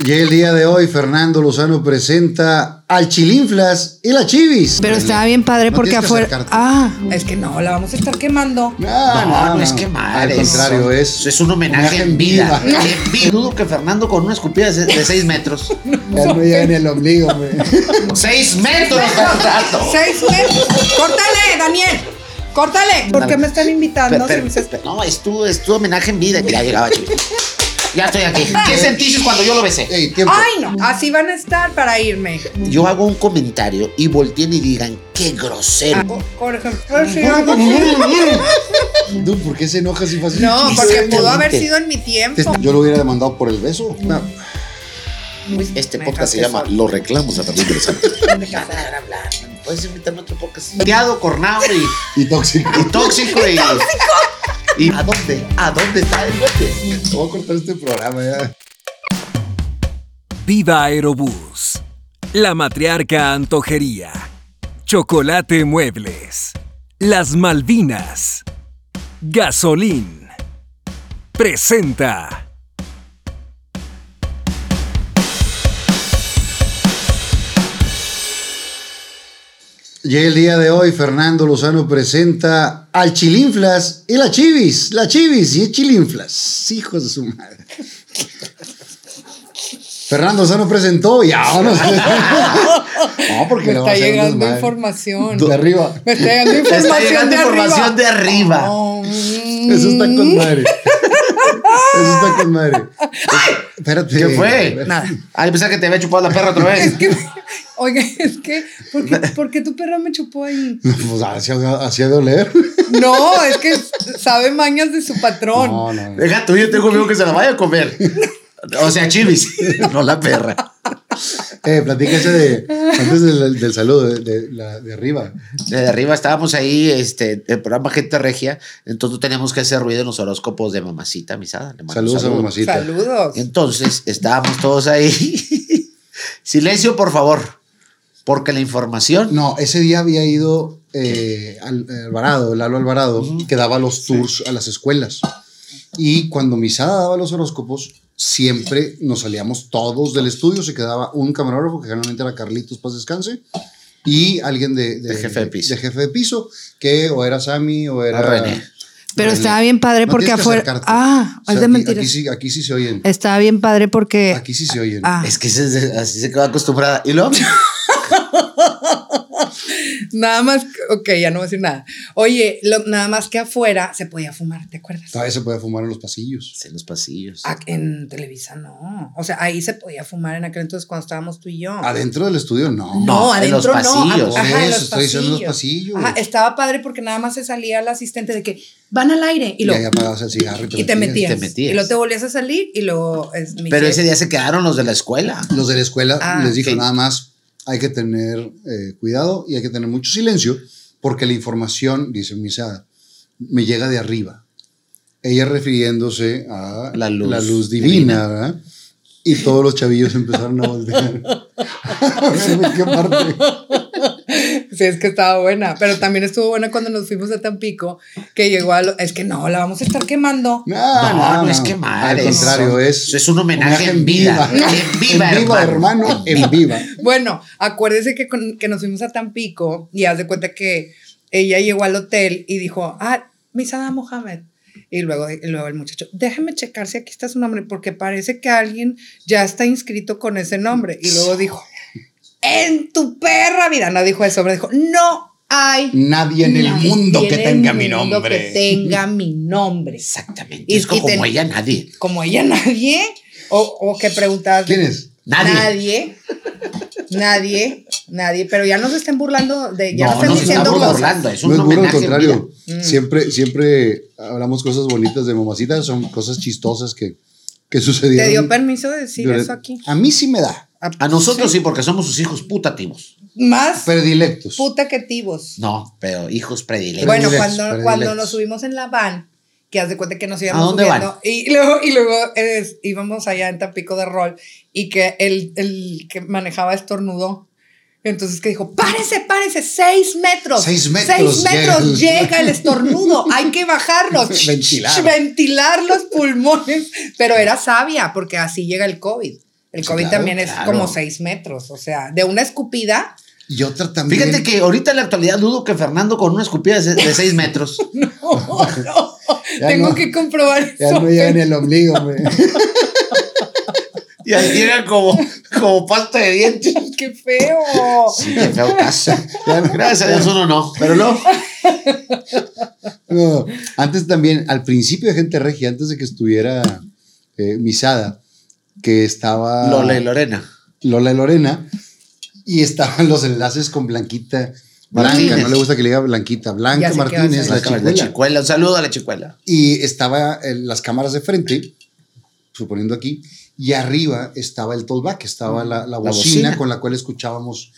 Y el día de hoy, Fernando Lozano presenta al Chilinflas y la Chivis. Pero estaba bien padre No porque tienes que afuera. acercarte. Ah, Es que no, la vamos a estar quemando. Ah, no, no, es que mal. Al es- contrario, es. Es un homenaje en vida. viva. En vida. Dudo que Fernando con una escupida de 6 metros. Ya no llega ni el ombligo, güey. ¡6 metros! Tato! Seis meses. Córtale, Daniel. Córtale. ¿Por qué me están invitando? Pe- si me pe- estás- pe- No, es tu, es tu homenaje en vida. Ya llegaba Chivis. Ya estoy aquí. ¿Qué sentiste cuando yo lo besé? Ey, tiempo. Ay, no. Así van a estar para irme. eh, Yo hago un comentario y volteen y digan, qué grosero. Ah, o- Por ejemplo, sí. Dude, ¿por qué se enoja así fácil? No, porque pudo haber Exactamente. sido en mi tiempo. Yo lo hubiera demandado por el beso. No. Este Me podcast se dejaste llama sola. Los reclamos a Fernando Interesante. Me dejaste sola. Puedes invitarme a otro podcast. Teado, cornado y, Y tóxico. y tóxico y. ¿Y a dónde? ¿A dónde está el bote? Voy a cortar este programa ya. Viva Aerobús. La Matriarca Antojería. Chocolate Muebles. Las Malvinas. Gasolín. Presenta. Y el día de hoy, Fernando Lozano presenta al Chilinflas y la Chivis. La Chivis y el Chilinflas. Hijos de su madre. Fernando Lozano presentó y ahora No, porque Me le va a está hacer un llegando desmadre. información. De arriba. Me está llegando Te está información llegando de información arriba. de arriba. Oh, mm. Eso está con madre. Eso está con madre. Espérate. ¿Qué güey. fue? Nada. Ay, Ah, pensaba que te había chupado la perra otra vez. Es que, oiga, es que, ¿por qué, por qué tu perra me chupó ahí? Pues así, así ha de oler. No, es que sabe mañas de su patrón. No, no. Deja tú, yo tengo miedo que se la vaya a comer. O sea, chivis, no la perra. Eh, platícase de. Antes del, del saludo, de, de la, de arriba. De arriba estábamos ahí, este, el programa Gente Regia, entonces teníamos que hacer ruido en los horóscopos de mamacita misada. Le mando Saludos a saludo. mamacita. Saludos. Entonces estábamos todos ahí. Silencio, por favor, porque la información. No, ese día había ido eh, al- Alvarado, Lalo Alvarado, que daba los tours a las escuelas. Y cuando Misada daba los horóscopos, siempre nos salíamos todos del estudio. Se quedaba un camarógrafo, que generalmente era Carlitos Paz Descanse, y alguien de, De jefe de piso. de jefe de piso, que o era Sammy o era Ah, René. pero René. estaba bien padre No porque tienes que afuera. acercarte. Ah, O sea, es de aquí- mentiras. Aquí sí, aquí sí se oyen. Estaba bien padre porque. Aquí sí se oyen. Ah, Es que se- así se quedó acostumbrada. Y luego, Nada más, que- ok, ya no voy a decir nada. Oye, lo- nada más que afuera se podía fumar, ¿te acuerdas? Todavía se puede fumar en los pasillos. en los pasillos. Ah, En Televisa no. O sea, ahí se podía fumar en aquel entonces cuando estábamos tú y yo. Adentro del estudio, no. No, No, en adentro los pasillos. no. Ajá, Por en eso, los estoy diciendo en los pasillos. pasillos. Ajá, estaba padre porque nada más se salía el asistente de que van al aire y Y, luego ahí apagabas el cigarro Pues y te metías. Te metías. Y luego te volvías a salir y luego es mi Pero jefe. ese día se quedaron los de la escuela. Los de la escuela Ah, les dije ok. nada más, hay que tener eh, cuidado y hay que tener mucho silencio porque la información, dice Misada, me llega de arriba. Ella refiriéndose a La luz divina, divina. ¿verdad? Y todos los chavillos empezaron a voltear. A ver, ¿de qué parte? Sí, es que estaba buena, pero también estuvo buena cuando nos fuimos a Tampico, que llegó a... lo- Es que no, la vamos a estar quemando. No, no, es quemar. Ah, Al es- contrario, es, Es un homenaje en vida. En viva, en viva, hermano. hermano. en viva. Bueno, acuérdese que, con- que nos fuimos a Tampico y haz de cuenta que ella llegó al hotel y dijo, ah, Misada Mohamed. Y luego, y luego el muchacho, déjame checar si aquí está su nombre, porque parece que alguien ya está inscrito con ese nombre. Y luego dijo, en tu perra vida. No dijo eso, pero dijo, no hay Nadie en el nadie mundo que en el tenga mi mundo Que nombre. tenga mi nombre. Exactamente. Y- es y como ten- ella, nadie. Como ella, nadie. O, o que preguntabas. ¿Quién es? Nadie. Nadie. Nadie. nadie, Pero ya no se estén burlando de. Ya No, no, no estén se diciendo están cosas. burlando, es un No es burro, al homenaje en contrario. vida. Mm. Siempre, siempre hablamos cosas bonitas de mamacita, son cosas chistosas que, que sucedieron. Te dio permiso de decir Pero eso aquí. A mí sí me da. A nosotros sí, porque somos sus hijos putativos. Más Predilectos. puta que tibos. No, pero hijos predilectos. bueno, predilectos, cuando, cuando predilectos. nos subimos en la van, que haz de cuenta que nos íbamos ¿A dónde subiendo. van? Y luego, y luego es- íbamos allá en Tampico de Rol y que el, el que manejaba estornudó. Entonces que dijo, párese, párese, seis metros. Seis metros Seis metros llega llega, el- el estornudo. Hay que bajarlos. Ventilar. Ventilar los pulmones. Pero era sabia porque así llega el COVID. El Sí, COVID claro, también es claro. como seis metros, o sea, de una escupida. Y otra también. Fíjate que ahorita en la actualidad dudo que Fernando con una escupida de se- de 6 metros. no, Ya tengo no. que comprobar Ya eso. no llega ni el ombligo, hombre. Y ahí llega como, como pasta de dientes. Qué feo. Sí, qué feo caso. Gracias a Dios uno no. Pero no. No, Antes también, al principio de Gente Regia, antes de que estuviera eh, Misada, que estaba Lola y Lorena. Lola y Lorena, y estaban los enlaces con Blanquita. Blanca, Martínez. no le gusta que le diga Blanquita, Ya Blanca sé qué vas a Martínez, decir. la La chicuela. chicuela. Un saludo a la chicuela. Y estaba eh, las cámaras de frente, suponiendo aquí, y arriba estaba el tollback, estaba la, la bocina, bocina. con la cual escuchábamos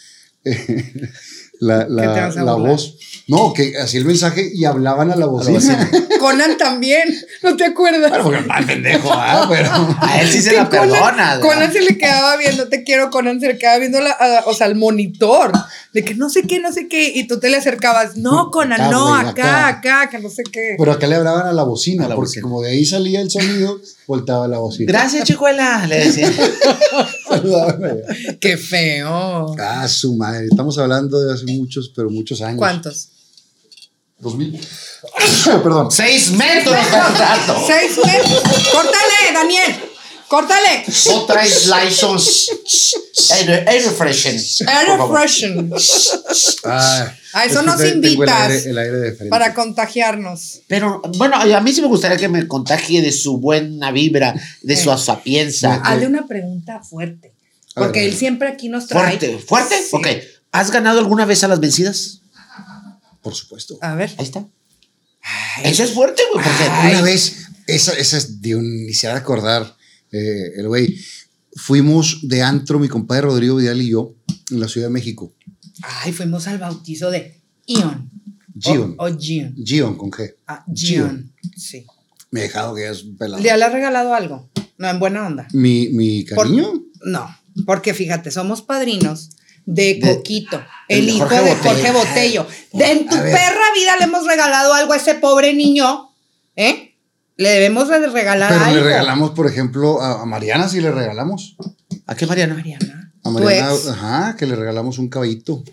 eh, la, la- te vas a la burlar? voz. No, que hacía el mensaje y hablaban a la bocina. bocina. Conan también, ¿no te acuerdas? mal pendejo, ¿ah? Pero a él sí se Que la perdona. Conan, Conan se le quedaba viendo, te quiero, Conan se le quedaba viendo, la- a- o sea, al monitor, de que no sé qué, no sé qué, y tú te le acercabas, no, Conan, Acá, no, güey, acá, acá. acá, que no sé qué. Pero acá le hablaban a la bocina, A la porque bocina. como de ahí salía el sonido, voltaba la bocina. Gracias, chicuela. Le decía. Saludaban. Qué feo. ah, su madre. Estamos hablando de hace muchos, pero muchos años. ¿Cuántos? 2000. Perdón. Seis metros, Fernando. Seis meses. Córtale, Daniel. Córtale. No traes license. Air, air freshen. Air Por favor. freshen. Ah, A eso es que nos te- tengo invitas El aire, el aire de frente. Para contagiarnos. Pero bueno, a mí sí me gustaría que me contagie de su buena vibra, de su sapienza. Hazle una pregunta fuerte. A ver, a Porque ver. él siempre aquí nos trae. Fuerte, fuerte. Sí. Ok. ¿Has ganado alguna vez a las vencidas? Por supuesto. A ver. Ahí está. Eso es fuerte, güey. Porque Una vez, esa, esa es de un, ni se ha de acordar, eh, el güey. Fuimos de antro, mi compadre Rodrigo Vidal y yo, en la Ciudad de México. Ay, fuimos al bautizo de Ion. Gion. O, o Gion. Gion con G. Ah, Gion. Sí. Me he dejado que es pelado. ¿Le has regalado algo? No, en buena onda. Mi, mi Por- cariño. no, porque fíjate, somos padrinos de De- Coquito, de el hijo Jorge de Botello. Jorge Botello. De en tu A ver. perra vida le hemos regalado algo a ese pobre niño, ¿eh? Le debemos de regalar Pero algo. le regalamos, por ejemplo, a, a Mariana, sí le regalamos. ¿A qué Mariana? Mariana. A tu Mariana, ex. ajá, que le regalamos un caballito.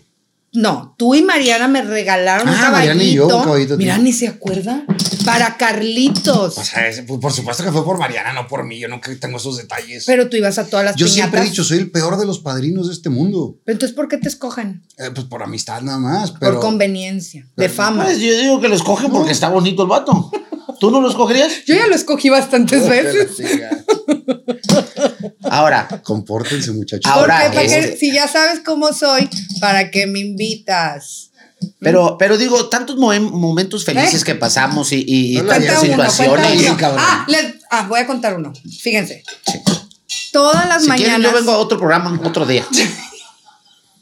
No, tú y Mariana me regalaron un Ah, caballito. Mariana y yo, un caballito, Mira, tú. ni se acuerda. Para Carlitos. O sea, es- pues, por supuesto que fue por Mariana, no por mí. Yo nunca tengo esos detalles. pero tú ibas a todas las yo siempre he piñatas. dicho, soy el peor de los padrinos de este mundo. Pero Entonces, ¿por qué te escogen? Eh, pues por amistad nada más. Pero Por conveniencia, de Pero- fama. Pues yo digo que los cogen porque está bonito el vato. ¿Tú no los cogerías? Yo ya lo escogí bastantes veces. Ahora, Compórtense, muchachos. Ahora, Porque para que- este- si ya sabes cómo soy, ¿para qué me invitas? pero, pero digo, tantos moem- momentos felices Mm. ¿Eh? que pasamos y, y- y Cuenta tantas Cuenta uno, cuenta situaciones. bien, uno. cabrón. Ah, les- ah, voy a contar uno. Fíjense. Sí. Todas las Si quieren, mañanas. yo vengo a otro programa otro día.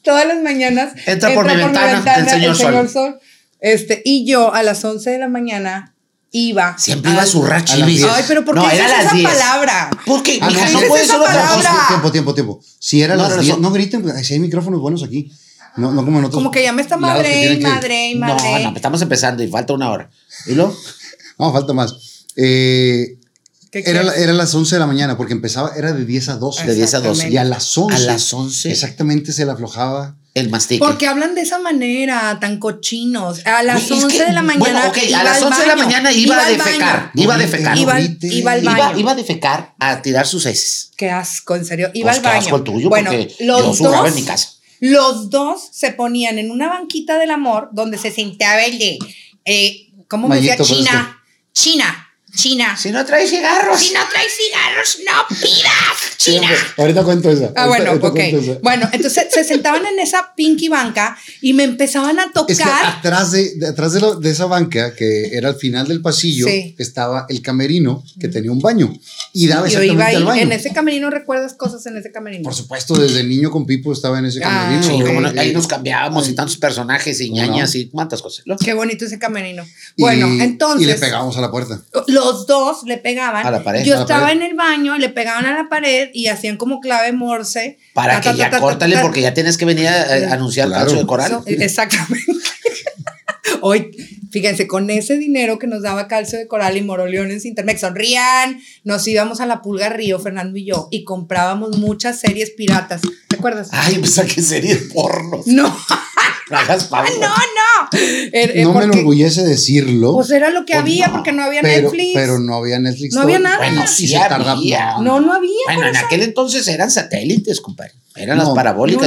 Todas las mañanas. Entra por mi ventana el señor Sol. Este, y yo a las 11 de la mañana iba. Siempre al- iba a su a las rachivis. diez. Ay, pero ¿por qué no, dices era a las esa 10. palabra? Porque, Ah, no, mija, no no dices puede esa ser otra palabra. cosa. Tiempo, tiempo, tiempo. Si era No, las no, 10, son- no griten, ay, si hay micrófonos buenos aquí. No, no como en otros. Como que ya me Pues, está lados que madre, tienen que- madre, No, madre. no, estamos empezando y falta una hora. ¿Y luego? No, falta más. Eh, ¿Qué era, la- crees? era las 11 de la mañana, porque empezaba, era de 10 a 12. De 10 a 12. Y a las 11. A las 11. Exactamente se le aflojaba. El mastique. Porque hablan de esa manera, tan cochinos. A las eh, Es que- 11 de la bueno, mañana. ok, a iba las al 11 de la baño, mañana iba a al baño. defecar. Iba a No defecar. griten, no Iba, al- griten. iba al iba, baño. iba a defecar a tirar sus heces. Qué asco, en serio. Iba Pues, al qué baño. asco el tuyo, bueno, porque los yo zurraba dos, en mi casa. Los dos se ponían en una banquita del amor donde se sentaba el de. eh, ¿Cómo me decía? Mayito, pues, China. este. China. China. Si no traes cigarros. Si no traes cigarros, no pidas. China. Ahorita cuento esa. Ah, Ahorita- bueno, ahorita ok. cuento esa. Bueno, entonces se sentaban en esa pinky banca y me empezaban a tocar. Es que ah, atrás de, de- atrás de, lo- de esa banca, que era al final del pasillo, Sí. estaba el camerino que tenía un baño. Y daba Yo iba exactamente ahí, al baño. en ese camerino, ¿recuerdas cosas en ese camerino? Por supuesto, desde niño con Pipo estaba en ese Ah, camerino. Sí, Ok. cómo no, Eh, ahí nos cambiábamos y tantos personajes y ¿Cómo no? ñañas y cuantas cosas. ¿no? Qué bonito ese camerino. y- Bueno, Y le entonces. pegábamos a la puerta. los dos le pegaban. A la pared, Yo a la estaba pared. en el baño, le pegaban a la pared y hacían como clave morse. Para Ta, que ta, ya ta, ta, córtale ta, ta. porque ya tienes que venir a, a eh, anunciar Claro. el cacho de So- coral. Exactamente. e-, Hoy, Fíjense, con ese dinero que nos daba Calcio de Coral y Moroleones Intermex, sonrían, nos íbamos a la Pulga Río, Fernando y yo, y comprábamos muchas series piratas. ¿Te acuerdas? Ay, pues a qué serie de porno. No, Ah, No hagas no, pavo. no. Eh, eh, No me porque- enorgullece decirlo, Pues era lo que Pues había, no, porque no había pero, Netflix. pero no había Netflix. No había todo- nada. Bueno, sí Y se tarda- había. no. no, no había. pues. Bueno, en aquel entonces eran satélites, compadre. Eran las No. parabólicas.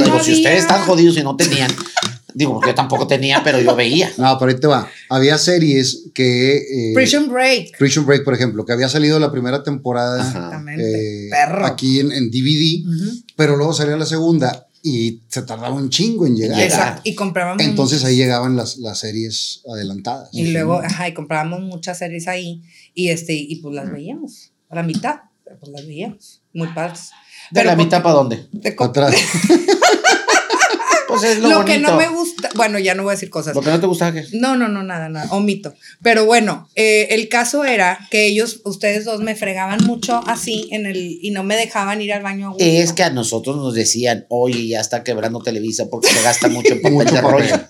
No, no digo, si había. ustedes están jodidos y no tenían. Digo, porque yo tampoco tenía, pero yo veía. No, pero ahí te va. Había series que. eh, Prison Break. Prison Break, por ejemplo, que había salido la primera temporada Ajá. Exactamente. eh, Perro. aquí en, en DVD, Ujú. pero luego salía la segunda y se tardaba un chingo en llegar. Llega. Exacto. Y comprábamos. Entonces ahí llegaban las, las series adelantadas. Y luego, ajá, y comprábamos muchas series ahí y este, y pues las veíamos, a la mitad, pero pues las veíamos, muy padres. ¿De la porque- mitad para dónde? de co- Otra- Pues es lo, lo bonito. que no me gusta, bueno, ya no voy a decir cosas. Lo que no te gustaba que. No, no, no, nada, nada, omito. Pero bueno, eh, el caso era que ellos, ustedes dos, me fregaban mucho así en el, y no me dejaban ir al baño a gusto. Es que a nosotros nos decían, oye, ya está quebrando Televisa porque se gasta mucho en papel Mucho de papel. rollo.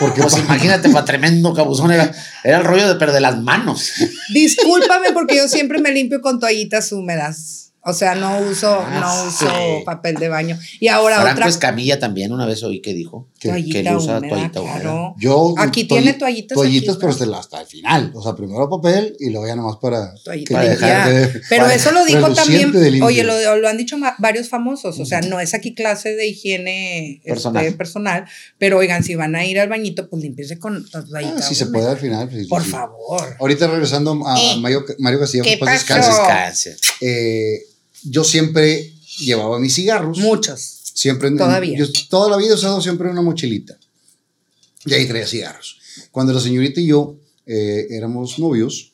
Porque Pues imagínate, para tremendo cabuzón era, era el rollo de, pero de las manos. Discúlpame porque yo siempre me limpio con toallitas húmedas. O sea, no uso, Ah, no uso sí. papel de baño. Y ahora Franco otra Escamilla también una vez oí que dijo que, que él toallita usa húmeda, toallita húmeda. claro. yo Aquí toall- tiene toallitas toallitas, aquí, pero ¿no? hasta el, hasta el final. O sea, primero papel y luego ya nomás para Toallita que Para ya dejar quede- Pero para- eso lo dijo reluciente también, de limpio. oye, lo, lo han dicho ma- varios famosos, o sea, no es aquí clase de higiene este, personal. Personal. pero oigan, si van a ir al bañito, pues limpiense con las Ah, toallitas. si se húmedas. puede al final. pues, sí, Por sí. favor. Ahorita regresando a Eh, Mario, Mario Castillo, ¿qué que paz pasó? descanse. Descanse. Eh, yo siempre llevaba mis cigarros. Muchos. Siempre en- Todavía. yo toda la vida he usado siempre una mochilita. Y ahí traía cigarros. Cuando la señorita y yo eh, éramos novios,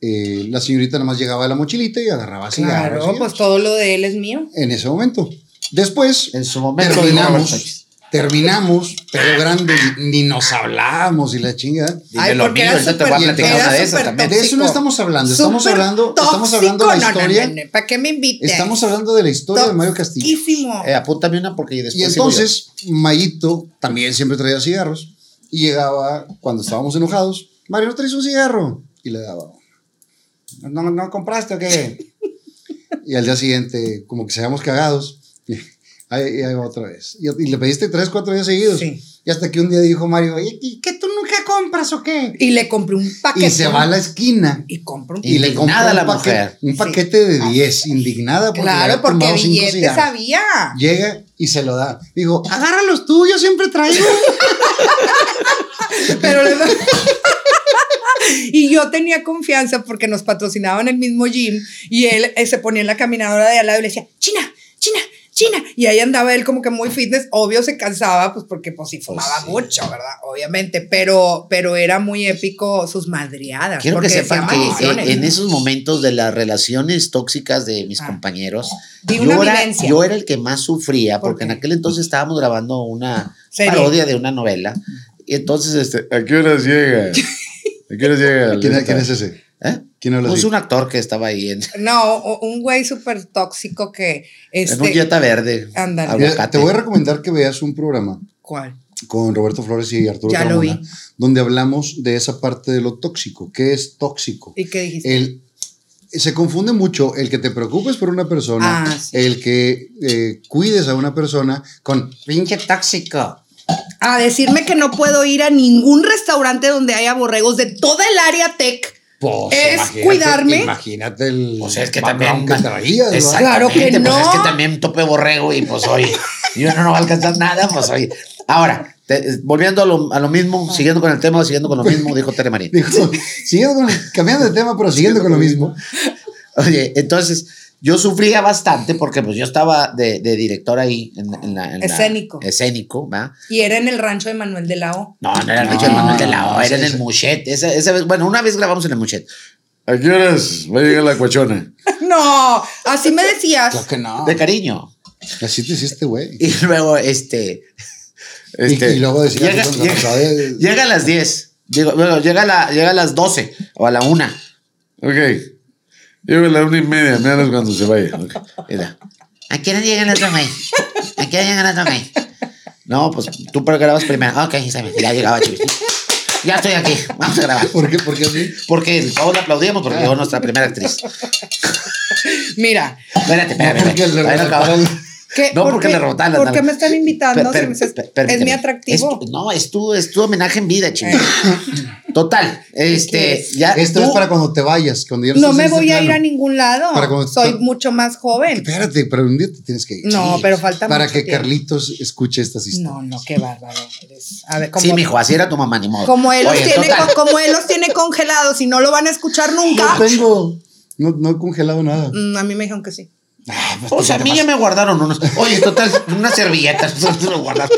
eh, la señorita nada más llegaba de la mochilita y agarraba Claro, cigarros. pues cigarros. todo lo de él es mío. En ese momento. Después En su momento dijo Robert Sánchez. terminamos, terminamos, pero grande, ni nos hablábamos y la chingada. Dime Ay, lo porque mío, era ahorita te voy a súper- platicar era una de esas súper también. De eso no estamos hablando, estamos Súper hablando, estamos tóxico, hablando de la no, no, historia. no, no, ¿Para qué me invitas? Estamos hablando de la historia de Mario Castillo. Toxiquísimo. Eh, apúntame una porque después Y sigo yo. entonces, Mayito también siempre traía cigarros y llegaba cuando estábamos enojados. Mario, ¿no traes un cigarro? Y le daba. uno. ¿No, no compraste o qué? y al día siguiente, como que se habíamos cagados. y Ahí, y ahí va otra vez. Y, y le pediste tres, cuatro días seguidos. Sí. Y hasta que un día dijo Mario, "Oye, ¿y qué tú nunca compras o qué? Y le compré un paquete. Y se va a la esquina. Y compro un Y le compró Indignada un, la paquete, mujer. un paquete de 10, indignada porque le Claro, había porque tomado cinco billetes cigarros. había. Llega y se lo da. Dijo, agarra los tuyos, siempre traigo. Pero le- Y yo tenía confianza porque nos patrocinaban el mismo gym y él eh, se ponía en la caminadora de al lado y le decía, China, China, China. Y ahí andaba él como que muy fitness. Obvio se cansaba, pues porque pues sí fumaba sí. mucho, ¿verdad? Obviamente, pero, pero era muy épico sus madriadas. Quiero porque que sepan decía, que "Maldiciones". eh, en esos momentos de las relaciones tóxicas de mis Ah. compañeros, Di una yo, era, vivencia. yo era el que más sufría ¿Por porque en qué? aquel entonces estábamos grabando una Serie. parodia de una novela. Y entonces, este, ¿a qué horas llega? ¿A qué horas llega? ¿Quién, quién es ese? ¿Eh? ¿Quién habla Pues así? un actor que estaba ahí en, No, u- un güey súper tóxico que... Este, en un Jetta verde. Ándale. Mira, Aguacate. te voy a recomendar que veas un programa ¿Cuál? con Roberto Flores y Arturo Ya lo Carmona, vi. donde hablamos de esa parte de lo tóxico. ¿Qué es tóxico? ¿Y qué Eh. dijiste? El, se confunde mucho el que te preocupes por una persona, Ah, sí. el que eh, cuides a una persona con pinche tóxico. a decirme que no puedo ir a ningún restaurante donde haya borregos de toda el área tech. Pues, Es imagínate- cuidame. Imagínate el. Ah, Pues es que background también. que traías, ¿verdad? Exactamente, Claro que pues no. Es que también tope borrego y pues hoy. Y uno no va a alcanzar nada, pues hoy. Ahora, te- volviendo a lo, a lo mismo, siguiendo con el tema, siguiendo con lo mismo, dijo Tere María. Digo, siguiendo con- cambiando de tema, pero siguiendo con lo mismo. Oye, entonces yo sufría bastante porque pues yo estaba de, de director ahí en, en la, en la- Escénico. escénico, ¿verdad? Y era en el rancho de Manuel de la O. No, no era el No, Richard Manuel de la no, O, era ese- en el ese- Muchet. Esa, esa vez, bueno, una vez grabamos en el Muchet. ¿A qué horas va a llegar la cuachona? No, así me decías. que no. De cariño. Así te hiciste, güey. Y luego, este, Este, y, y luego decía, llega- cuando llega- sabe- llega a las 10. Digo, bueno, llega a, la- llega a las 12 o a la 1. Ok. Llevo la una y media, me hablas cuando se vaya. ok. Era, ¿A quién llegan las dos, güey? ¿A quién llegan las dos, güey? No, pues tú grabas primero. Ok, está bien. Ya llegaba, chicos. Ya estoy aquí. Vamos a grabar. ¿Por qué? ¿Por qué así? Porque todos aplaudíamos porque llegó nuestra primera actriz. Mira, Espérate, espérate. No, porque espérate. le Ahí no acabó. rebotaron. ¿qué- No, por porque qué- le rebotaron las ¿Por qué me nalgas. están invitando? Per- Si me per- estás- per- permíteme. es mi atractivo. Es tu- no, es tu, es tu homenaje en vida, chingo. Eh. Total, este, ya. Esto tú- es para cuando te vayas. Cuando ya no estés me en este voy a ir plano. a ningún lado. Para cuando- Soy mucho más joven. Espérate, pero un día te tienes que ir. No, pero falta Para mucho que tiempo. Carlitos escuche estas historias. No, no, qué bárbaro. eres. A ver, como, Sí, mijo, así era tu mamá, ni modo. Como él, Oye, los tiene, total, pues, con- como él los tiene congelados y no lo van a escuchar nunca. No tengo. No, no he congelado nada. Ah, Mm, a mí me dijeron que sí. Pues a mí ya me guardaron unos. Oye, total, unas servilletas. se lo guardaron.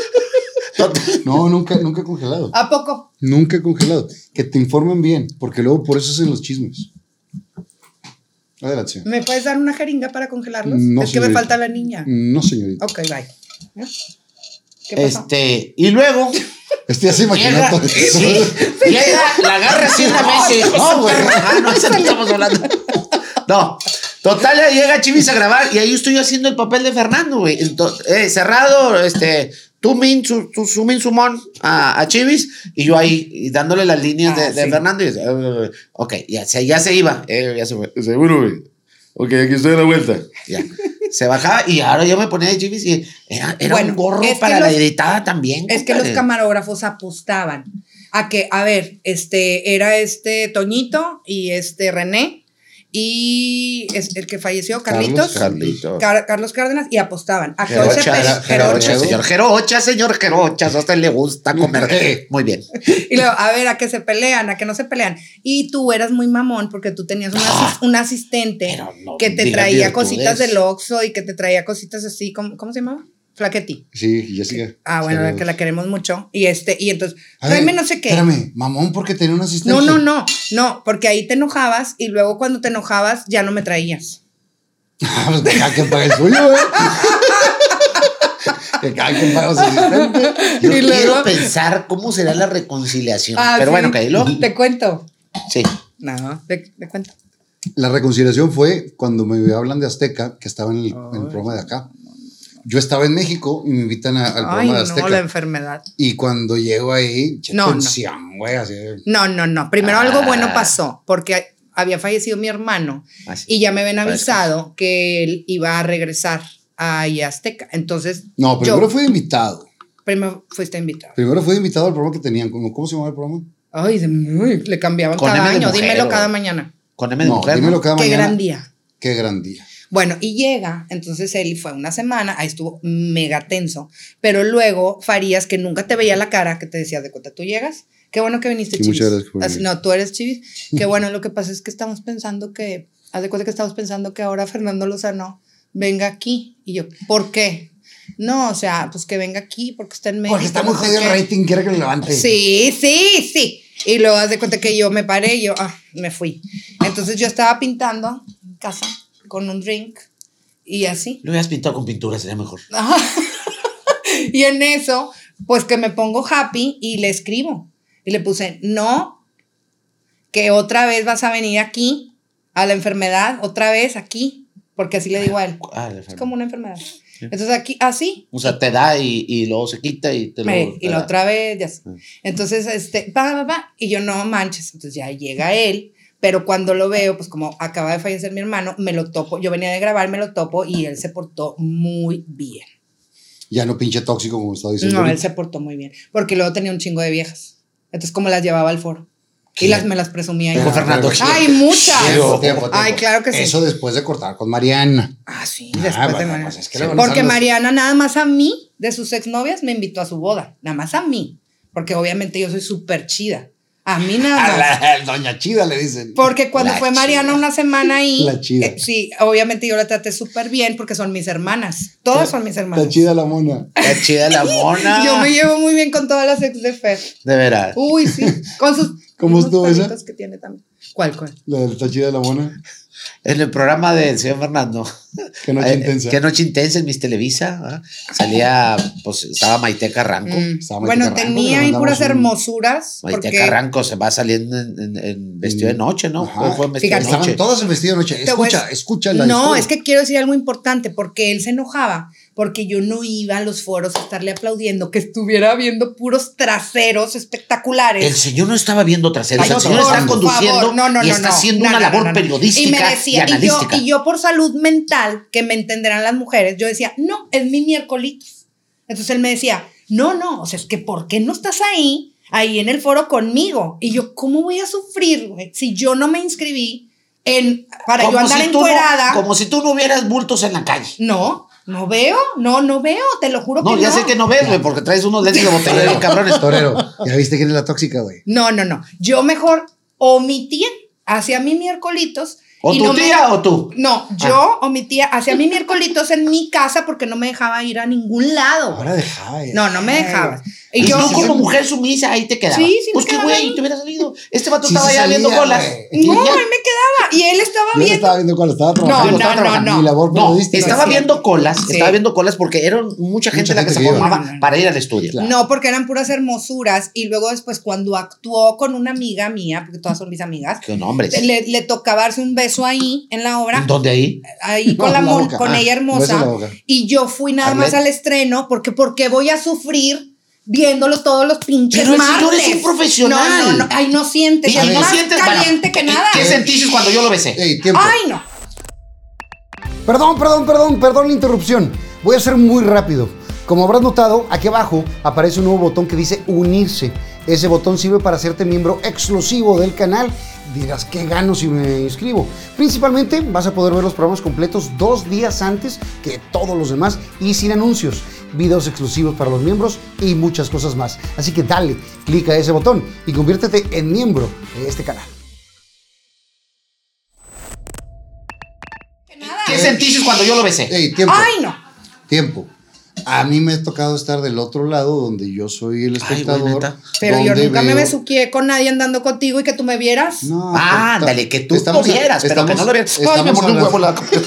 Total. No, nunca, nunca he congelado. ¿A poco? Nunca he congelado. Que te informen bien, porque luego por eso hacen los chismes. Adelante. señor. ¿Me puedes dar una jeringa para congelarlos? No, es que me señorita. falta la niña. No, señorita. Ok, bye. ¿Eh? ¿Qué pasó? Este, y luego Estoy así llega, imaginando. sí, llega, la agarra así una vez y dice, no, güey, ah, no, esa no estamos hablando. No, total, ya llega Chivis a grabar y ahí estoy haciendo el papel de Fernando, güey. Ento- eh, cerrado, este, tú min, su, tú sumin sumón a, a Chivis y yo ahí y dándole las líneas Ah, de, de sí. Fernando y dice, eh, ok, ya, se- ya se iba, eh, ya se fue. Seguro, güey. Ok, aquí estoy de la vuelta. Ya. Se bajaba y ahora yo me ponía de chivis y era, era Bueno, un gorro es que para la los- editada también. Es que los compadre. camarógrafos apostaban a que, a ver, este era este Toñito y este René y es el que falleció, Carlitos. Carlitos. Car- Carlos Cárdenas y apostaban a que Oche Gerocha, Pérez- Gerocha, Gerocha. señor Gerocha, señor Gerocha, a usted le gusta comer. Muy bien. Y luego, a ver, a que se pelean, a que no se pelean. Y tú eras muy mamón porque tú tenías un, asis- un asistente Ah, Pero no que te digas traía virtudes. cositas del Oxxo y que te traía cositas así, ¿cómo, cómo se llamaba? Flaqueti. Sí, Jessica. Ah, bueno, Saludos. que la queremos mucho. Y este, y entonces, A ver, tráeme no sé qué. Espérame, mamón, porque tenía un asistente. No, no, no, no, porque ahí te enojabas y luego cuando te enojabas ya no me traías. Ah, pues que cada quien pague el suyo, ¿eh? que cada quien pague su asistente. Yo Y luego- quiero pensar cómo será la reconciliación. Ah, sí. Pero bueno, que lo. Te cuento. Sí. No, te, te cuento. La reconciliación fue cuando me hablan de Azteca, que estaba en el, en el programa de acá. Yo estaba en México y me invitan a- al programa Ay, de no, Azteca. la enfermedad. Y cuando llego ahí, che No, no. tensión, güey, así. No, no, no. Primero algo Ah. bueno pasó, porque había fallecido mi hermano Ah, sí. y ya me habían Parece. avisado que él iba a regresar a Azteca. Entonces, No, yo- primero fui de invitado. primero fuiste invitado. Primero fui de invitado al programa que tenían. ¿Cómo, cómo se llamaba el programa? Ay, se- uy, le cambiaban Con cada M de año. mujer, Dímelo o- cada mañana. Con M de No, mujer. dímelo ¿no? cada Qué mañana. gran día. Qué gran día. Bueno, y llega, entonces él fue una semana, ahí estuvo mega tenso, pero luego Farías, que nunca te veía la cara, que te decía, de cuenta, tú llegas, qué bueno que viniste, Sí, Chivis. muchas gracias por Así, venir. no, tú eres Chivis, qué bueno, lo que pasa es que estamos pensando que, haz de cuenta que estamos pensando que ahora Fernando Lozano venga aquí, y yo, ¿por qué? No, o sea, pues que venga aquí, porque está en México. Porque está no muy sé jodido el qué. rating, quiere que lo levante. Sí, sí, sí. Y luego haz de cuenta que yo me paré y yo ah, me fui. Entonces yo estaba pintando en casa con un drink y así. Lo hubieras pintado con pintura, sería mejor. Ajá. y en eso, pues que me pongo happy y le escribo. Y le puse, no, que otra vez vas a venir aquí a la enfermedad, otra vez aquí, porque así le digo a él. Ah, la Es como una enfermedad. Entonces aquí, así, O sea, te da y, y luego se quita y te lo. Eh, y te la da. otra vez, ya. sé. Entonces, este, va, va, va, y yo no manches. Entonces ya llega él, pero cuando lo veo, pues como acaba de fallecer mi hermano, me lo topo. Yo venía de grabar, me lo topo y él se portó muy bien. Ya no pinche tóxico como estaba diciendo. No, él ahorita. se portó muy bien, porque luego tenía un chingo de viejas. Entonces, como las llevaba al foro. Y las, me las presumía. Dijo yo. Fernando. ¡Ay, muchas! Tiempo, tiempo, Ay, tiempo. claro que sí. Eso después de cortar con Mariana. Ah, sí, Ah, después de bueno, Mariana. pues es que le van a Porque usar los- Mariana nada más a mí, de sus exnovias, me invitó a su boda. Nada más a mí. Porque obviamente yo soy súper chida. A mí nada A más. la doña chida le dicen. Porque cuando La fue Mariana chida. una semana ahí, La chida. eh, sí, obviamente yo la traté súper bien porque son mis hermanas. Todas son mis hermanas. Está chida la mona. Está chida la mona. Yo me llevo muy bien con todas las ex de Fer. De veras. Uy, sí. Con sus. ¿Cómo unos estuvo esa? perritos que tiene también. ¿Cuál, cuál? La del está chida la mona. En el programa del señor Fernando. Qué noche Eh, intensa. Qué noche intensa en mis Televisa. ¿ah? Salía, pues estaba Maite Carranco. Mm. estaba Maite Bueno, Carranco, tenía le ahí mandamos puras un- hermosuras. Maite porque- Carranco se va saliendo en, en- en vestido de noche, ¿no? Mm. Ajá. ¿Cómo fue en vestido Fíjate. de noche? Estaban todas en vestido de noche. Te voy a- Escucha, escucha la No, historia. es que quiero decir algo importante, porque él se enojaba porque yo no iba a los foros a estarle aplaudiendo, que estuviera viendo puros traseros espectaculares. El señor no estaba viendo traseros, Ay, el por señor está favor, conduciendo por favor. No, no, y no, está no. haciendo No, una no, labor no, no. periodística y, Y me decía, y yo, analística. y yo por salud mental, que me entenderán las mujeres, yo decía, no, es mi miércoles. Entonces él me decía, no, no, o sea, es que ¿por qué no estás ahí, ahí en el foro conmigo? Y yo, ¿cómo voy a sufrir güey, si yo no me inscribí en, para yo andar si tú no- encuerada? como si tú no hubieras bultos en la calle. no, no veo, no, no veo, te lo juro No, que ya no. sé que no ves, güey, porque traes unos lentes de botella bien cabrones. Torero, ya viste quién es la tóxica, güey. No, no, no. Yo mejor omitía hacia mi miércolitos. ¿O y tu no me- tía o tú? No, yo omitía hacia mi miércolitos en mi casa porque no me dejaba ir a ningún lado. Ahora dejaba. ya. No, no me dejaba. Y yo sí, como mujer sumisa, ahí te quedabas. Sí, sí me Pues qué quedaba ahí. güey, te hubiera salido. Este vato Sí, estaba sí ya salía, viendo bolas. güey. Y No, ya. él me quedaba y él estaba Yo no viendo. estaba viendo cuando estaba No, trabajando. no, estaba no, trabajando. no. Mi labor No, periodística. estaba Sí. viendo colas, Sí. estaba viendo colas porque era mucha gente la que, gente se que iba. formaba No, no, no. para ir al estudio. No, porque eran puras hermosuras. Y luego después cuando actuó con una amiga mía, porque todas son mis amigas, Qué nombres. le, le tocaba darse un beso ahí en la obra, ¿Dónde ahí? ahí con, No, la en la mon- boca. con Ah, ella beso en hermosa. la boca. Y yo fui nada Arlet. más al estreno porque porque voy a sufrir viéndolo todos los pinches Pero el martes. señor es un profesional. No, no, no. Ay, no sientes. Y- y es no más sientes- caliente bueno, que nada. ¿Qué sentiste cuando yo lo besé? Ey, tiempo. Ay, no. Perdón, perdón, perdón, perdón la interrupción. Voy a ser muy rápido. Como habrás notado, aquí abajo aparece un nuevo botón que dice unirse. Ese botón sirve para hacerte miembro exclusivo del canal. Dirás, ¿qué gano si me inscribo? Principalmente vas a poder ver los programas completos dos días antes que todos los demás y sin anuncios, videos exclusivos para los miembros y muchas cosas más. Así que dale, clica a ese botón y conviértete en miembro de este canal. ¿Qué sentiste cuando yo lo besé? tiempo. Ay, no. Tiempo. A mí me ha tocado estar del otro lado donde yo soy el Ay, güey, espectador. neta. Pero yo donde nunca me veo- besuqué con nadie andando contigo y que tú me vieras. No, Ah, ta- ándale, que tú estamos- lo vieras, pero que estamos- no lo vieras. Ay, estamos me mordió un hablando- huevo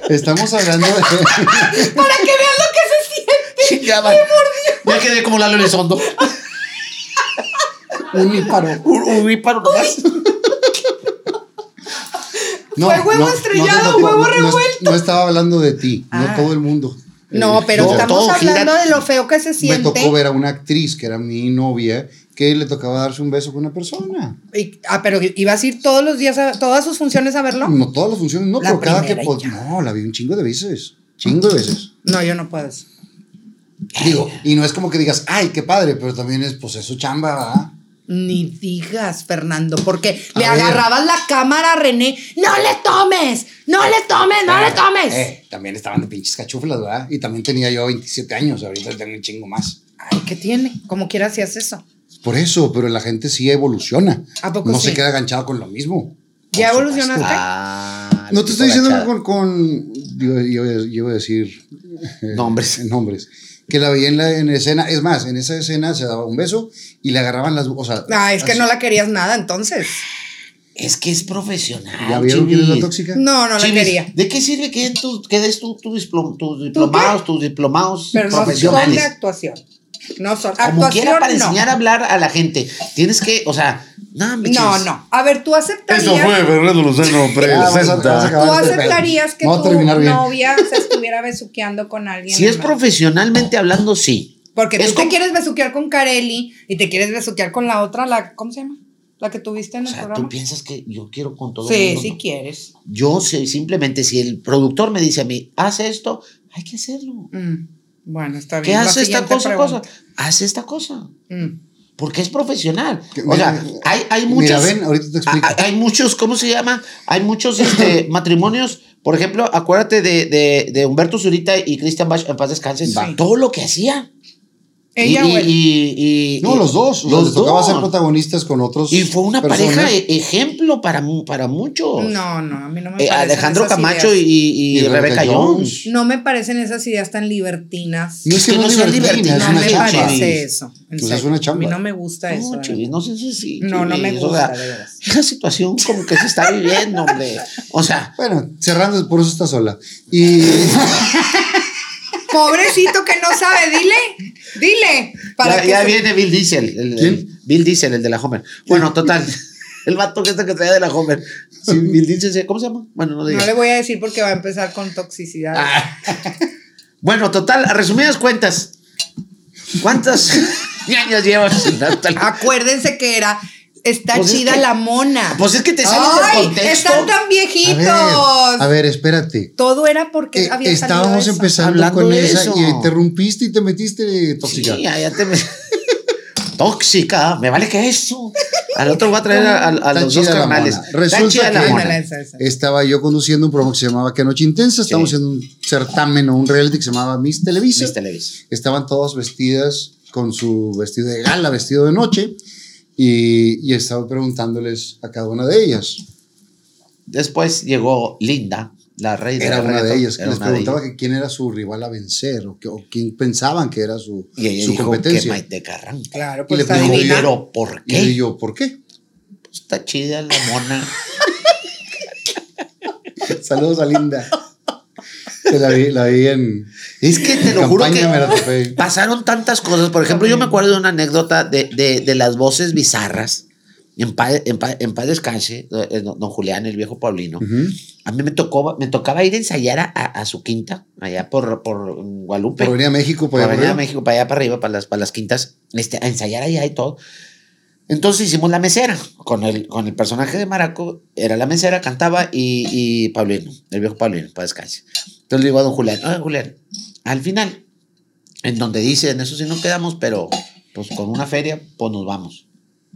la... Estamos hablando de. Para que veas lo que se siente. Ya va. Ya quedé como la Elizondo. Un íparo. Un un íparo nomás. Fue huevo estrellado, te tocó, huevo no- no es- revuelto. No, estaba hablando de ti, no todo el mundo. Eh, Ah. No, pero yo- estamos todo gira- hablando de lo feo que se Me siente. tocó ver a una actriz que era mi novia que le tocaba darse un beso con una persona. Y- ah, pero ibas a ir todos los días a todas sus funciones a verlo. No todas las funciones, no, La pero cada que. primera y pod- ya. No, la vi un chingo de veces. Chingo de veces. No, yo no puedo. Digo, y no es como que digas, ay, qué padre, pero también es, pues, es su chamba, ¿verdad? Ni digas, Fernando, porque A le ver. agarrabas la cámara a René. ¡No le tomes! ¡No le tomes! ¡No le tomes! Eh, también estaban de pinches cachuflas, ¿verdad? Y también tenía yo 27 años, ahorita tengo un chingo más. Ay, ¿qué tiene? Como quiera hacías eso. Por eso, pero la gente sí evoluciona. ¿A poco no se sí? queda enganchado con lo mismo. ¿Ya Por evolucionaste? supuesto. Ah, No te estoy diciendo que con. agachada. con yo, yo- yo iba a decir. eh, Nombres. Nombres. Que la veía en la en escena. Es más, en esa escena se daba un beso y le agarraban las. O sea, Ah, es que así. no la querías nada entonces. Es que es profesional. ¿Ya vieron quién es la chivis. tóxica? No, no la Chivis, quería. ¿De qué sirve que, tú, que des tú- tu displom- tus diplomados, tus diplomados Pero no son de profesionales? actuación. No son. Como actuación quiera para no. enseñar a hablar a la gente. Tienes que, o sea, no, me No, chivis. no. A ver, tú aceptarías. Eso fue Fernando Lozano Ya, Ah, vamos a- vamos a presenta. acabar ¿Tú este pedo. aceptarías que Vamos a tu terminar bien. novia se estuviera besuqueando con alguien? Si es más? profesionalmente hablando, sí. Porque Es tú como- te quieres besuquear con Carelli y te quieres besuquear con la otra, la, ¿cómo se llama? La que tuviste en O el sea, tú programa. piensas que yo quiero con todo el Sí, mundo. sí ¿no? quieres. Yo sé, simplemente, si el productor me dice a mí, haz esto, hay que hacerlo. Mm, Bueno, está bien. ¿Qué La hace esta siguiente cosa, pregunta. cosa? Haz esta cosa. Mm. Porque es profesional. Que- O sea, mira, hay, hay mira, muchos. ven, ahorita te explico. Ah, ah, Hay, muchos, ¿cómo se llama? Hay muchos este, matrimonios. Por ejemplo, acuérdate de, de- de Humberto Zurita y Cristian Bach, en paz descansen. Sí. Todo lo que hacía. Ella, y, y- güey. y- y- No, y- los dos. Los Los les tocaba dos. ser protagonistas con otros. Y fue una personas. pareja e- ejemplo para, mu- para muchos. No, no, a mí no me Eh, parecen Alejandro esas Camacho y, ideas. y- y Y Rebeca Rebeca Jones. y- No me parecen esas ideas tan libertinas. No es que que no no es sean libertina, libertinas, es No una me chamba. parece eso. en Pues es serio. una chamba. A mí no me gusta eso. No, de Chivis, no sé si. si- No, no me Chivis, gusta, O de sea, veras. una situación como que se está viviendo, hombre. O sea, Bueno, cerrando, por eso está sola. Y verdad. Pobrecito que no sabe, dile. Dile. ya, que ya se- viene Bill Diesel. el- ¿Quién? Bill Diesel, el de la Homer. Bueno, total. El vato que está que traía de la Homer. Sí, Bill Diesel, se- ¿cómo se llama? Bueno, no No digas. le voy a decir porque va a empezar con toxicidad. Ah. Bueno, total, a resumidas cuentas, ¿cuántos años llevas sin hasta la- Ah, Acuérdense que era. Está Pues es chida que- la mona. Pues es que te sales del ¡Ay! contexto. Están tan A viejitos. ver, a ver, espérate. Todo era porque Eh, había salido estábamos eso. empezando Hablando con de esa eso. y interrumpiste y te metiste Pues Sí, tóxica. ya, ya te me- Tóxica, me vale que eso. Al otro voy a traer a, a- a Está los dos chida la carnales. mona. Está Resulta chida la que- mona. Ándale, esa, esa. Estaba yo conduciendo un programa que se llamaba Qué Noche Intensa. Estábamos haciendo un certamen o un reality que se llamaba Miss Televisa. Miss Televisa. Estaban todas vestidas con su vestido de gala, vestido de noche. Y, y estaba preguntándoles a cada una de ellas. Después llegó Linda, la reina. Era del una de reggaetón. ellas. que Era les una de preguntaba ellas. que quién era su rival a vencer o, que- o quién pensaban que era su, Y ella su dijo que competencia. Maite Carranca. Claro, le pues pregunté, adivina. Pero, ¿por y le qué? yo, ¿por qué? Está chida la mona. Saludos a Linda. Que la vi, la vi en. Es que te lo juro Campaña que me la topé. pasaron tantas cosas. Por ejemplo, yo me acuerdo de una anécdota de, de- de las voces bizarras. En paz, en paz, en paz descanse, eh, don don Julián, el viejo Paulino. Ujú. A mí me, tocó, me tocaba ir a ensayar a, a- a su quinta, allá por, por Guadalupe. Por venir a México, Por por Avenida arriba. México, para allá, para arriba, para las, para las quintas, este, a ensayar allá y todo. Entonces hicimos la mesera con el, con el personaje de Maraco, era la mesera, cantaba y, y Paulino, el viejo Paulino, para descanse. Entonces le digo a don Julián, oye Julián, al final, en donde dice, en eso sí no quedamos, pero pues con una feria, pues nos vamos.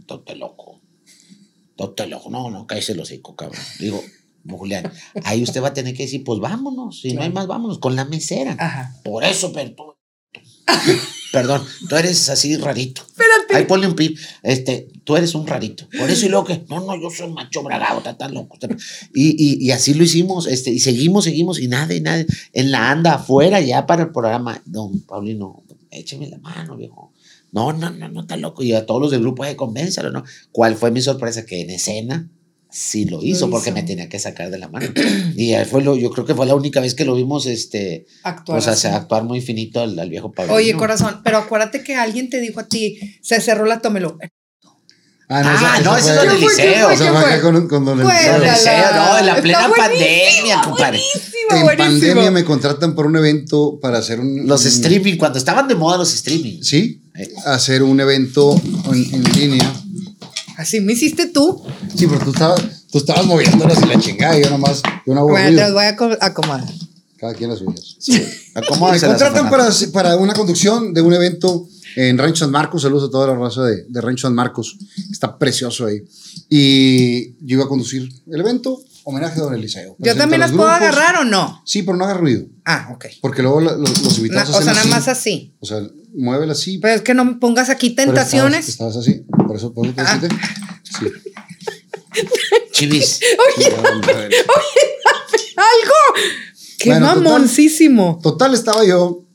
Tonto loco, tonto loco, no, no, cállese los hocico, cabrón. Digo, don Julián, ahí usted va a tener que decir, pues vámonos, si no hay más, vámonos, con la mesera. Ajá. Por eso, pero tú- Perdón, tú eres así rarito. Ahí ponle un pip. Este, tú eres un rarito. Por eso y luego que, no, no, yo soy macho bragado, está tan loco. está- Y, y, y así lo hicimos, este, y seguimos, seguimos, y nada, y nada. En la anda afuera ya para el programa, don Paulino, écheme la mano, viejo. No, no, no, no, está loco. Y a todos los del grupo, eh, convénzalo, ¿no? ¿Cuál fue mi sorpresa? Que en escena sí lo hizo, porque me tenía que sacar de la mano. Y ahí fue lo, yo creo que fue la única vez que lo vimos, este, Actuar o sea, así. se- actuar muy finito al, al viejo Pablo. Oye, corazón, pero acuérdate que alguien te dijo a ti, se cerró la tómelo. Ah, no, ese fue- es del ¿Quién fue? ¿Quién liceo. fue? O sea, ¿Quién fue fue? acá con, con don Cuéntala. Eliseo. Liceo, no, en la Está plena buenísimo, pandemia, compadre. En Buenísimo, buenísimo. pandemia me contratan por un evento para hacer un. Los Eh. un- streaming, cuando estaban de moda los streaming. Sí, hacer un evento en, en línea. Así me hiciste tú. Sí, pero tú estabas, tú estabas moviéndolas y la chingada. y Yo nomás, yo no hago Bueno, te ruido. los voy a aco- acomodar. Cada quien las suyas. ¿Cómo Me contratan para, hacer- para una conducción de un evento en Rancho San Marcos. Saludos a toda la raza de, de Rancho San Marcos. Está precioso ahí. Y yo iba a conducir el evento, homenaje a Don Eliseo. ¿Yo también las Presento puedo a los grupos. agarrar o no? Sí, pero no haga ruido. Ah, ok. Porque luego la- los, los Na- invitados o hacen sea, nada así. más así. O sea, muévela así. Pero es que no me pongas aquí pero tentaciones. Estabas, estabas así. Por eso, por eso Ah, te quité. Sí. Chivis. ¡Algo! ¡Qué Bueno, total. mamoncísimo! Total, estaba yo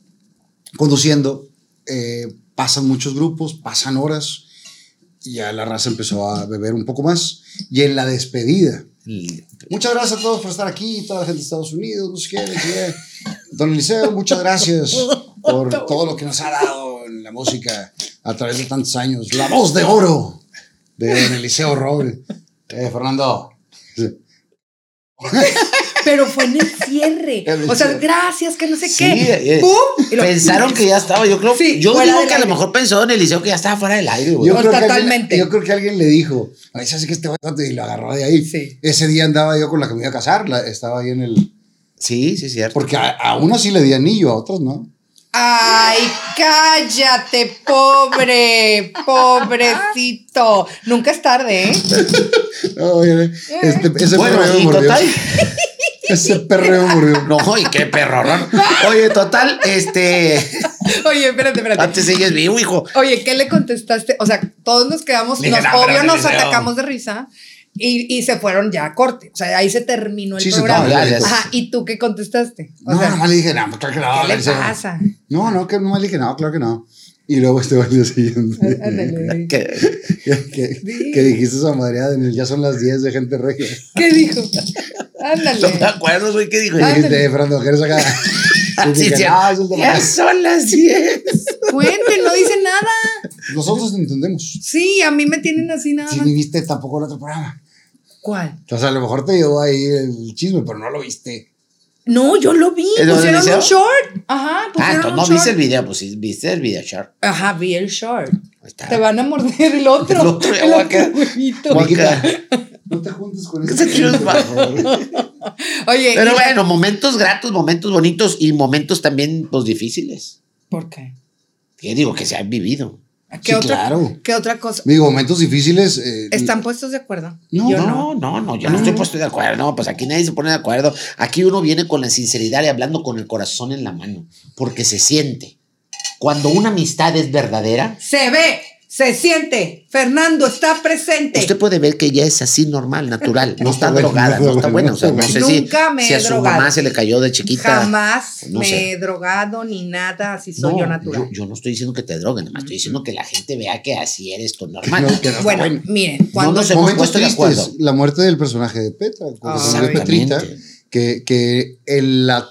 conduciendo. eh, pasan muchos grupos, pasan horas. Y ya la raza empezó a beber un poco más. Y en la despedida. Muchas gracias a todos por estar aquí, toda la gente de Estados Unidos, no sé qué, no sé qué. Don Eliseo, muchas gracias por todo lo que nos ha dado en la música a través de tantos años. La voz de oro de Don Eliseo Roble. Eh, Fernando. Pero fue en el cierre. En el o sea, cierre. gracias, que no sé Sí, qué. eh, ¡Pum! Y lo- Pues- pensaron que ya estaba, yo creo. Sí, yo fuera digo del que a lo aire. mejor pensó en el liceo que ya estaba fuera del aire, güey. Yo creo que alguien- Totalmente. yo creo que alguien le dijo, a veces que este vato", y lo agarró de ahí. Sí. Ese día andaba yo con la que me iba a casar, la- estaba ahí en el... Sí, sí, cierto. Porque a, a unas sí le di anillo, a otras no. ¡Ay, cállate, pobre! ¡Pobrecito! Nunca es tarde, ¿eh? No, oye, este- ese bueno, perreo me y murió. total. Ese perreo me murió. No, y qué perro, Oye, total, este. Oye, espérate, Ah, espérate. Antes ella es vivo, hijo. Oye, ¿qué le contestaste? O sea, todos nos quedamos, Le nos, dije, "No, obvio pero nos no, no". atacamos de risa y, y se fueron ya a corte. O sea, ahí se terminó el Sí, se programa. acabó, ya, ya. Ajá, ¿y tú qué contestaste? O no, sea, nomás le dije, no, pues, claro que no. ¿qué le Eliseo". pasa? No, no, que nomás le dije, no, claro que no. Y luego este baile siguiente. Ándale. Que- que, que- que dijiste esa madreada en el ya son las 10 de gente regia. ¿Qué dijo? No me Ándale. acuerdo, güey, ¿qué dijo? Y dijiste, "Eh, Fernando, ¿qué eres acá? Y Sí, dije, sí. "No, eso es de Ya más". son las 10. Cuente, no dice nada. Nosotros entendemos. Sí, a mí me tienen así nada Si más. ni viste tampoco el otro programa. ¿Cuál? Entonces a lo mejor te llevó ahí el chisme, pero no lo viste. No, yo lo vi. ¿Es donde Pusieron dice? un short. Ajá, Ah, pusieron entonces un no short. viste el video, pues sí, viste el video, Char. Ajá, vi el short. Ahí está. Te van a morder el otro. Ah. El otro, el acá. otro huevito. Guaca. No te juntes con ¿Qué se quiere? Oye, Pero Eh, y- bueno, momentos gratos, momentos bonitos y momentos también, pues, difíciles. ¿por qué? Que digo, que se han vivido. ¿Qué Sí, otra, claro. ¿Qué otra cosa? Digo, momentos difíciles. eh, ¿Están puestos de acuerdo? No, Yo No, no, no, yo no estoy puesto de acuerdo. No, pues aquí nadie se pone de acuerdo. Aquí uno viene con la sinceridad y hablando con el corazón en la mano, porque se siente. Cuando una amistad es verdadera, Se ve, se siente. Fernando está presente. usted puede ver que ya es así normal, natural. No está bueno, drogada, no no está está buena. bueno, O sea, no sé si, Nunca me si a he su drogado. mamá se le cayó de chiquita. Jamás no me sé. he drogado ni nada, asada, así soy No, yo natural. Yo, yo no estoy diciendo que te droguen, nada más estoy diciendo que la gente vea que así eres tú normal. No, que no está bueno, bueno. miren, cuando nos hemos momentos puesto de acuerdo. Ah, tristes. La muerte del personaje de Petra, el corazón de Exactamente. Petrita, que, que en la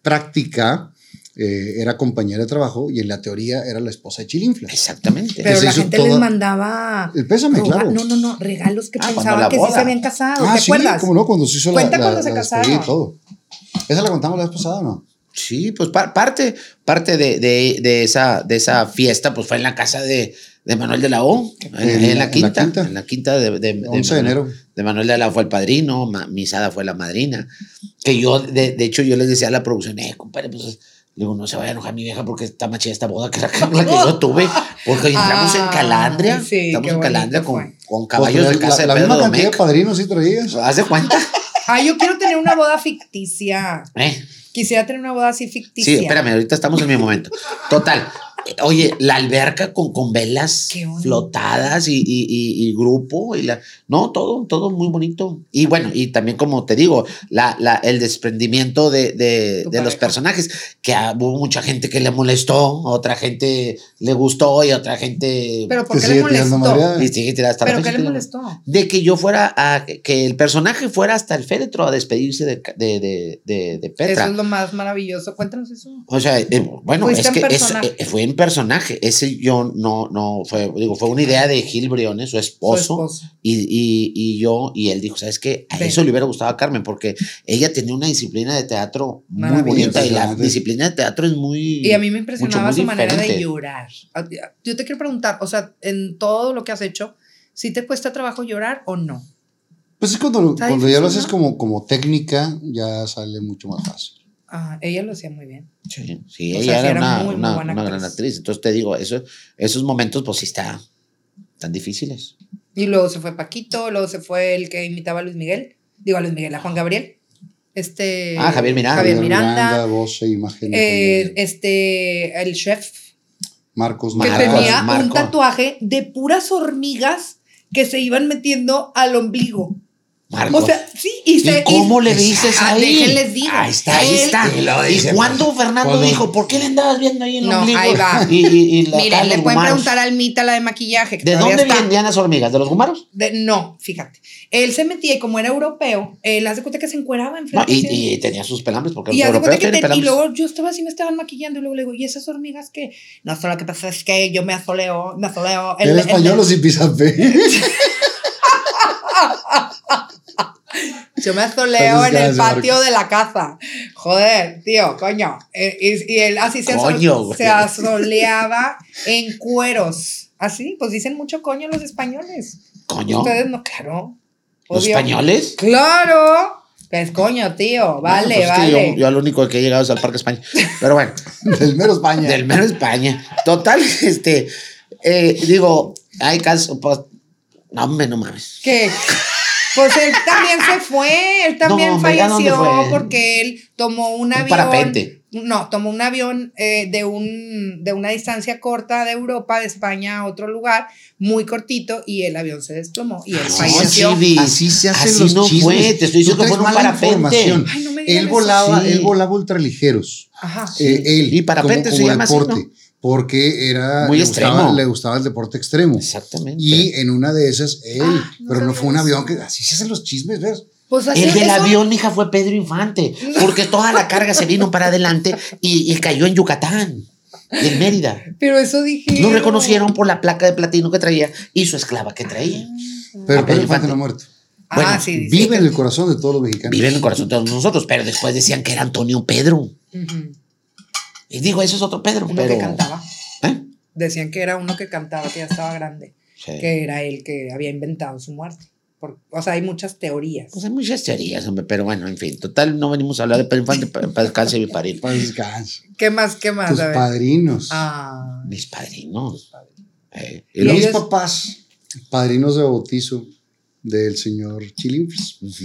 práctica eh, era compañera de trabajo y en la teoría era la esposa de Chilinfla. Exactamente. pero se la hizo gente Pues toda- les mandaba El pésame, roga- claro. No, no, no, regalos que Ah, cuando pensaban la que boda. sí se habían casado, ah, ¿te sí, acuerdas? cómo no, cuando se hizo la- Cuenta la, cuando se la despedida casaron. y todo. Esa la contamos la vez pasada, o ¿no? Sí, pues par- parte, parte de, de- de esa, de esa fiesta, pues fue en la casa de, de Manuel de la O, en, en la quinta, en la quinta, de, de- de 11 de Manuel- enero. de Manuel de la O fue el padrino, Ma- Misada fue la madrina, que yo, de, de hecho, yo les decía a la producción, eh, compadre, pues, le digo, no se vaya a enojar mi vieja porque está más chida esta boda que la, que la que yo tuve, porque entramos en Ay, Calandria, Ah, sí, qué estamos en bonito Calandria fue. con, con caballos Pues, de la- casa la, de misma Pedro cantidad de Domecq, padrinos sí traías. ¿haz de cuenta? Ay, yo quiero tener una boda ficticia. ¿Eh? Quisiera tener una boda así Sí, ficticia. espérame, ahorita estamos en mi momento. Total. eh, Oye, la alberca con, con velas Qué bonito. flotadas y, y- y- y grupo y la. No, todo, todo muy bonito. Y bueno, y también como te digo, la, la- el desprendimiento de, de- Tu de los pareja. personajes, que a- hubo mucha gente que le molestó, a otra gente le gustó y a otra gente. Pero ¿por Te qué le sigue tirando molestó? madreada. Y sigue tirada hasta la ¿Pero fecha, qué le tiene- molestó? De que yo fuera a. que el personaje fuera hasta el féretro a despedirse de, de, de- de- de Petra. Eso es lo más maravilloso. Cuéntanos eso. O sea, eh, bueno, Fuiste es en que es- personaje. eh, fue en personaje. Ese yo no, no, fue, digo, fue una idea de Gil Briones, su esposo, Su esposo. Y, y- y yo, y él dijo, ¿sabes qué? A Ven. eso le hubiera gustado a Carmen, porque ella tenía una disciplina de teatro muy Maravillosa. bonita y la Impresionante. disciplina de teatro es muy... Y a mí me mucho, impresionaba muy su manera de diferente. llorar. A- Yo te quiero preguntar, o sea, en todo lo que has hecho, ¿si te cuesta trabajo llorar o no? Pues es cuando, lo- Está cuando ya lo difícil, haces como, como técnica, ya sale mucho más fácil. Ah, ella lo hacía muy bien. Sí, sí, O sea, ella sí era, era una, muy, muy una- buena una gran actriz. actriz. Entonces te digo, eso, esos momentos pues sí está, tan difíciles. Y luego se fue Paquito, luego se fue el que imitaba a Luis Miguel, digo a Luis Miguel, a Juan Gabriel. Este, Ah, Javier Miranda. Javier Miranda, Miranda, voz e imagen. de eh, Juan Gabriel. este, el chef, Marcos que Marcos. tenía un Marco. tatuaje de puras hormigas que se iban metiendo al ombligo. Marcos. O sea, sí, y se... ¿Y y- cómo le dices Ah, ahí? déjenles digo. Ahí está, ahí Él- está. Y lo ¿Y dice, cuándo Fernando cuando- dijo? ¿Por qué le andabas viendo ahí en el pues, No, ombligo? ahí va. Y, y, y la cara Miren, de le los pueden gumaros. preguntar al Mita la de maquillaje. que ¿De todavía dónde está. venían las hormigas? ¿De los gumaros? De- no, fíjate. Él se metía y como era europeo, él hace cuenta que se encueraba en No, frente. y, y tenía sus pelambres, porque Y los haz de europeos cuenta que tienen te- y pelambres. luego yo estaba así, me estaban maquillando y luego le digo, ¿y esas hormigas qué? No, solo lo que pasa es que yo me azoleo, me azoleo. El- Era el- español o sin pisapé. Yo me azoleo Entonces, en ¿qué el hace, patio de la casa. Joder, tío, coño. Eh, Y, y él así se, azol- Coño, güey. se asoleaba en cueros. Así, pues dicen mucho coño los españoles. Coño, Ustedes no, claro. los pues, Obvio. españoles. Claro. Pues coño, tío, vale, Bueno, pues es que vale. Yo, yo lo único que he llegado es al Parque España. Pero bueno, Del mero España. del mero España. Total, este, eh, digo, hay casos, pues, no, hombre, no mames. ¿Qué? Pues él también se fue, él también No, hombre, ¿ya dónde falleció fue? porque él tomó un Un avión. parapente. No, tomó un avión eh, de, un, de una distancia corta de Europa, de España a otro lugar, muy cortito, y el avión se desplomó y él No, falleció. Ah, sí, vi. Así se hacen Así los no chismes. fue, te estoy diciendo Tú traes que fue un mala parapente. información. Ay, no me digan él eso. volaba, Sí. él volaba ultraligeros. Ajá. Eh, él, Y parapente se llama así, Porque era Muy le, extremo. Gustaba, le gustaba el deporte extremo. Exactamente. Y en una de esas, él, Ah, no pero no sabía fue un eso. avión que así se hacen los chismes, ¿ves? Pues así El del eso- avión, hija, fue Pedro Infante, porque toda la carga se vino para adelante y, y cayó en Yucatán, y en Mérida. Pero eso dije. Lo reconocieron por la placa de platino que traía y su esclava que traía. Pero Papel Pedro Infante Infante. no ha muerto. Bueno, ah, sí. dice vive que- en el corazón de todos los mexicanos. Vive en el corazón de todos nosotros, pero después decían que era Antonio Pedro. Ujú. Y digo, eso es otro Pedro, Uno pero. que cantaba. ¿Eh? Decían que era uno que cantaba, que ya estaba grande. Sí. Que era el que había inventado su muerte. Por- o sea, hay muchas teorías. Pues hay muchas teorías, hombre, pero bueno, en fin. Total, no venimos a hablar de Pedro Infante, para para descanse mi parir. Paz descanse. ¿Qué más? ¿Qué más? Tus A ver. padrinos. Ah. Mis padrinos. Eh, y y los- mis ellos- papás, padrinos de bautizo del señor Chilinfis. Ujú.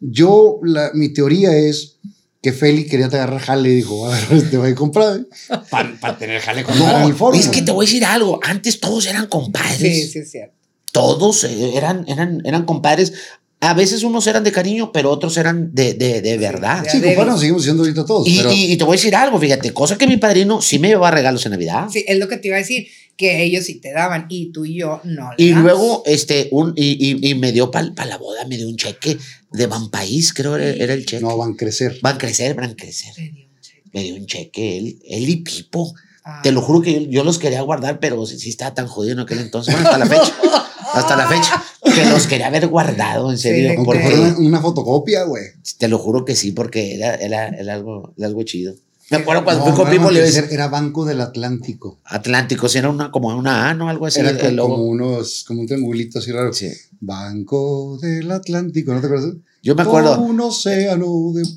Yo, la, mi teoría es que Feli quería te agarrar jale y dijo, a ver, te voy a comprar. Para tener jale con No, Es que te voy a decir algo. Antes todos eran compadres. Sí, sí, es cierto. Todos eh, eran, eran, eran compadres. A veces unos eran de cariño, pero otros eran de, de, de verdad. de- Sí, compadre, Adele. nos seguimos siendo ahorita todos. Y, pero y- y te voy a decir algo, fíjate, cosa que mi padrino sí me llevaba regalos en Navidad. Ah, Sí, es lo que te iba a decir, que ellos sí te daban y tú y yo no. le Y damos. luego, este, un, y, y- y me dio para la boda, me dio un cheque de Van País, creo era, era el cheque. no van a crecer. Van a crecer, van a crecer. Te dio un cheque. Me dio un cheque, él, él y Pipo. Ah. Te lo juro que yo, yo los quería guardar, pero sí, sí estaba tan jodido en aquel entonces, bueno, hasta la fecha, hasta la fecha, que los quería haber guardado, en serio. Sí, Aunque porque- fuera una, una fotocopia, güey. te lo juro que sí, porque era, era, era algo, era algo chido. Me acuerdo cuando No, fui no con era Pipo, Van le iba a Crecer, decir, era Banco del Atlántico. Atlántico, si era una, como una A, ¿no? Algo así. Era el- co- el logo. como unos, como un triangulito así raro. Sí. Banco del Atlántico, ¿no te acuerdas? Yo me acuerdo. Uh, Todo un océano de Posibilidades,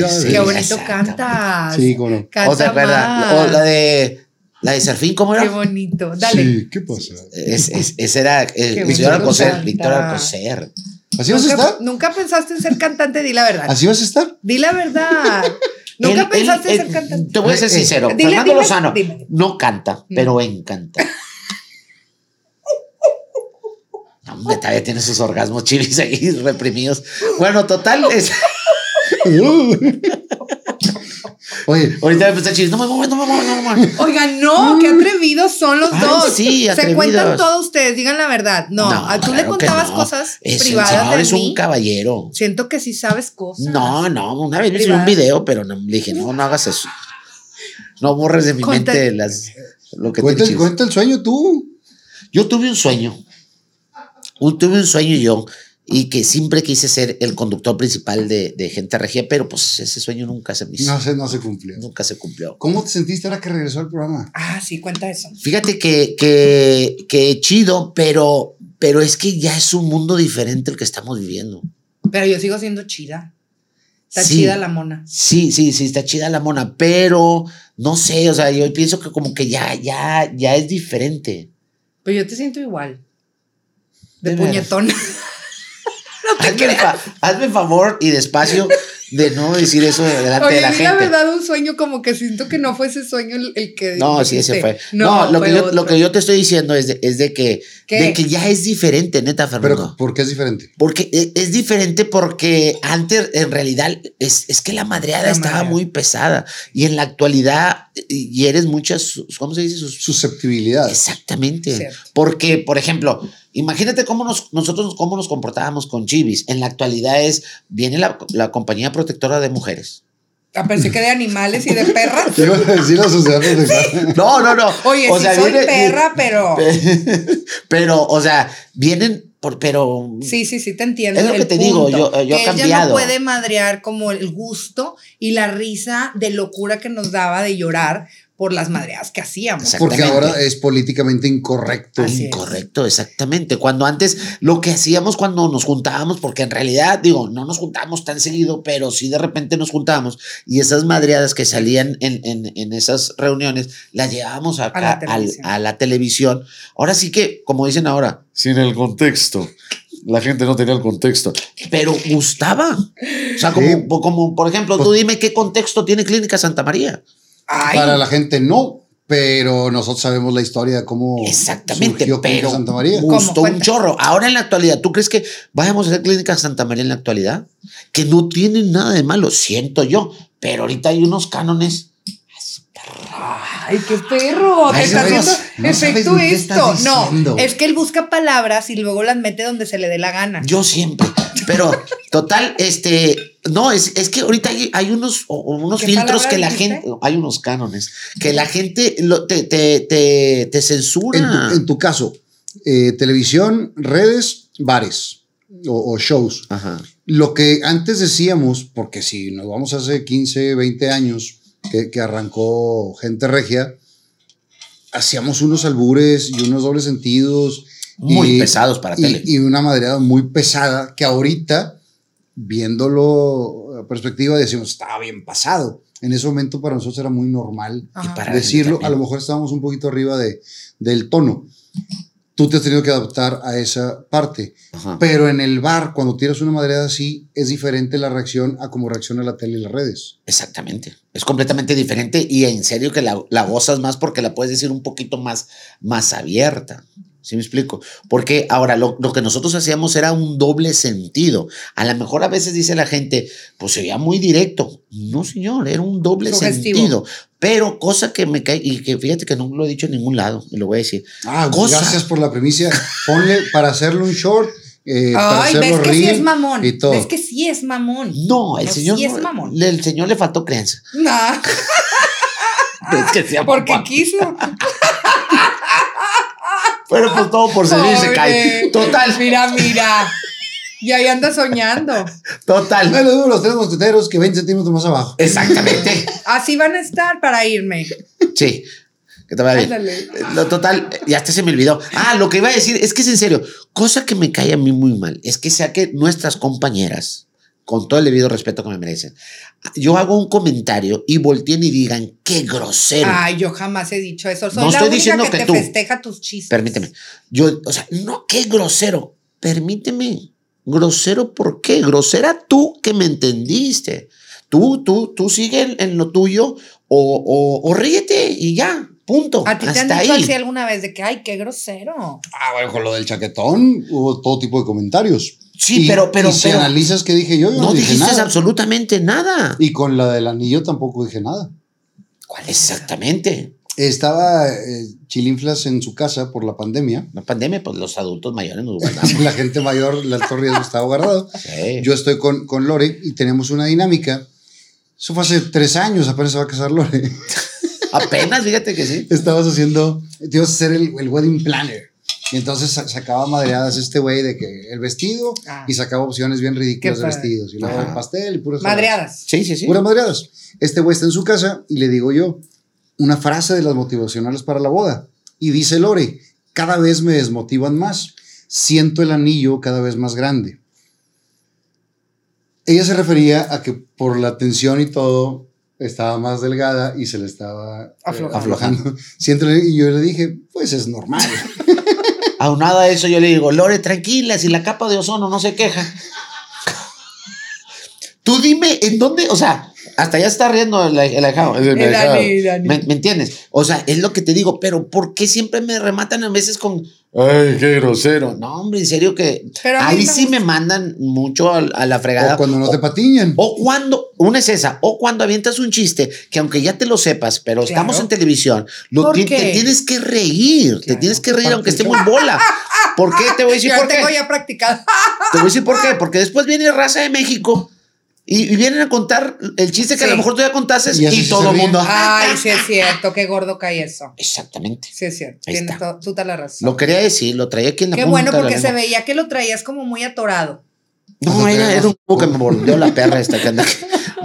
posibilidades. sí. Qué Sí, bonito exactamente. cantas. cómo no. Canta ¿O te acuerdas? más. O la de, la de Serfín, ¿cómo Qué era? bonito. Dale. Sí, ¿qué pasa? Es, es- ese era el bonito Víctor Alcocer. canta. Víctor Alcocer. ¿Así vas a ¿Nunca, estar? nunca pensaste en ser cantante, di la verdad. ¿Así vas a estar? Di la verdad. Nunca Él- él- pensaste él- en ser cantante. Te voy a ser Eh, sincero. dile, Fernando dile, Mm. Lozano dime. no canta, pero encanta. Hombre, todavía tiene sus orgasmos chivis ahí reprimidos. Bueno, total, es- Oye, ahorita me empezó a chis. No me muevas, no me muevas, no me muevas. Oigan, no, qué atrevidos son los Ah. Ay, dos. sí, Se atrevidos. cuentan todos ustedes, digan la verdad. No, ah, tú le claro que contabas no. cosas Es- el privadas señor de es mí. un caballero. Siento que sí sabes cosas. No, no, una vez le hice un Privadas. video, pero no, le dije, no, no hagas eso. No borres de mi Conta- mente las, lo que cuenta te el, cuenta el sueño tú. Yo tuve un sueño. Un- tuve un sueño yo y que siempre quise ser el conductor principal de, de Gente Regía, pero pues ese sueño nunca se me hizo, No se, no se cumplió. nunca se cumplió. ¿Cómo te sentiste ahora que regresó al programa? Ah, sí, cuenta eso. Fíjate que, que, que chido, pero, pero es que ya es un mundo diferente el que estamos viviendo. Pero yo sigo siendo chida. Está Sí. chida la mona. Sí, sí, sí, está chida la mona, pero no sé, o sea, yo pienso que como que ya, ya, ya es diferente. Pero yo te siento igual. De De, veras. puñetón. Hazme, el fa- hazme el favor y despacio de no decir eso delante Oye, de la di gente. la verdad un sueño como que siento que no fue ese sueño el, el que. No, sí, ese dijiste. fue. No, lo, fue que yo, lo otro. que yo te estoy diciendo es de, es de que, ¿Qué? de que ya es diferente, neta, Pero, Fernando. ¿por qué es diferente? porque e- es diferente porque antes en realidad es, es que la madreada La estaba madreada. muy pesada y en la actualidad y y eres muchas, sus- ¿cómo se dice? Sus- Susceptibilidad. Exactamente. Cierto. Porque, por ejemplo, imagínate cómo nos, nosotros cómo nos comportábamos con Chivis. En la actualidad es, viene la, la compañía protectora de mujeres. Ah, pensé que de animales y de perras. Te iba a decir la sociedad de No, no, no. Oye, sí soy viene- perra, pero. pero, o sea, vienen por, pero. Sí, sí, sí, te entiendo. Es lo el que te digo, punto. yo- yo he Que Ella cambiado. no puede madrear como el gusto y la risa de locura que nos daba de llorar por las madreadas que hacíamos. Exacto. Porque Exactamente. ahora es políticamente incorrecto. Así es. Correcto, exactamente. Cuando antes lo que hacíamos cuando nos juntábamos, porque en realidad, digo, no nos juntábamos tan seguido, pero sí de repente nos juntábamos y esas madreadas que salían en, en- en esas reuniones las llevábamos acá la al- televisión. a la televisión. Ahora sí que, como dicen ahora, Sin el contexto. La gente no tenía el contexto. pero gustaba. O sea, Sí. como, como por ejemplo, tú dime qué contexto tiene Clínica Santa María. Ay, Para la gente no, pero nosotros sabemos la historia de cómo Exactamente, surgió Clínica pero Santa María. ¿Cómo? gustó un Cuenta. chorro. Ahora en la actualidad, ¿tú crees que vayamos a hacer Clínica Santa María en la actualidad? Que no tienen nada de malo, siento yo, pero ahorita hay unos cánones. ay, qué perro. Ay, te está no haciendo sabes- no efecto sabes ni qué esto. estás diciendo. No, es que él busca palabras y luego las mete donde se le dé la gana. Yo siempre, pero total, este, no, es, es que ahorita hay, hay unos, o- o unos ¿Qué filtros palabra que la dijiste? gente, hay unos cánones, que la gente lo- te, te, te, te En tu, censura. en tu caso, eh, televisión, redes, bares. o, o shows. Ajá. Lo que antes decíamos, porque si nos vamos hace 15, 20 años que, que arrancó Gente Regia, hacíamos unos albures y unos dobles sentidos. Muy y- pesados para y, tele. y una madreada muy pesada que ahorita, viéndolo a perspectiva, decimos, estaba bien pasado. En ese momento para nosotros era muy normal Ajá. para- decirlo. A también. lo mejor estábamos un poquito arriba de, del tono. Tú te has tenido que adaptar a esa parte. Ajá. Pero en el bar, cuando tiras una madreada así, es diferente la reacción a como reacciona la tele y las redes. Exactamente. Es completamente diferente y en serio que la, la gozas más porque la puedes decir un poquito más, más abierta. ¿Sí me explico? Porque ahora lo, lo que nosotros hacíamos era un doble sentido. A lo mejor a veces dice la gente, pues se veía muy directo. No, señor, era un doble Sugestivo. sentido. Pero cosa que me cae, y que fíjate que no lo he dicho en ningún lado, y lo voy a decir. Ah, Cosa. gracias por la primicia. Ponle para hacerlo un short, eh, para Ay, ves hacerlo que sí reel es mamón. y todo. Ves que sí es mamón. No, el No, señor. sí es no- mamón. le- el señor le faltó creencia. Nah, Es que sea Ah, porque mamón. quiso. Pero pues todo por servir se cae. Pobre. Total, Mira, mira. Y ahí anda soñando. total. No le digo a los tres mosqueteros que 20 centímetros más abajo. Exactamente. Así van a estar para irme. Sí. Que te vaya bien. Eh, Ándale. Lo total, ya hasta se me olvidó. Ah, lo que iba a decir es que es en serio, cosa que me cae a mí muy mal, es que sea que nuestras compañeras, con todo el debido respeto que me merecen, yo hago un comentario y volteen y digan, qué grosero. Ay, yo jamás he dicho eso. Soy No la estoy única diciendo que, que te tú. festeja tus chistes. Permíteme. Yo, o sea, no, qué grosero. Permíteme. Grosero, ¿por qué? Grosera tú que me entendiste. Tú, tú, tú sigue en, en lo tuyo o, o, o ríete y ya. Punto. ¿A ti te Hasta han dicho ahí. así alguna vez de que, ay, qué grosero? Ah, bueno, con lo del chaquetón hubo todo tipo de comentarios. Sí, Y- pero, pero, y si pero- analizas qué dije yo, yo no, no dije dijiste nada. absolutamente nada. Y con la del anillo tampoco dije nada. ¿Cuál es Exactamente. Estaba eh, Chilinflas en su casa por la pandemia. La pandemia, pues los adultos mayores nos guardamos. ¿eh? La gente mayor, la alto riesgo estaba guardado. Sí. Yo estoy con, con Lore y tenemos una dinámica. Eso fue hace tres años, apenas se va a casar Lore. Apenas, fíjate que sí. Estabas haciendo, te ibas a hacer el, el wedding planner. Y entonces sa- sacaba madreadas este güey de que el vestido Ah. y sacaba opciones bien ridículas de padre. vestidos. Y luego Ajá. el pastel y puras Madreadas. Sí, sí, sí. Puras madreadas. Este güey está en su casa y le digo yo una frase de las motivacionales para la boda. Y dice Lore, cada vez me desmotivan más. Siento el anillo cada vez más grande. Ella se refería a que por la tensión y todo estaba más delgada y se le estaba eh, Aflojando. aflojando. Siento el anillo. y yo le dije, pues es normal. Aunado a eso, yo le digo, Lore, tranquila, si la capa de ozono no se queja. Tú dime en dónde, o sea, hasta ya está riendo el, el ahijado. El Eh, ahijado. Dani, Dani. ¿Me, me entiendes? O sea, es lo que te digo, pero ¿por qué siempre me rematan a veces con, Ay, qué grosero. no, hombre, en serio que Pero a mí ahí me sí me mandan mucho al- a, la fregada. o cuando no te patiñan. O cuando, una es esa, o cuando avientas un chiste que aunque ya te lo sepas, pero estamos Claro. en televisión, lo ¿Por ti- qué? te tienes que reír, te Claro, tienes que qué reír aunque parte. estemos en bola. ¿Por qué? Te voy a decir Pues Yo por qué. tengo ya practicado. Te voy a decir por qué. Porque después viene raza de México y, y vienen a contar el chiste que a lo Sí. Ah. mejor tú ya contaste Y y, eso sí se todo el ríen. mundo. ah, Ay, sí es cierto, qué gordo cae eso. Exactamente. Sí es cierto, Ahí tienes está. to- toda la razón. Lo quería decir, lo traía aquí en la Qué punta bueno de la porque se lengua. veía que lo traías como muy atorado. No, era, era un poco que me volvió la perra esta que anda aquí.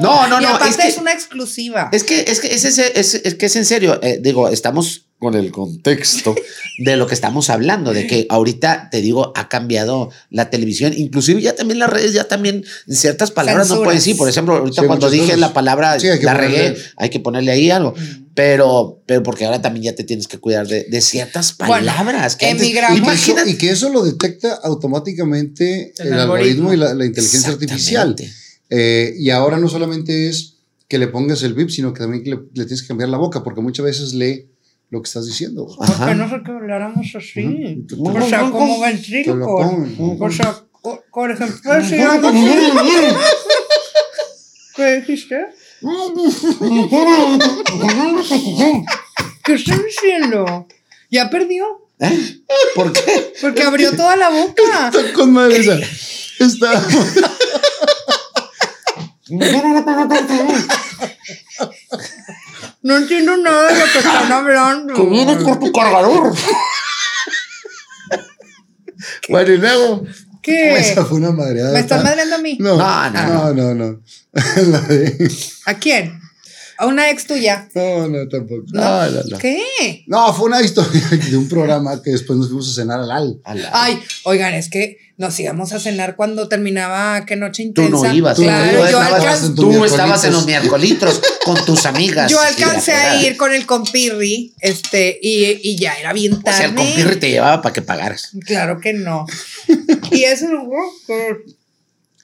No, no, y no. aparte Es es, que, una exclusiva. es que, es que, es, ese- es- es que es en serio. eh, digo, estamos Con el contexto. de lo que estamos hablando, de que ahorita, te digo, ha cambiado la televisión, inclusive ya también las redes, ya también ciertas palabras no Censuras. pueden decir, por ejemplo, ahorita Sí, cuando muchas dije cosas. la palabra, Sí, hay que la ponerle- regué, hay que ponerle ahí algo, Mm. pero, pero porque ahora también ya te tienes que cuidar de, de ciertas Bueno, palabras. que antes- emigramos. Y que, eso, imagínate. y que eso lo detecta automáticamente el, El algoritmo, algoritmo. y la, la inteligencia artificial. Exactamente. Eh, y ahora no solamente es que le pongas el VIP, sino que también le, le tienes que cambiar la boca, porque muchas veces lee lo que estás diciendo. güey. ¿Por Ajá. qué no sé que habláramos así? Ah. Ujú. O sea, como Te lo ventríloco. pongo. O sea, co- por ejemplo, si hago- ¿Qué dijiste? ¿Qué estoy diciendo? Ya perdió, ¿Eh? ¿Por qué? porque abrió toda la boca. Con madre esa. Está. No entiendo nada de lo que están hablando. por tu cargador. Bueno, y luego. ¿Qué? pues, Esa fue una madreada. ¿Me estás tan- madreando a mí? No, No, no, no, no, no. La de- ¿A quién? ¿A una ex tuya? No, no, tampoco. No. No, no, no. ¿Qué? No, fue una historia de un programa que después nos fuimos a cenar al al. A la- Ay, oigan, es que nos íbamos a cenar cuando terminaba qué noche Tú intensa. no ibas. Tú no Claro, ibas, yo, nada más alcan- en tu tú miércolitos. estabas en los miércolitos con tus amigas. yo alcancé Y a la fregada. ir con el compirri, este, y, y ya era bien O sea, tarde. el compirre te llevaba para que pagaras. Claro que no. y eso uh,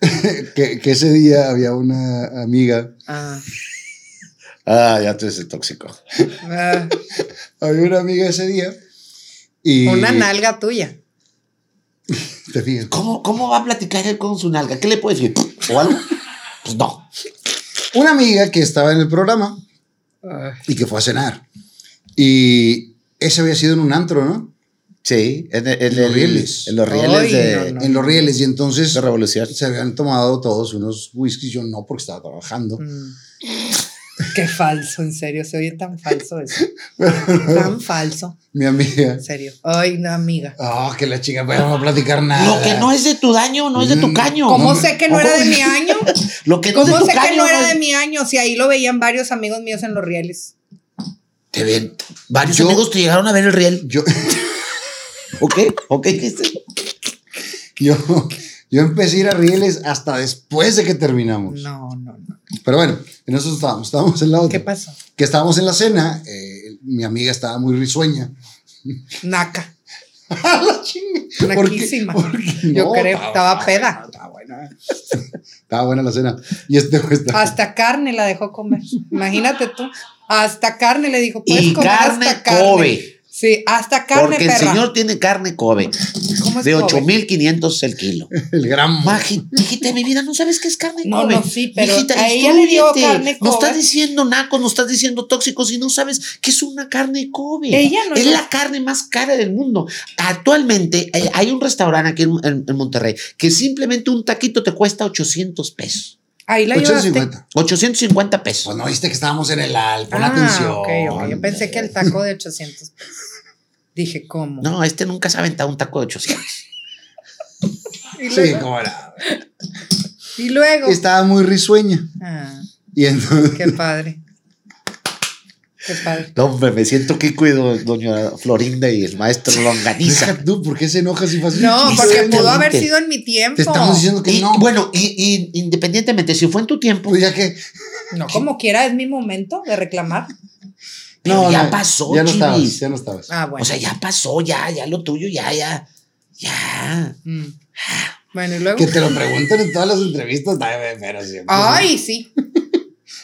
es Que, que ese día había una amiga, ah, Ah, ya tú eres el tóxico. ah, había una amiga ese día y una nalga tuya. Te fijas. ¿Cómo, ¿Cómo va a platicar él con su nalga? ¿Qué le puedes decir? ¿O algo? Pues no. Una amiga que estaba en el programa y que fue a cenar. Y ese había sido en un antro, ¿no? Sí, en, el- en Los el- rieles. En los rieles Ay, de, no, no. En los rieles y entonces de Revolución. se habían tomado todos unos whiskies, yo no porque estaba trabajando. Mm. Qué falso, en serio, se oye tan falso eso. tan falso, Mi amiga, en serio. Ay, una amiga. ah, que la chica, pero no va a platicar nada. Lo que no es de tu daño, no es de tu caño. ¿Cómo Mm. No, sé que no era de mi año? Lo que no es ¿Cómo de tu sé caño. que no era de es- mi año? Si ahí lo veían varios amigos míos en los rieles. Te ven. Varios Yo- amigos te llegaron a ver el riel. Yo, ¿Ok? ¿Ok? ¿Qué es eso? yo, yo empecé a ir a rieles hasta después de que terminamos. No, no, no. Pero bueno, en eso estábamos, estábamos en la otra. ¿Qué pasó? que estábamos en la cena, eh, mi amiga estaba muy risueña. Naca. ¡La chinga! ¿Por qué? Naquísima. Porque- Yo no, creo, estaba peda. Estaba buena. Estaba buena la cena. Y este güey está- Hasta carne la dejó comer. Imagínate tú. Hasta carne le dijo, puedes Y comer carne Pues hasta carne. Kobe. Sí, hasta carne, Porque perra. el señor tiene carne Kobe. ¿Cómo es De Kobe? 8,500 el kilo. el gran ma- Maji, dijiste, mi vida, ¿no sabes qué es carne No, Kobe? no, sí, pero Mijita, a ella le dio instrúyete. carne No Kobe. estás diciendo nacos, no estás diciendo tóxicos y no sabes qué es una carne Kobe. Ella no es es- la carne más cara del mundo. Actualmente eh, hay un restaurante aquí en, en- en Monterrey que simplemente un taquito te cuesta 800 pesos. Ahí la llevaste. 850. 850 pesos. Pues no viste que estábamos en el al, pon Ah, atención. ok, ok. Yo pensé que el taco de 800 pesos. Dije, ¿cómo? No, este nunca se ha aventado un taco de 800. Y Sí, luego. cómo era. Y luego. Estaba muy risueña. Ah, Y entonces, qué padre. Qué padre. No, hombre, me siento que cuido doña Florinda y el maestro Longaniza. deja tú, ¿por qué se enoja si fácil? No, porque Exactamente. pudo haber sido en mi tiempo. Te estamos diciendo que Y, no. Bueno, y, y independientemente, si fue en tu tiempo, Pues ya que. No, como quiera, es mi momento de reclamar. Pero no, ya no, pasó, Ya no Chivis. estabas, ya no estabas. Ah, bueno. o sea, ya pasó, ya, ya lo tuyo, ya, ya, ya. Mm. Bueno, y luego. Ah, Que te lo preguntan en todas las entrevistas, ay, pero siempre. Ay, sí.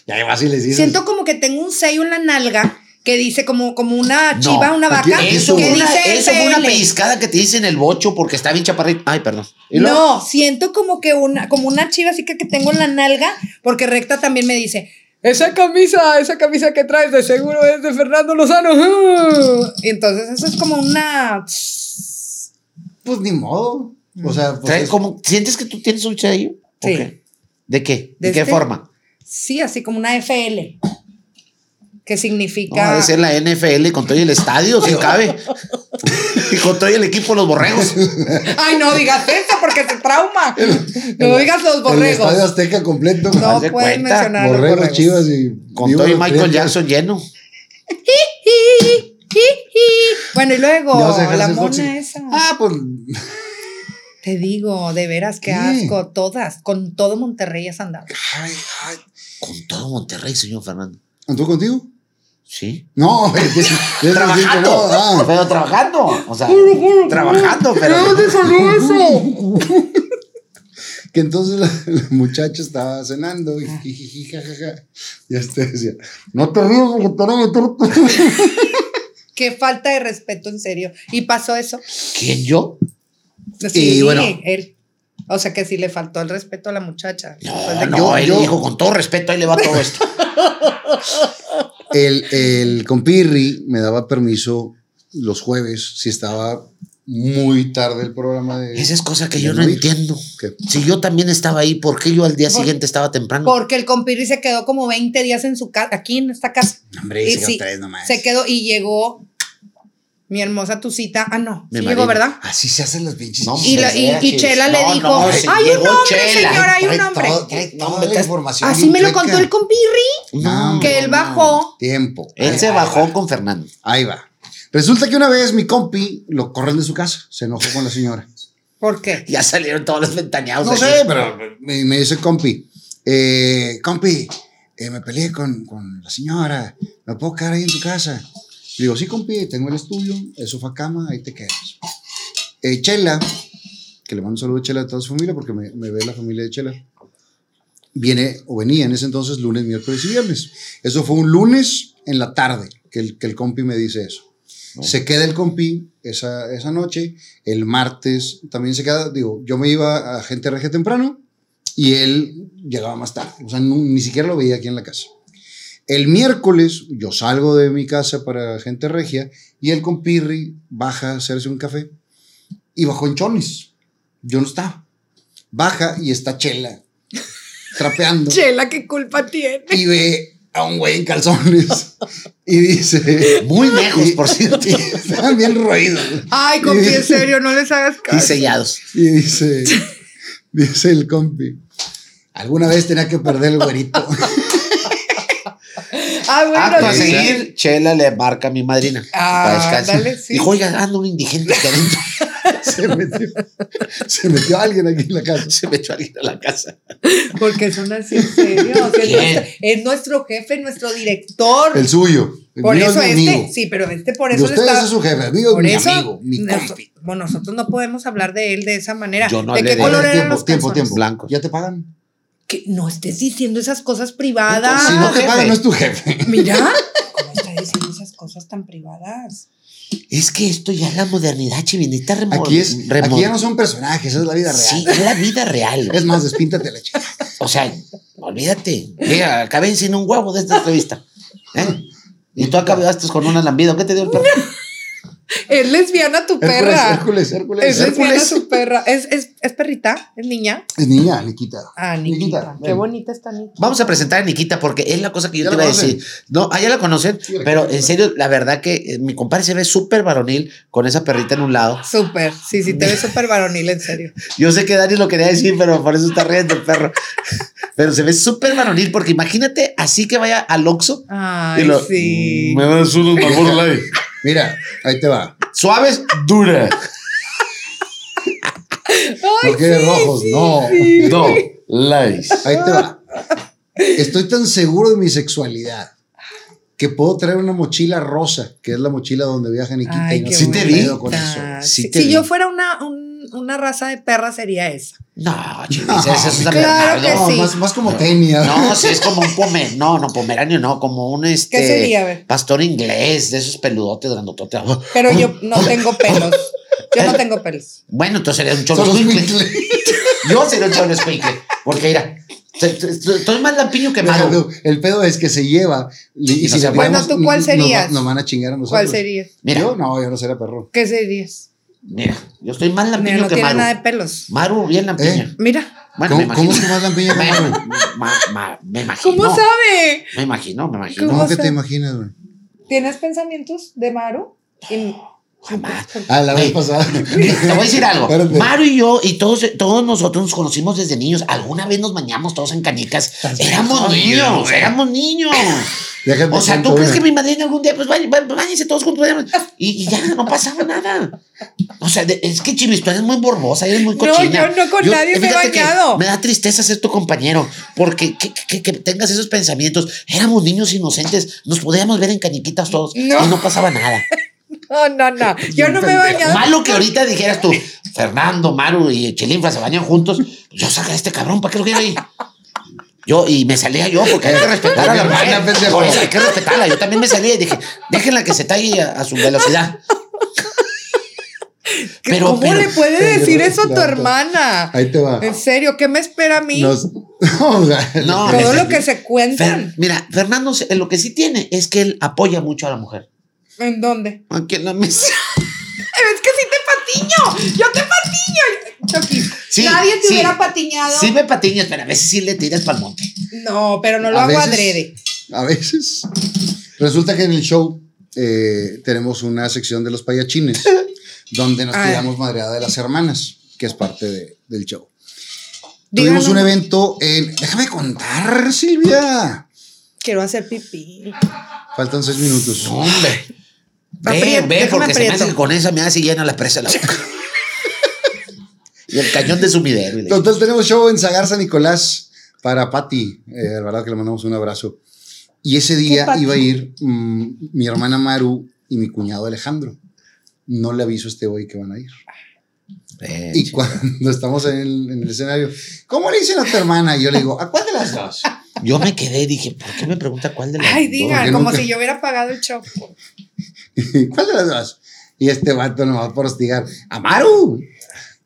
Ya vas y les dices. Siento como que tengo un sello en la nalga que dice como, como una chiva, una aquí- vaca. aquí Eso, ¿Qué fue que una, dice eso fue una FL. pellizcada que te hice en el bocho porque está bien chaparrito. Ay, perdón. ¿Y luego? No, siento como que una, como una chiva así que, que tengo en la nalga, porque recta también me dice. Esa camisa, esa camisa que traes de seguro es de Fernando Lozano. Uh". Y entonces eso es como una... Pues ni modo. O sea, pues Trae es- como- ¿Sientes que tú tienes un sello? ¿O Sí. qué? ¿De qué? ¿De, ¿De qué este? forma? Sí, así como una FL. Que No, significa... debe ser la NFL con todo y el estadio, si cabe. y con todo y el equipo, los borregos. Ay, no digas eso porque se trauma. No digas los el estadio borregos. Azteca completo. No Haz de puedes cuenta, mencionar los borregos, borregos. chivas y. Con Vivas todo y los Michael Prietos. Jackson lleno. Bueno, y Ya luego vas a dejar la ser mona tóxico. esa. Ah, pues. Te digo, de veras, qué ¿Qué? asco. Todas, con todo Monterrey has andado. Ay, ay. Con todo Monterrey, señor Fernando. ¿Anduvo contigo? Sí. No, es que- es que- Trabajando. no, ah. Pero trabajando. O sea, trabajando, pero. Que entonces la, la muchacha estaba cenando Ah. y jijiji, jajaja. Y este decía, no te rías porque te van a meter- Qué falta de respeto, en serio. Y pasó eso. ¿Quién yo? Sí, bueno. él. O sea que sí le faltó el respeto a la muchacha. Después No, de- Ah, no, yo- él yo- dijo con todo respeto, ahí le va todo esto. El, el compirri me daba permiso los jueves si estaba muy tarde el programa de... Esa es cosa que de yo no ir. entiendo. ¿Qué? Si yo también estaba ahí, ¿por qué yo al día Por- siguiente estaba temprano? Porque el compirri se quedó como 20 días en su casa, aquí en esta casa. Hombre, Y sigan sí, tres nomás. Se quedó y llegó mi hermosa tu cita. Ah, no, Mi sí marido. llegó, ¿verdad? Así se hacen las pinches. No, Y, la- y- y Chela, Chela le no, dijo, no, se hay un llegó hombre, Chela". señor, hay Trae un hombre. todo- trae toda la Hombre, información Así bien me lo chueca. contó el compirri. No, que él bajó. Tiempo. Él se bajó con Fernando. Ahí va. Resulta que una vez mi compi lo corren de su casa. Se enojó con la señora. ¿Por qué? Ya salieron todos los ventaneados. No aquí. sé, pero me, me dice compi, eh, compi, eh, me peleé con, con la señora, ¿me puedo quedar ahí en tu casa? Le digo, sí, compi, tengo el estudio, el sofá cama, ahí te quedas. Eh, Chela, que le mando un saludo a Chela a toda su familia porque me, me ve la familia de Chela, viene o venía en ese entonces lunes, miércoles y viernes. Eso fue un lunes en la tarde que el, que el compi me dice eso. Se queda el compi esa, esa noche, el martes también se queda, digo, yo me iba a gente reje temprano y él llegaba más tarde, o sea, nu- ni siquiera lo veía aquí en la casa. El miércoles yo salgo de mi casa para gente regia y el compirri baja a hacerse un café y bajó en chones. Yo no estaba. Baja y está Chela trapeando Chela, ¿qué culpa tiene? y ve a un güey en calzones y dice, Muy lejos, por cierto. están bien roídos. Ay, compi, en serio, no les hagas Y caso. sellados. Y dice, dice el compi, alguna vez tenía que perder el güerito. Ah, Ah, bueno, pues, para sí. seguir, Chela le marca a mi madrina. Ah, para descanso. ándale, sí. Dijo, oiga, ando un indigente aquí adentro. se, metió, se metió alguien aquí en la casa. Se me echó alguien a la casa. Porque son así, en serio. O sea, es, ¿Quién? nuestro, es nuestro jefe, nuestro director. El suyo. El por mío eso es mi este, amigo. sí, pero este por De eso le ustedes está- es su jefe, el mío es por mi eso, amigo, mi nos- compi. bueno, nosotros no podemos hablar de él de esa manera. Yo no ¿De hablé qué de él. color Tiempo, eran los tiempo, calzones? tiempo. Blancos. ¿Ya te pagan? Que no estés diciendo esas cosas privadas. si no te jefe. pagan, no es tu jefe. Mira, ¿cómo está diciendo esas cosas tan privadas? Es que esto ya es la modernidad, chivinita remol. Aquí, es, remol- aquí ya no son personajes, es la vida real. Sí, es la vida real. Es más, despíntate la chica. O sea, olvídate. Mira, acabé sin un huevo de esta entrevista. ¿Eh? Y tú acabaste con una lambida. ¿Qué te dio el perro? Es lesbiana tu Hércules, perra. Hércules, Hércules. Es lesbiana Hércules. tu perra. ¿Es, es, es perrita? ¿Es niña? Es niña, Nikita. Ah, Nikita. Qué ven. bonita está Nikita. Vamos a presentar a Nikita porque es la cosa que yo ¿Ya te la iba a conocen? decir. No, allá la conocen, Sí, la pero conocen. en serio, la verdad que eh, mi compadre se ve súper varonil con esa perrita en un lado. Súper. Sí, sí, te ves súper varonil, en serio. Yo sé que Dani lo quería decir, pero por eso está riendo el perro. Pero se ve súper varonil porque imagínate así que vaya al Oxxo, Ay, Y lo- sí. Me das unos Marlboro Light. Mira, ahí te va. suaves, Dura. Ay, No quieres sí, rojos, sí, no. sí. No, lies. Ahí te va. Estoy tan seguro de mi sexualidad que puedo traer una mochila rosa, que es la mochila donde viaja Nikita. Ay, y no qué tengo bonita. Sí te vi. pedo con eso. Ah, Sí si te si vi. yo fuera una, un- una raza de perra, sería esa. No, chivisa, eso es San Claro que Bernardo. No, sí. más, más como tenia. No, sí, es como un pomer, no, no, pomeranio, no, como un este. sería? A ver. Pastor inglés, de esos peludotes grandototes. Pero yo no tengo pelos. Yo no tengo pelos. Bueno, entonces sería un cholo Son los escuincle. Winkley. Yo sería un cholo escuincle, porque mira, t- t- t- estoy más lampiño que Deja malo. tú, El pedo es que se lleva. li- Y Y no si se le puede. pegamos, Bueno, ¿tú cuál nos- serías? Nos, van a chingar a nosotros. ¿Cuál sería? Mira. Yo no, yo no sería perro. ¿Qué serías? Mira, yo estoy más Mira, lampiño no que tiene Maru. nada de pelos. Maru, bien lampiña. ¿Eh? Mira. Bueno, ¿Cómo, me cómo imagino. es que más lampiña que Me, Maru? ma- ma- me imagino. ¿Cómo sabe? Me imagino, me imagino. ¿Cómo ¿Cómo que se- te imaginas, güey? ¿Tienes pensamientos de Maru? Y- Jamás. Ah, la vez Güey. pasada. Te voy a decir algo. Espérate. Maru y yo y todos, todos nosotros nos conocimos desde niños. Alguna vez nos bañamos todos en canicas. Éramos niños, éramos niños. Déjate O sea, ¿tú cuento crees una. que mi madrina algún día, pues bañ- bañ- bañense todos juntos? bañen- Y, y ya, no pasaba nada. O sea, de- es que Chivis, tú eres muy borbosa, eres muy No, cochina. yo no con nadie me he fíjate que bañado. Me da tristeza ser tu compañero, porque que, que- que tengas esos pensamientos. Éramos niños inocentes, nos podíamos ver en caniquitas todos No. y no pasaba nada. No, no, no. Yo no me he bañado. Malo que ahorita dijeras tú, Fernando, Maru y Chilinfra se bañan juntos. Yo saca a este cabrón, ¿para qué lo quiero ahí? Yo, y me salía yo, porque hay que respetar a la Porque mujer. hermana, pendejo. Por eso hay que respetarla. Yo también me salía y dije, déjenla que se talle a, a su velocidad. ¿Qué- Pero- ¿Cómo pero- le puede pero- decir eso a tu no, no. hermana? Ahí te va. En serio, ¿qué me espera a mí? Nos- o sea, No, Todo lo que se Fer- cuentan. mira, Fernando se- lo que sí tiene es que él apoya mucho a la mujer. ¿En dónde? Aunque no me Es que sí te patiño. Yo te patiño. Chucky, Sí, nadie te sí. hubiera patiñado. Sí me patiñas, pero a veces sí le tiras para el monte. No, pero no lo A hago veces- adrede. A veces. Resulta que en el show eh, tenemos una sección de los payachines, donde nos Ay. tiramos madreada de las hermanas, que es parte de- del show. Díganos. Tuvimos un evento en. Déjame contar, Silvia. Quiero hacer pipí. Faltan seis minutos. Hombre. Ve, Aprieto, ve, déjame porque se me hace aprieto. que con esa me hace llena la presa de la boca. y el cañón de sumidero. y de- Total, tenemos show en Sagar San Nicolás para Patti, eh, Alvarado, que le mandamos un abrazo. Y ese día Pati? iba a ir mm, mi hermana Maru y mi cuñado Alejandro. No le aviso este hoy que van a ir. Eh, Y cuando estamos en el, en el escenario, ¿cómo le dicen a tu hermana? Y yo le digo, ¿a cuál de las dos? Yo me quedé y dije, ¿por qué me pregunta cuál de las Ay, dos? porque digan, como nunca- si yo hubiera pagado el show. ¿Cuál de las dos? Y este vato nos va por hostigar. ¡A Maru!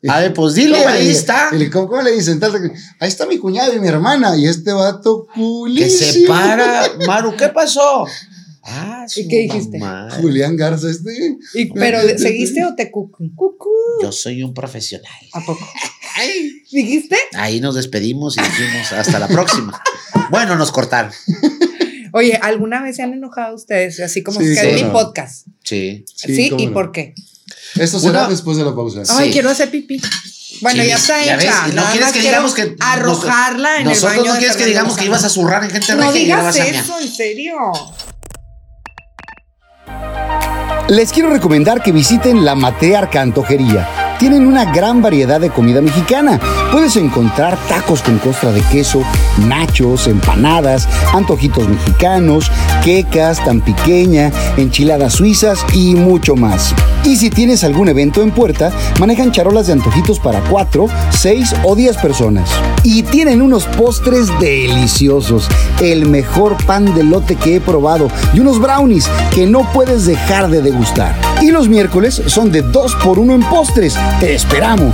A ver, pues dile, ¿Cómo le ahí dice? está. Y le- ¿Cómo, cómo le dicen? Tal- Ahí está mi cuñado y mi hermana. Y este vato Que culísimo. se para. Maru, ¿qué pasó? Ah, su ¿Y qué dijiste? mamá. Julián Garza, este. Y- pero seguiste o te cucu? Cucu. Yo soy un profesional. ¿A poco? ¿Dijiste? Ahí nos despedimos y dijimos hasta la próxima. Bueno, nos cortaron. Oye, ¿alguna vez se han enojado ustedes? Así como Sí, si que cómo mi no. podcast. Sí. Sí, cómo ¿y no. por qué? Esto será Una- Ah. después de la pausa. Sí. Ay, quiero hacer pipí. Bueno, Sí, ya está ya hecha. ves, y no nada quieres más que quiero digamos que nos- arrojarla en el baño Nosotros no de quieres que Fernando digamos que Lozano. ibas a zurrar en gente No regia y ahora digas vas a mear. eso, en serio. Les quiero recomendar que visiten La Matriarca Antojería. Tienen una gran variedad de comida mexicana. Puedes encontrar tacos con costra de queso, nachos, empanadas, antojitos mexicanos, quecas, tan pequeña, enchiladas suizas y mucho más. Y si tienes algún evento en puerta, manejan charolas de antojitos para 4, 6 o 10 personas. Y tienen unos postres deliciosos, el mejor pan de lote que he probado y unos brownies que no puedes dejar de degustar. Y los miércoles son de 2 por 1 en postres. Te esperamos.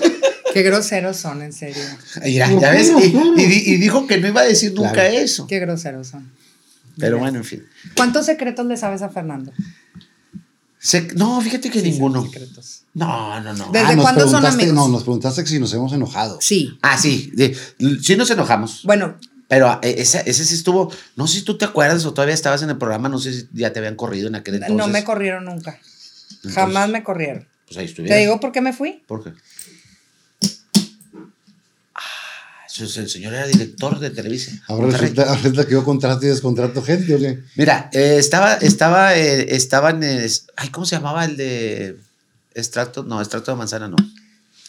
Qué groseros son, en serio. Mira, ya ves. Y, y di- y dijo que no iba a decir nunca eso. Qué groseros son. Pero bueno, en fin. ¿Cuántos secretos le sabes a Fernando? Se- no, fíjate que ninguno. Secretos. No, no, no. ¿Desde Ah, nos cuándo son preguntaste- amigos? No, nos preguntaste que si nos hemos enojado. Sí. Ah, sí. de- sí nos enojamos. Bueno, Pero eh, ese, ese sí estuvo. No sé si tú te acuerdas o todavía estabas en el programa. No sé si ya te habían corrido en aquel entonces. no me corrieron nunca. Jamás me corrieron. Pues ahí ¿Te estuvieron. digo por qué me fui? ¿Por qué? Ah, eso es- el señor era director de Televisa. Ahora Monterrey. resulta, ahora resulta que yo contrato y descontrato gente, ¿o qué? Mira, eh, estaba, estaba, eh, estaban, eh, es- ay, ¿cómo se llamaba el de extracto? No, extracto de manzana, no.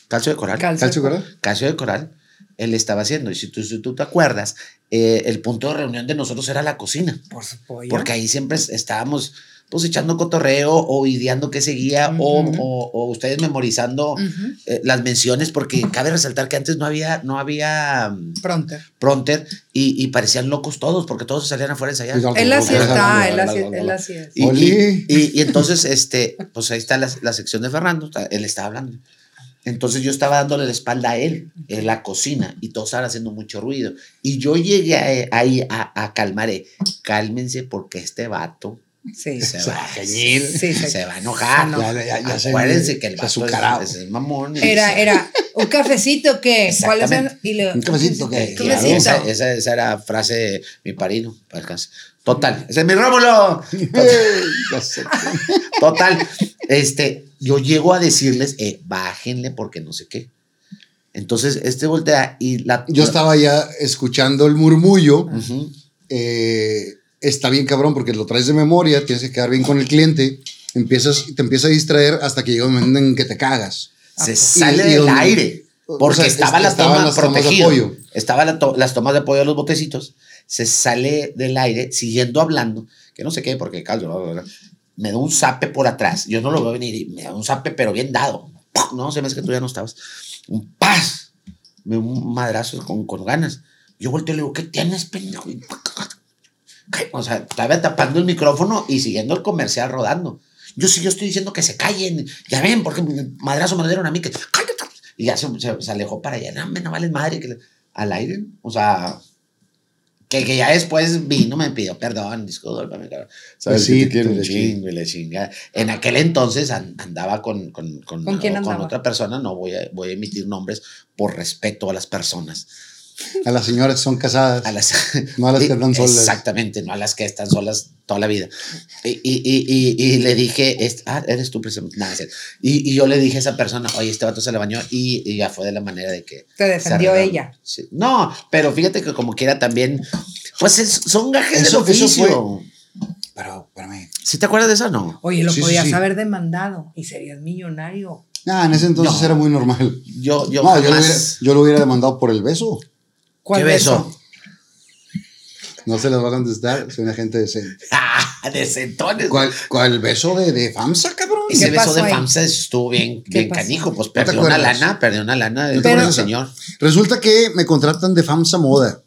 Calcio de coral. Calcio. ¿Calcio coral? Calcio de coral. Él estaba haciendo. Y si tú, si tú te acuerdas, eh, el punto de reunión de nosotros era la cocina. Por supuesto. Porque ahí siempre es- estábamos pues echando cotorreo o ideando qué seguía o- Ujú. Mm. o, o ustedes memorizando Ujú. eh, las menciones porque cabe resaltar que antes no había, no había mm, Pronto. prompter y, y parecían locos todos porque todos salían afuera a ensayar. Oiga, Él así Ojalá, está, ojalá, él así, ojalá, él ojalá. así es. Y, Oli. y, y- y entonces, este, pues ahí está la, la sección de Fernando, está- él estaba hablando. Entonces yo estaba dándole la espalda a él en la cocina y todos estaban haciendo mucho ruido. Y yo llegué a- ahí a, a calmar, eh, cálmense porque este vato Sí. se va a Sí, geñir, sí, sí. se va a enojar. No. Ya, ya, ya se- Acuérdense que se el vato azucarado. es, es mamón. y Era, se- era, ¿un cafecito qué? ¿Cuál es el- Exactamente. y le- Un cafecito, ¿qué? Eh, ¿Tú claro, besito? esa, esa, esa era frase de mi parino. para descanse. Total, ese es mi Rómulo. Ya sé. Total, este, yo llego a decirles, eh, bájenle porque no sé qué. Entonces, este voltea y la. Yo la- estaba ya escuchando el murmullo. Ujú. eh, está bien cabrón porque lo traes de memoria, tienes que quedar bien con el cliente. Empiezas, te empieza a distraer hasta que llega un momento en que te cagas. se Ah, sale pues, y- y del donde- aire. o Porque sea, estaba es- la estaban toma las tomas de protegida. apoyo. Estaban la to- las tomas de apoyo de los botecitos. Se sale del aire, siguiendo hablando, que no sé qué, porque caldo, bla, bla, bla. me da un zape por atrás. Yo no lo veo venir, y me da un zape, pero bien dado. ¡Pum! No, se me hace que tú ya no estabas. Un paz, me- un madrazo con, con ganas. Yo volteo y le digo, ¿qué tienes, pendejo? Y Ay, O sea, estaba tapando el micrófono y siguiendo el comercial rodando. Yo sí, yo estoy diciendo que se callen. Ya ven, porque madrazo me lo dieron a mí. Que, cállate. Y ya se, se- se alejó para allá. No, hombre, no vales madre. Que le- al aire. O sea, que, que ya después vino, me pidió perdón, discúlpame. cabrón. Pues Sabes Sí, que te quiero un pero sí. chingo. Chingo y la chingada. En aquel entonces an- andaba con, con, con, ¿Con quién andaba? otra persona, no voy a, voy a emitir nombres por respeto a las personas. A las señoras son casadas. A las, No a las que están solas. Exactamente, no a las que están solas toda la vida. Y, y, y, y- y le dije, es- ah, eres tú precisamente. Nada, es cierto. y, y yo le dije a esa persona, oye, este vato se la bañó y, y ya fue de la manera de que... Te se defendió arreglaron. ella. Sí. No, pero fíjate que como quiera también, pues es- son gajes Eso- del eso oficio. fue- Pero, espérame. ¿Sí te acuerdas de eso o no? Oye, lo Sí, sí, podías sí. haber demandado y serías millonario. Ah, en ese entonces No. era muy normal. Yo, yo no, yo lo, jamás- hubiera, yo lo hubiera demandado por el beso. ¿Cuál ¿Qué beso? beso? No se las va a contestar, soy una gente decente. Ah, de centones. ¿Cuál, cuál beso de, de FAMSA, cabrón? Ese ¿Qué beso pasó de ahí? FAMSA estuvo bien, bien pasó? canijo. Pues te perdió una acuerdas? lana, perdió una lana del te acuerdas? señor. Resulta que me contratan de FAMSA Moda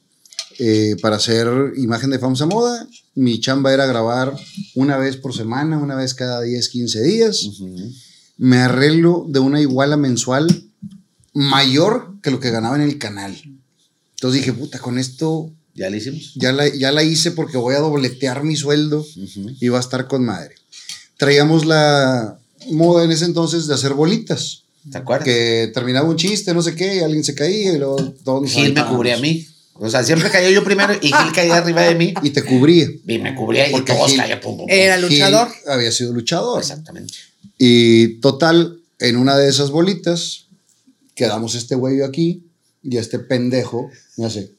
eh, para hacer imagen de FAMSA Moda. Mi chamba era grabar una vez por semana, una vez cada 10, 15 días. Me arreglo de una iguala mensual mayor que lo que ganaba en el canal. Entonces dije, puta, con esto Ya le hicimos. ya la, ya la hice porque voy a dobletear mi sueldo y va a estar con madre. Traíamos la moda en ese entonces de hacer bolitas ¿Te acuerdas? que terminaba un chiste, no sé qué, y alguien se caía y luego todos nos Gil me aventábamos. cubría a mí. O sea, siempre caía yo primero y Gil caía arriba de mí Y te cubría. y me cubría y Porque todos Gil- caía pum, pum, pum. Era Gil luchador. había sido luchador. Exactamente. Y total, en una de esas bolitas, quedamos este güey aquí y este pendejo me hace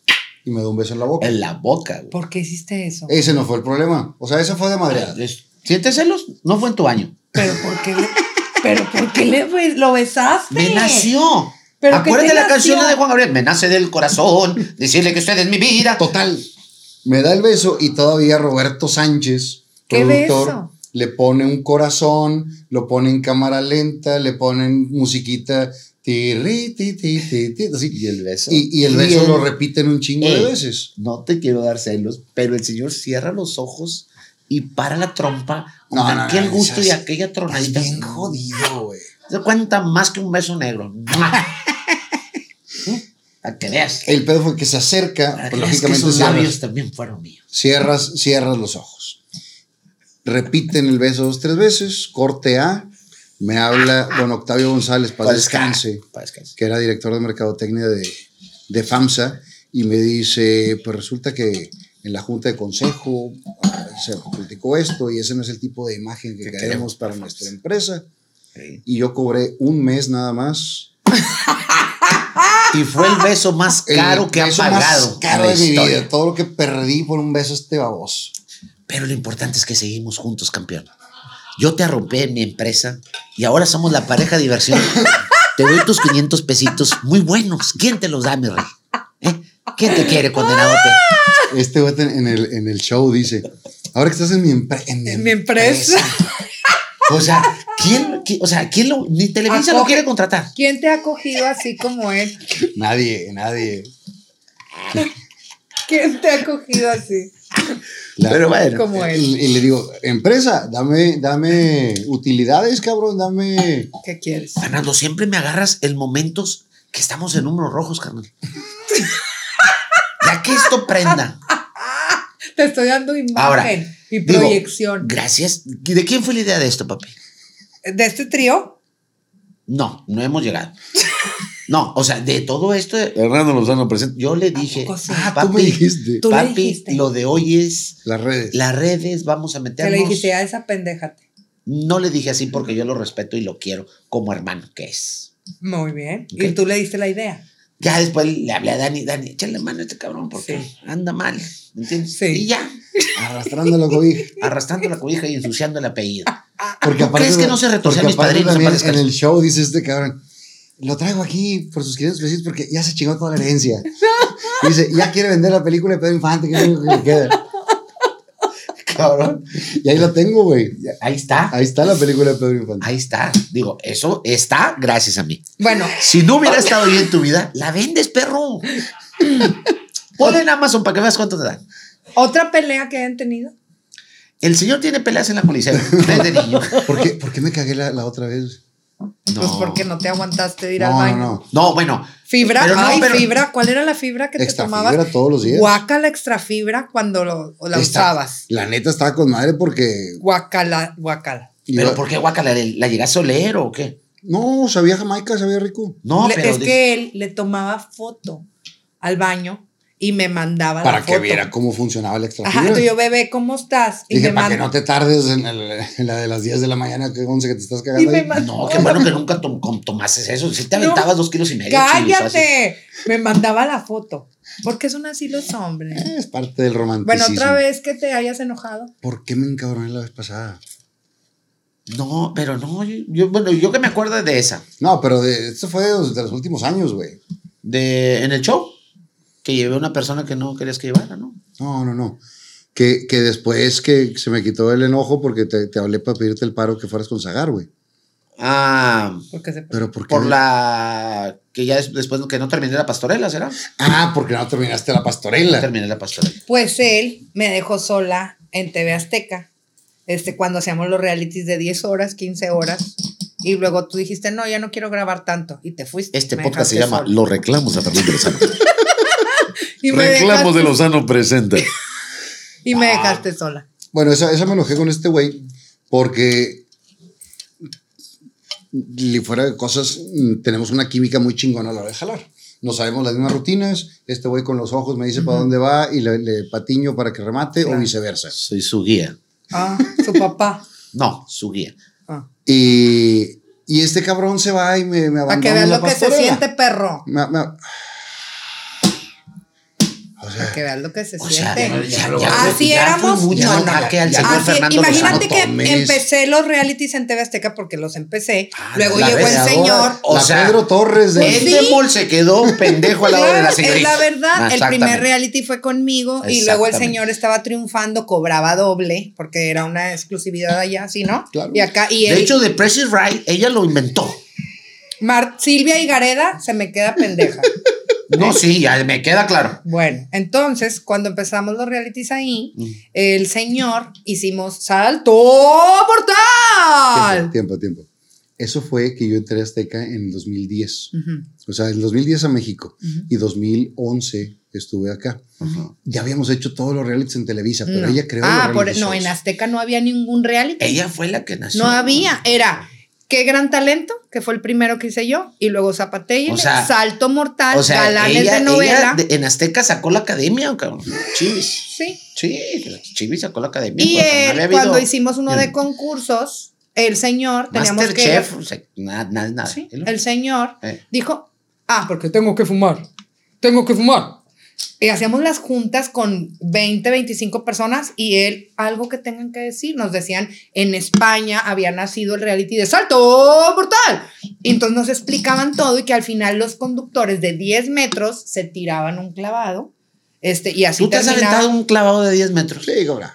y me da un beso en la boca. En la boca, güey. ¿Por qué hiciste eso? Ese no fue el problema. O sea, ese fue de madreada. ¿Sientes celos? No fue en tu baño. ¿Pero por qué le, ¿pero por qué le be- lo besaste? Me nació. ¿Pero qué Acuérdate te la nació? canción de Juan Gabriel. Me nace del corazón decirle que usted es mi vida. Total, me da el beso y todavía Roberto Sánchez, ¿Qué productor, beso? le pone un corazón, lo pone en cámara lenta, le ponen musiquita. Tirri, ti, ti, ti, ti, así. Y el beso. Y, y el Y beso el- lo repiten un chingo Ey. de veces. no te quiero dar celos, pero el señor cierra los ojos y para la trompa con No, no, no, aquel no, gusto y seas- aquella Estás tronadita. bien jodido, güey. Se cuenta más que un beso negro. A que veas. El pedo fue que se acerca, Para que pues, veas que Eh, lógicamente sus labios cierras, también fueron míos. cierras, cierras los ojos. Repiten el beso dos, tres veces, corte A, me habla don Octavio González para Paz descanse. Paz descanse. que era director de mercadotecnia de, de FAMSA, y me dice, pues resulta que en la junta de consejo ah, se criticó esto y ese no es el tipo de imagen que Que queremos, queremos para para nuestra FAMSA. empresa. Sí. Y yo cobré un mes nada más. Y fue el beso más El caro que ha beso más pagado. en caro la de mi historia. vida. Todo lo que perdí por un beso a este baboso. Pero lo importante es que seguimos juntos, campeón. Yo te arrompé en mi empresa y ahora somos la pareja de diversión. Te doy tus 500 pesitos muy buenos. ¿Quién te los da, mi rey? ¿Eh? ¿Quién te quiere, condenadote? Este vato en en el, en el show dice, ahora que estás en mi, empre- en mi En mi empresa. O sea, ¿quién, qui- o sea, ¿quién lo, ni Televisa lo Acoge. quiere contratar? ¿Quién te ha cogido así como él? Nadie, nadie. ¿Quién te ha cogido así La- Pero bueno. como él? Eh, Y, y le digo, empresa, dame, dame utilidades, cabrón, dame. ¿Qué quieres? Fernando, siempre me agarras en momentos que estamos en números rojos, carnal. Ya que esto prenda. Te estoy dando imagen Ahora, y digo, proyección. Gracias. ¿Y ¿De quién fue la idea de esto, papi? ¿De este trío? No, no hemos llegado. No, o sea, de todo esto, Hernando Lozano presente. yo le dije, poco sí? ah, Tú me papi, dijiste. Tú le papi, dijiste. lo de hoy es Las redes. las redes, vamos a Te meternos. le dijiste a esa pendejate. No le dije así porque yo lo respeto y lo quiero como hermano que es. Muy bien. Ok. Y tú le diste la idea. Ya después le hablé a Dani, Dani, échale mano a este cabrón porque anda mal, ¿me ¿entiendes? Sí. Y ya, Arrastrando la Ah, cobija. arrastrando la cobija y ensuciando el apellido. Porque ¿Tú crees aparte- que no se retorcían porque mis aparte padrinos? también Aparezca- en el show dice este cabrón. Lo traigo aquí por sus queridos pesitos porque ya se chingó toda la herencia. Dice, ya quiere vender la película de Pedro Infante, que es lo único que le queda. Cabrón. Y ahí la tengo, güey. Ahí está, Ahí está la película de Pedro Infante. ahí está. Digo, eso está gracias a mí. Bueno, Si no hubiera estado yo en tu vida, la vendes, perro. Ponle en Amazon para que veas cuánto te dan. ¿Otra pelea que hayan tenido? El señor tiene peleas en la policía desde niño. ¿Por qué, por qué me cagué la, la otra vez? Pues porque no te aguantaste de ir al No, baño. no, no. No, bueno. Fibra, Pero no, ay, pero- fibra. ¿Cuál era la fibra que te Extrafibra tomabas? todos los días. Guacala extra fibra cuando lo, o la Está- usabas. La neta estaba con madre porque. Guacala, guacala. ¿Pero iba- por qué guacala? ¿La, la llegaste a oler o qué? No, sabía Jamaica, sabía rico. No, Le- pero. es de- que él le tomaba foto al baño y me mandaba la Para que foto. viera cómo funcionaba la extra Ajá, fibra. entonces yo, bebé, ¿cómo estás? Y Dije, me para que mandó. no te tardes en, el- en la de las 10 de la mañana, que 11 que te estás Y cagando. me ahí. mandó. No, qué bueno que nunca tom- com- tomases eso. Si te No. aventabas dos kilos y medio. chile, fácil. ¡Cállate! Me mandaba la foto. Porque son así los hombres. Es parte del romanticismo. Bueno, otra vez que te hayas enojado. ¿Por qué me encabroné la vez pasada? No, pero no. Yo, yo- bueno, yo que me acuerdo de esa. No, pero de- esto fue de los, de los últimos años, güey. De, en el show. Que llevé a una persona que no querías que llevara, ¿no? No, no, no. Que, que después que se me quitó el enojo porque te, te hablé para pedirte el paro que fueras con Sagar, güey. Ah. Porque se... Pero ¿por qué? Por la. Que ya des- después que no terminé la pastorela, ¿será? Ah, porque no terminaste la No pastorela. terminé la pastorela. Pues él me dejó sola en TV Azteca. Este, cuando hacíamos los realities de 10 horas, 15 horas. Y luego tú dijiste, no, ya no quiero grabar tanto. Y te fuiste. Este Me podcast se dejaste llama sola. Los reclamos a Fernando Lozano. Y me Reclamos dejaste- de Lozano presenta. Y Ah. me dejaste sola. Bueno, esa, esa me enojé con este güey porque y fuera de cosas, mm, tenemos una química muy chingona a la hora de jalar. No sabemos las mismas rutinas. Este güey con los ojos me dice para dónde va y le, le patiño para que remate o viceversa. Soy su guía. Ah, su papá. No, su guía. Ah. Y, y este cabrón se va y me, me abandona. Para que en veas la lo que se pastorela. siente, perro. Me- me- o sea, Para que veas lo que se O sea, siente. ya- ya- ya- Así ya éramos. fue mucho no, no, ataque no. al señor Así- Fernando imagínate Lozano que Tomés. empecé los realities en TV Azteca porque los empecé. Luego Ah, la llegó el veladora. señor. O la sea, Pedro Torres de... pues Este sí. mol se quedó pendejo al lado de la Claro, señorita. es la verdad, el primer Exactamente. reality fue conmigo y luego el Exactamente. señor estaba triunfando, cobraba doble porque era una exclusividad allá, ¿sí, no? Claro. Y acá, y De él, hecho, de Press is Right, ella lo inventó. Mar- Silvia Higareda se me queda pendeja. No, sí, ya me queda claro. Bueno, entonces cuando empezamos los realities ahí, Mm. el señor hicimos salto Tiempo, mortal. tiempo, tiempo. Eso fue que yo entré a Azteca en 2010. Ujú. O sea, en 2010 a México y 2011 estuve acá. Ya habíamos hecho todos los realities en Televisa, pero No. ella creó ah, los por- reality no, shows. en Azteca no había ningún reality. Ella fue la que nació. No había, era Qué gran talento, que fue el primero que hice yo, y luego Zapatella, O sea, Salto Mortal, O sea, Galanes ella, de ella novela. de- en Azteca sacó la academia, cabrón. Chivis. sí. Sí, Chivis sacó la academia. Y güey, no él, había habido cuando hicimos uno de concursos, el señor, teníamos que. Masterchef, o sea, nada, nada, nada. Sí, ¿Eh? el señor Eh. dijo, ah, porque tengo que fumar, tengo que fumar. Y hacíamos las juntas con 20, 25 personas y él, algo que tengan que decir, nos decían, en España había nacido el reality de salto mortal. Y entonces nos explicaban todo y que al final los conductores de 10 metros se tiraban un clavado. Este, y así Tú te has terminaba- aventado un clavado de 10 metros. Sí, cobra.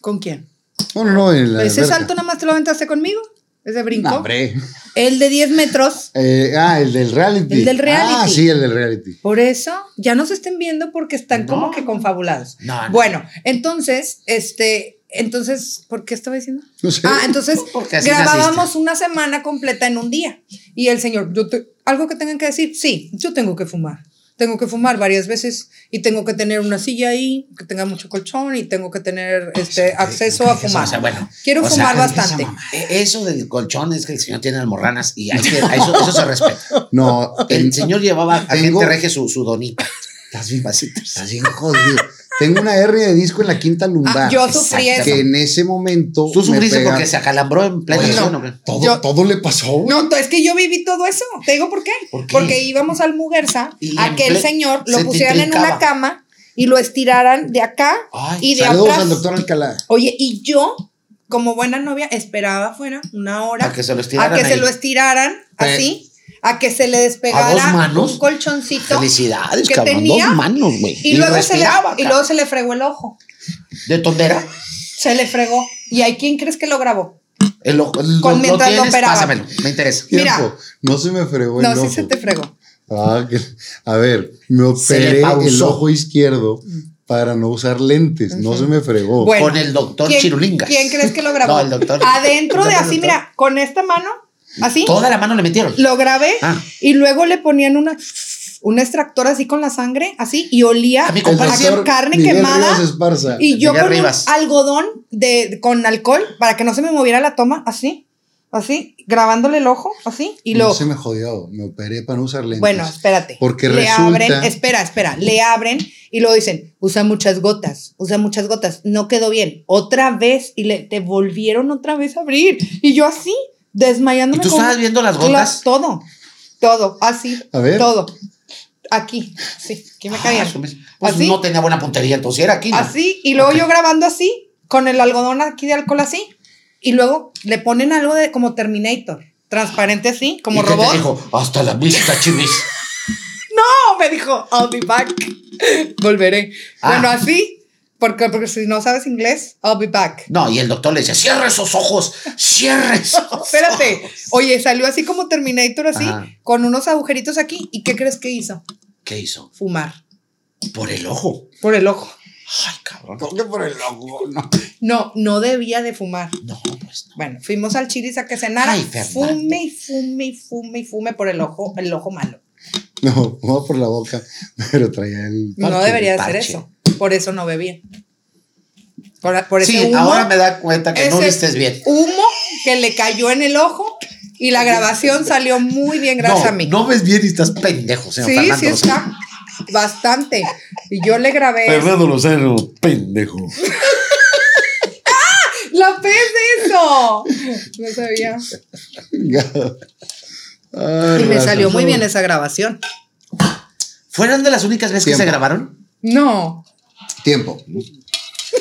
¿Con quién? No, no, no, en la Ese alberca. salto nada más te lo aventaste conmigo. Ese brinco. No, hombre. el de 10 metros Eh, ah, el del reality. El del reality. Ah, sí, el del reality. Por eso ya nos estén viendo porque están como que confabulados. No, no. Bueno, entonces, este, entonces, ¿por qué estaba diciendo? No sé. Ah, entonces Porque así grabábamos naciste. una semana completa en un día y el señor, yo te- algo que tengan que decir, sí, yo tengo que fumar. Tengo que fumar varias veces y tengo que tener una silla ahí, que tenga mucho colchón y tengo que tener este acceso a fumar. O sea, bueno, Quiero o sea, fumar esa bastante. mamá. Eh, Eso del colchón es que el señor tiene almorranas y hay que- a eso, eso se respeta. No, El en- señor llevaba a Tengo- gente reje su, su donita. Las vasitas. Estás bien jodido. Tengo una hernia de disco en la quinta lumbar. Ah, yo sufrí exacto. que eso. en ese momento. Tú me sufriste pega- porque se acalambró en plena Oye, acción, no, ¿o qué? todo, Yo- todo le pasó. güey. No, es que yo viví todo eso. Te digo por qué. ¿Por qué? Porque íbamos al Muguerza, Y a que el en ple- señor se lo te pusieran en trincaba. una cama y lo estiraran de acá Ay, y de Saludos al atrás. doctor Alcalá. Oye, y yo, como buena novia, esperaba afuera una hora A que se lo a estiraran que se ahí. lo estiraran Pe- así, a que se le despegara ¿A dos manos? un colchoncito. Felicidades, que cabrón. tenía. Dos manos, güey. Y, luego se le, respiraba, y cabrón. luego se le fregó el ojo. De tondera. Se le fregó. ¿Y ahí quién crees que lo grabó? El ojo. Lo, Con lo mientras lo tienes, operaba. pásamelo. Me interesa. Mira. Tiempo. No se me fregó el no, ojo. sí se te fregó. Ah, que- a ver, me Se le operé el pausó. ojo izquierdo para no usar lentes. No se me fregó. Mm. Bueno, con el doctor ¿Quién- Chirulingas. ¿Quién crees que lo grabó? No, el doctor. Adentro de El así, doctor. mira, con esta mano, así, Toda la mano le metieron. lo grabé Ah. y luego le ponían una, un extractor así con la sangre, así, y olía A mi El compadre a doctor carne Miguel Rivas quemada. Esparza. Y yo Miguel con un Rivas. algodón de, con alcohol para que no se me moviera la toma, así, así, grabándole el ojo, así, y no luego. se me jodió. Me operé para no usar lentes. Bueno, espérate. Porque le resulta- abren, espera, espera, le abren y luego dicen, usa muchas gotas, usa muchas gotas, no quedó bien. Otra vez y le, te volvieron otra vez a abrir. Y yo así, desmayándome. ¿Y tú como- estabas viendo las Cla- gotas? todo, todo, así. A ver. Todo. Aquí, sí, aquí me caían. Ah, Pues así, no tenía buena puntería, entonces era aquí. ¿no? así, y luego Ok. yo grabando así, con el algodón aquí de alcohol así, y luego le ponen algo de como Terminator, transparente así, como ¿Y qué robot. Te dijo, hasta la vista, chivis. No, me dijo, I'll be back. Volveré. Ah. Bueno, así, porque, porque si no sabes inglés, I'll be back. No, y el doctor le decía, cierra esos ojos, cierra esos ojos. Espérate. Oye, salió así como Terminator, así, Ajá. con unos agujeritos aquí. ¿Y qué crees que hizo? ¿Qué hizo? Fumar. Por el ojo. Por el ojo. Ay, cabrón. pues, ¿Por qué por el ojo? No. No, no debía de fumar. No, pues no. Bueno, fuimos al Chiris a que cenara. Ay, Fernando. fume y fume y fume y fume por el ojo, el ojo malo. No, no por la boca, pero traía el. No Parche, debería de parche. hacer eso. Por eso no bebía. Por, por ese Sí, humo. ahora me da cuenta que no ese vistes bien. Humo que le cayó en el ojo y la grabación salió muy bien gracias no, a mí. no ves bien y estás pendejo, señor sí, Fernando. sí Lozano. está. Bastante. Y yo le grabé. Fernando Lozano, pendejo. ¡La pez de eso! No sabía. Ay, Y me raza. salió muy bien esa grabación. ¿Fueron de las únicas veces que Tiempo. se grabaron? No. Tiempo.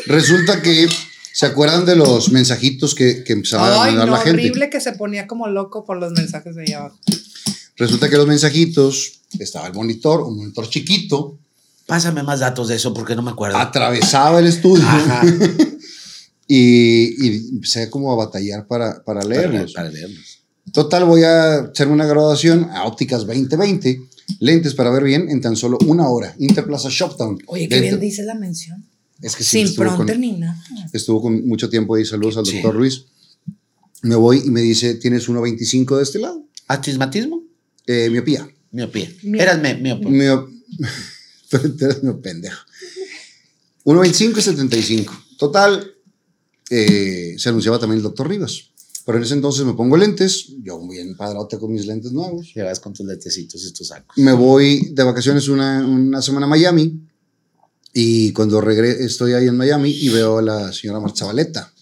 Resulta que. ¿Se acuerdan de los mensajitos que, que empezaba a Ay, mandar no, la gente? horrible que se ponía como loco por los mensajes de allá abajo. Resulta que los mensajitos, estaba el monitor, un monitor chiquito, Pásame más datos de eso porque no me acuerdo. Ah, atravesaba el estudio Ajá. y, y empecé como a batallar para, para leerlos. Para leerlos. Total, voy a hacer una graduación a Ópticas 2020, lentes para ver bien en tan solo una hora, Interplaza Shoptown. Oye, qué bien Dentro- dice la mención. Es que sí, Sin estuvo, pronto con, ni nada. estuvo con mucho tiempo ahí. Saludos al Sí. doctor Ruiz. Me voy y me dice, ¿tienes 1.25 de este lado? ¿Astigmatismo? Eh, miopía. Miopía. Eras mi- miopo. Mio... Tú eres medio pendejo. 1.25 y 75. Total, eh, se anunciaba también el doctor Rivas. Pero en ese entonces me pongo lentes, yo muy empadrate con mis lentes nuevos. Llevas con tus letecitos y tus sacos. Me voy de vacaciones una, una semana a Miami y cuando regreso estoy ahí en Miami y veo a la señora Marzabaleta.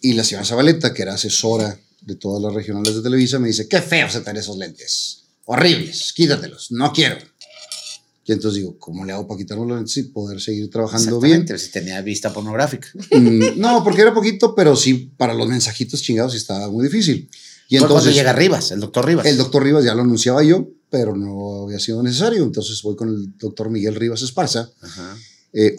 Y la señora Zabaleta, que era asesora de todas las regionales de Televisa, me dice, qué feo se te ven esos lentes, horribles, quítatelos, no quiero. Y entonces digo, ¿cómo le hago para quitarme los lentes y poder seguir trabajando bien? Exactamente, Si tenía vista pornográfica. Mm, no, porque era poquito, pero sí, para los mensajitos chingados sí estaba muy difícil. Y Y entonces entonces llega Rivas, el doctor Rivas. el doctor Rivas ya lo anunciaba yo, pero no había sido necesario. Entonces voy con el doctor Miguel Rivas Esparza, Ajá. eh,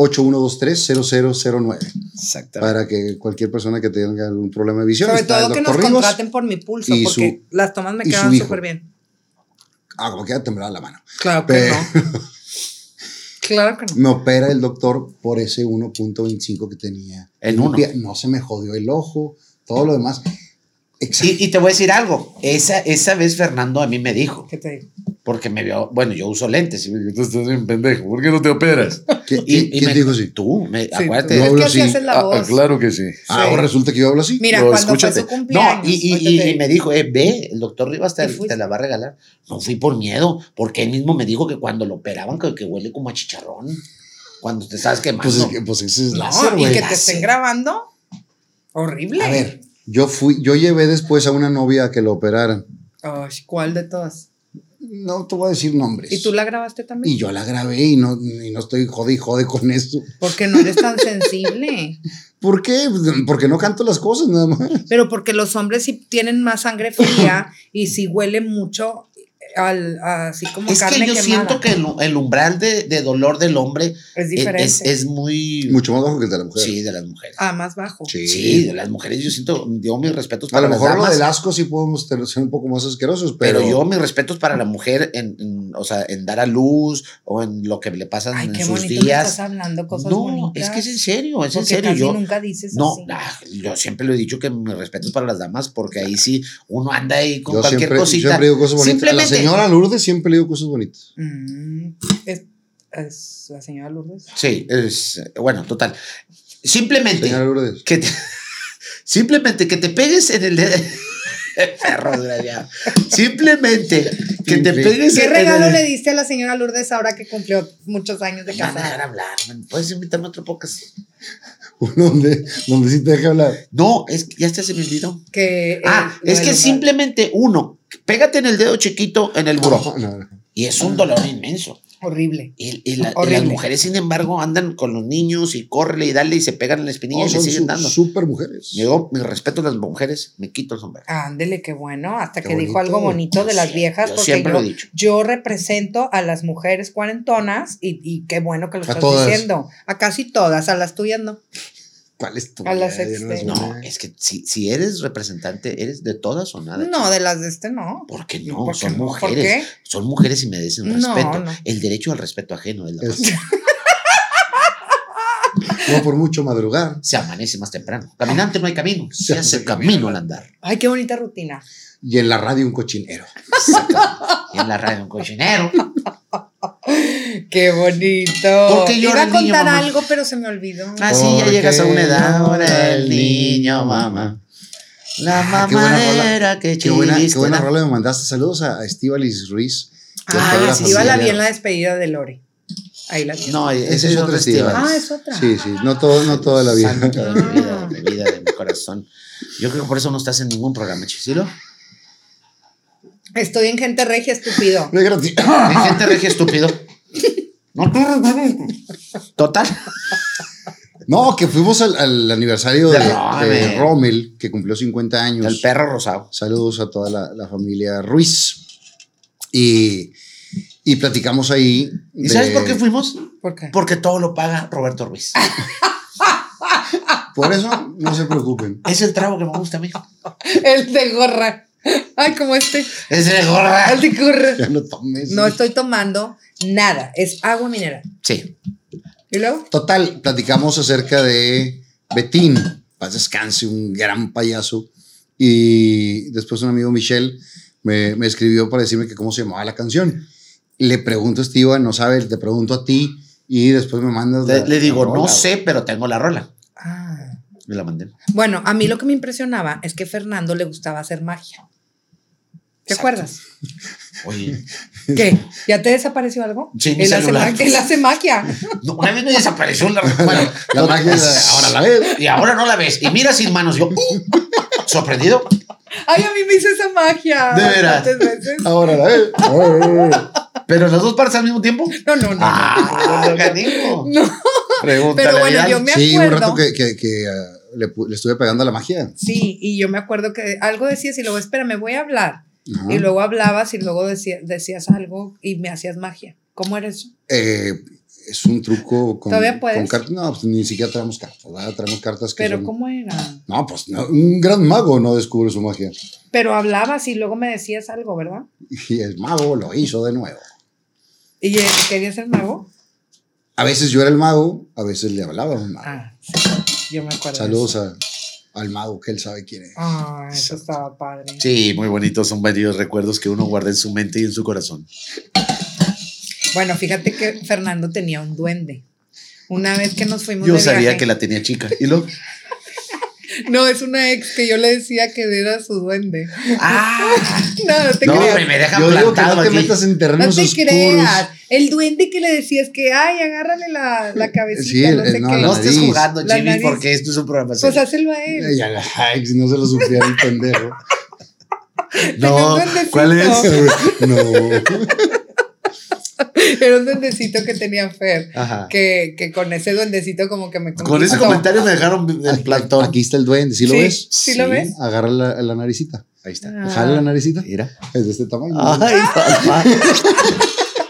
8123-0009, Exactamente. para que cualquier persona que tenga algún problema de visión, Sobre está todo el que nos doctor Rivas. contraten por mi pulso, y porque las tomas me y su quedan hijo. súper bien. Ah, como queda temblada la mano. Claro que Pero- no. Claro que no. Me opera el doctor por ese 1.25 que tenía. En uno. No se me jodió el ojo, todo lo demás. Exacto. Y, y te voy a decir algo. Esa, esa vez Fernando a mí me dijo, ¿Qué te digo? porque me vio, bueno, yo uso lentes. Y, Tú estás bien pendejo. ¿Por qué no te operas? ¿Qui- y- qui- y ¿Quién me- dijo así? Tú, me, tú. acuérdate. No, es hablo que así así. haces la Ah, ah, voz. claro que sí. Ah, Ahora resulta que yo hablo así. Mira, No, cuando fue escúchate. su No, cumpleaños. y, y- ahorita y- te- y me dijo, eh, ve, el doctor Rivas te, ¿Y fuiste? te la va a regalar. No fui por miedo, porque él mismo me dijo que cuando lo operaban, que, que huele como a chicharrón. Cuando te estás quemando. Pues, es que- pues ese es No, láser, y güey. que te estén grabando. Horrible. A ver, yo fui, yo llevé después a una novia a que lo operaran. Ay, ¿Cuál de todas? No te voy a decir nombres. ¿Y tú la grabaste también? Y yo la grabé y no, y no estoy jode y jode con eso. Porque no eres tan sensible. ¿Por qué? Porque no canto las cosas nada más. Pero porque los hombres sí tienen más sangre fría y sí huele mucho. eh, al, así como Es que carne yo quemada. siento que el, el umbral de, de dolor del hombre e, es es, diferente. es- es muy... Mucho más bajo que el de la mujer. Sí, de las mujeres. ah, más bajo. Sí. Sí, de las mujeres yo siento, yo mis respetos A para lo las mejor lo damas, del asco sí podemos tener- ser un poco más asquerosos, pero, pero, yo mis respetos para la mujer en, en, o sea, en dar a luz o en lo que le pasan Ay, en qué sus bonito que estás días. hablando cosas No, bonitas. es que es en serio, es en porque serio. casi Yo, nunca dices no, así. ah, yo siempre lo he dicho que mis respetos para las damas porque ahí sí uno anda ahí con Yo cualquier siempre, cosita. siempre digo cosas bonitas. A la Simplemente- señora Lourdes siempre le digo cosas bonitas. Mm, es, es la señora Lourdes. Sí, es, bueno, total. Simplemente Señora Lourdes. que te- simplemente que te pegues en el dedo. Perro desgraciado. Simplemente que te Sí. pegues ¿Qué en regalo el le diste a la señora Lourdes ahora que cumplió muchos años de Me van a dejar casada? hablar, man. ¿Puedes invitarme a otro podcast? Donde, donde sí te deja hablar. No, es que ya este se me olvidó. Que, eh, Ah, lo es del que umbral. simplemente uno, pégate en el dedo chiquito en el buró. No, no, no. Y es un dolor inmenso. Horrible. Y, y la- y las Horrible. mujeres, sin embargo, andan con los niños y córrele y dale y se pegan en la espinilla Oh, No, y le son siguen dando. su- super mujeres. Yo, mi respeto a las mujeres, me quito el sombrero. Ándele, qué bueno. Hasta Qué que dijo bonito. algo bonito de las Sí, viejas. yo porque siempre yo, lo he dicho. yo represento a las mujeres cuarentonas y, y qué bueno que lo A estás todas. diciendo. A casi todas, a las tuyas no. ¿Cuál es tu A las idea? Yo no las externas. No, veo. es que si, si eres representante, eres de todas o nada. No, de las de este no. ¿Por qué no? ¿Por qué son no? ¿Por mujeres. qué? Son mujeres y merecen No, respeto. no. El derecho al respeto ajeno es la Es- No por mucho madrugar. se amanece más temprano. Caminante no hay camino, se, hace camino al andar. Ay, qué bonita rutina. Y en la radio un cochinero. Y en la radio un cochinero. Qué bonito. ¿Por qué llora Iba a el niño, contar mamá? Ah, algo, pero se me olvidó. Así ya Porque llegas a una edad, ahora el el niño, niño, mamá. La Ah, qué buena mamadera rola. que Qué buena, qué chiviste, buena ¿no? rola me mandaste. Saludos a, a Estivalis Ruiz. que fue Ah, la sí, iba la familia. vi en la despedida de Lore. Ahí la vi. No, ese, Ese es es otro otro estilo. estilo. Ah, Ah, es otra. Sí, sí, no, todo, no toda la vida. Santo de mi vida, de mi vida, de mi corazón. Yo creo que por eso no estás en ningún programa, Chisilo. Estoy en gente regia, estúpido. No es gratis. Hay gente regia estúpido. No, tú, tú, tú. Total. No, que fuimos al, al aniversario De de, de Rommel. Rommel, que cumplió 50 años. El perro rosado. Saludos a toda la, la familia Ruiz. Y, y platicamos ahí. ¿Y de- sabes por qué fuimos? ¿Por qué? Porque todo lo paga Roberto Ruiz. Por eso no se preocupen. Es el trago que me gusta a mí. El de gorra. Ay, como este. Es de gorra. El de Ya gorra. no tomes. No estoy tomando nada. Es agua mineral. Sí. ¿Y luego? Total, platicamos acerca de Betín, paz descanse, un gran payaso. Y después un amigo Michelle me, me escribió para decirme que cómo se llamaba la canción. Le pregunto a Steve, no sabe, te pregunto a ti y después me mandas. la- Le, le digo, la no rola". sé, pero tengo la rola. Ah. Me la mandé. Bueno, a mí lo que me impresionaba es que Fernando le gustaba hacer magia. ¿Te Exacto. acuerdas? Oye, ¿Qué? ¿Ya te desapareció algo? Sí, mi él hace, celular. magia, él hace magia. no, una vez me desapareció la bueno, La magia de ahora la ves. Y ahora no la ves. Y mira sin manos. Yo, uh, sorprendido. Ay, a mí me hizo esa magia. De veras. bastantes veces. Ahora la ves. Pero las dos partes al mismo tiempo. No, no, no. Ah, organico. No. Pregúntale Pero bueno, a yo Adrián. me acuerdo. Sí, un rato que, que- que, ah, le, pu- le estuve pegando a la magia. Sí, y yo me acuerdo que algo decías y luego, espera, me voy a hablar. Ajá. Y luego hablabas y luego decía- decías algo y me hacías magia. ¿Cómo eres? eso? Eh, es un truco con, ¿Todavía puedes? con cartas. No, pues, ni siquiera traemos cartas, ¿verdad? Traemos cartas que Pero son- ¿cómo era? No, pues no, un gran mago no descubre su magia. Pero hablabas y luego me decías algo, ¿verdad? Y el mago lo hizo de nuevo. ¿Y eh, querías ser mago? A veces yo era el mago, a veces le hablaba a un mago. Ah, pues. sí, yo me acuerdo. de Saludos eso. a- al mago que él sabe quién es. Ah, eso estaba padre. Sí, muy bonitos son varios recuerdos que uno guarda en su mente y en su corazón. Bueno, fíjate que Fernando tenía un duende. Una vez que nos fuimos Yo de sabía viaje- que la tenía chica. Y lo. No, es una ex que yo le decía que era su duende. ¡Ah! No, no te No, creas. hombre, me dejan Yo digo que plantado no te aquí. metas en No te terrenos oscuros. creas. El duende que le decías que, ay, agárrale la, la cabecita, Sí, no el- sé no, qué. No la estés nariz. jugando, La Jimmy, nariz. porque esto es un programa Pues serio. hácelo a él. Ay, a- ay, si no se lo supiera el pendejo. tenía un duendecito. No. Era un duendecito que tenía Fer. Ajá. Que, que con ese duendecito como que me Con ese conquistó. comentario me dejaron en Aquí, plantón. aquí está el duende, ¿sí lo Sí, ves? ¿sí lo ves? Ah. Agarra la, la naricita. Ahí está. Jala la naricita. Mira. Es de este tamaño. Ay, papá.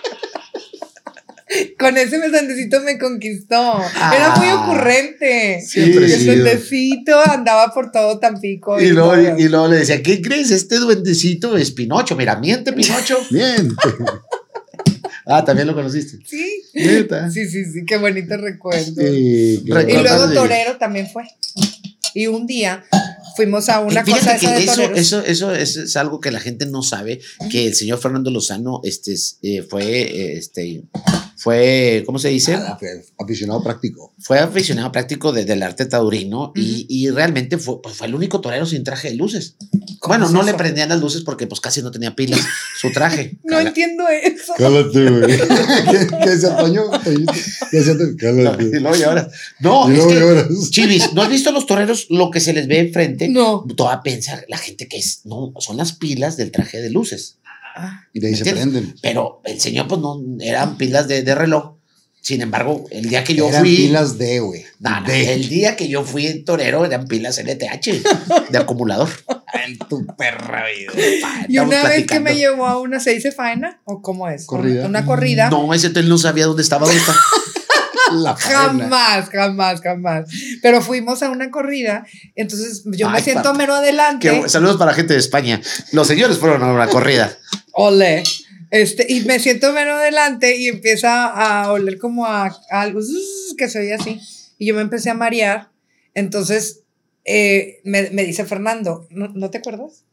Con ese mesandecito me conquistó. Era muy Ah. ocurrente. Siempre el he sido. duendecito andaba por todo Tampico. Y luego, todo. y luego le decía, ¿qué crees? Este duendecito es Pinocho. Mira, miente Pinocho. Bien. Ah, también lo conociste. Sí, Neta. sí, sí, sí, qué bonito recuerdo. Sí, claro. Y luego Recordando- Torero también fue. Y un día fuimos a una Y fíjate cosa esa que de eso, toreros. eso, eso, eso es algo que la gente no sabe, que el señor Fernando Lozano este, es, eh, fue, eh, este, fue, ¿cómo se dice? Ah, pues, Aficionado práctico. Fue aficionado práctico de- del arte taurino y, y realmente fue, pues, fue el único torero sin traje de luces. Bueno, es no le eso? prendían las luces porque pues casi no tenía pilas su traje. No entiendo eso. Cálate, güey. ¿Qué, qué se atoñó? Toñito? ¿Qué se atoñó? Y Cálate. luego lloras. No, Y es luego que, lloras. Chivis, ¿no has visto a los toreros lo que se les ve enfrente? No. Toda a pensar la gente que es, no, son las pilas del traje de luces. Y de ahí se ¿Entiendes? prenden. Pero el señor, pues no, eran pilas de, de reloj. Sin embargo, el día que yo Eran fui. pilas de, güey. No, no, de. El día que yo fui en torero eran pilas LTH de acumulador. En tu perra vida. Y una Estamos vez que me platicando. llevó a una, ¿se dice faena? ¿O cómo es? Corrida. Una, una corrida. No, ese hotel no sabía dónde estaba. dónde estaba. La faena. Jamás, jamás, jamás. Pero fuimos a una corrida, entonces yo me Ay, siento papá. mero adelante. Qué bu- saludos para la gente de España. Los señores fueron a una corrida. Ole. Este, y me siento menos adelante y empieza a oler como a, a algo zzz, que se oye así. Y yo me empecé a marear. Entonces eh, me, me dice Fernando, ¿no, ¿no te acuerdas?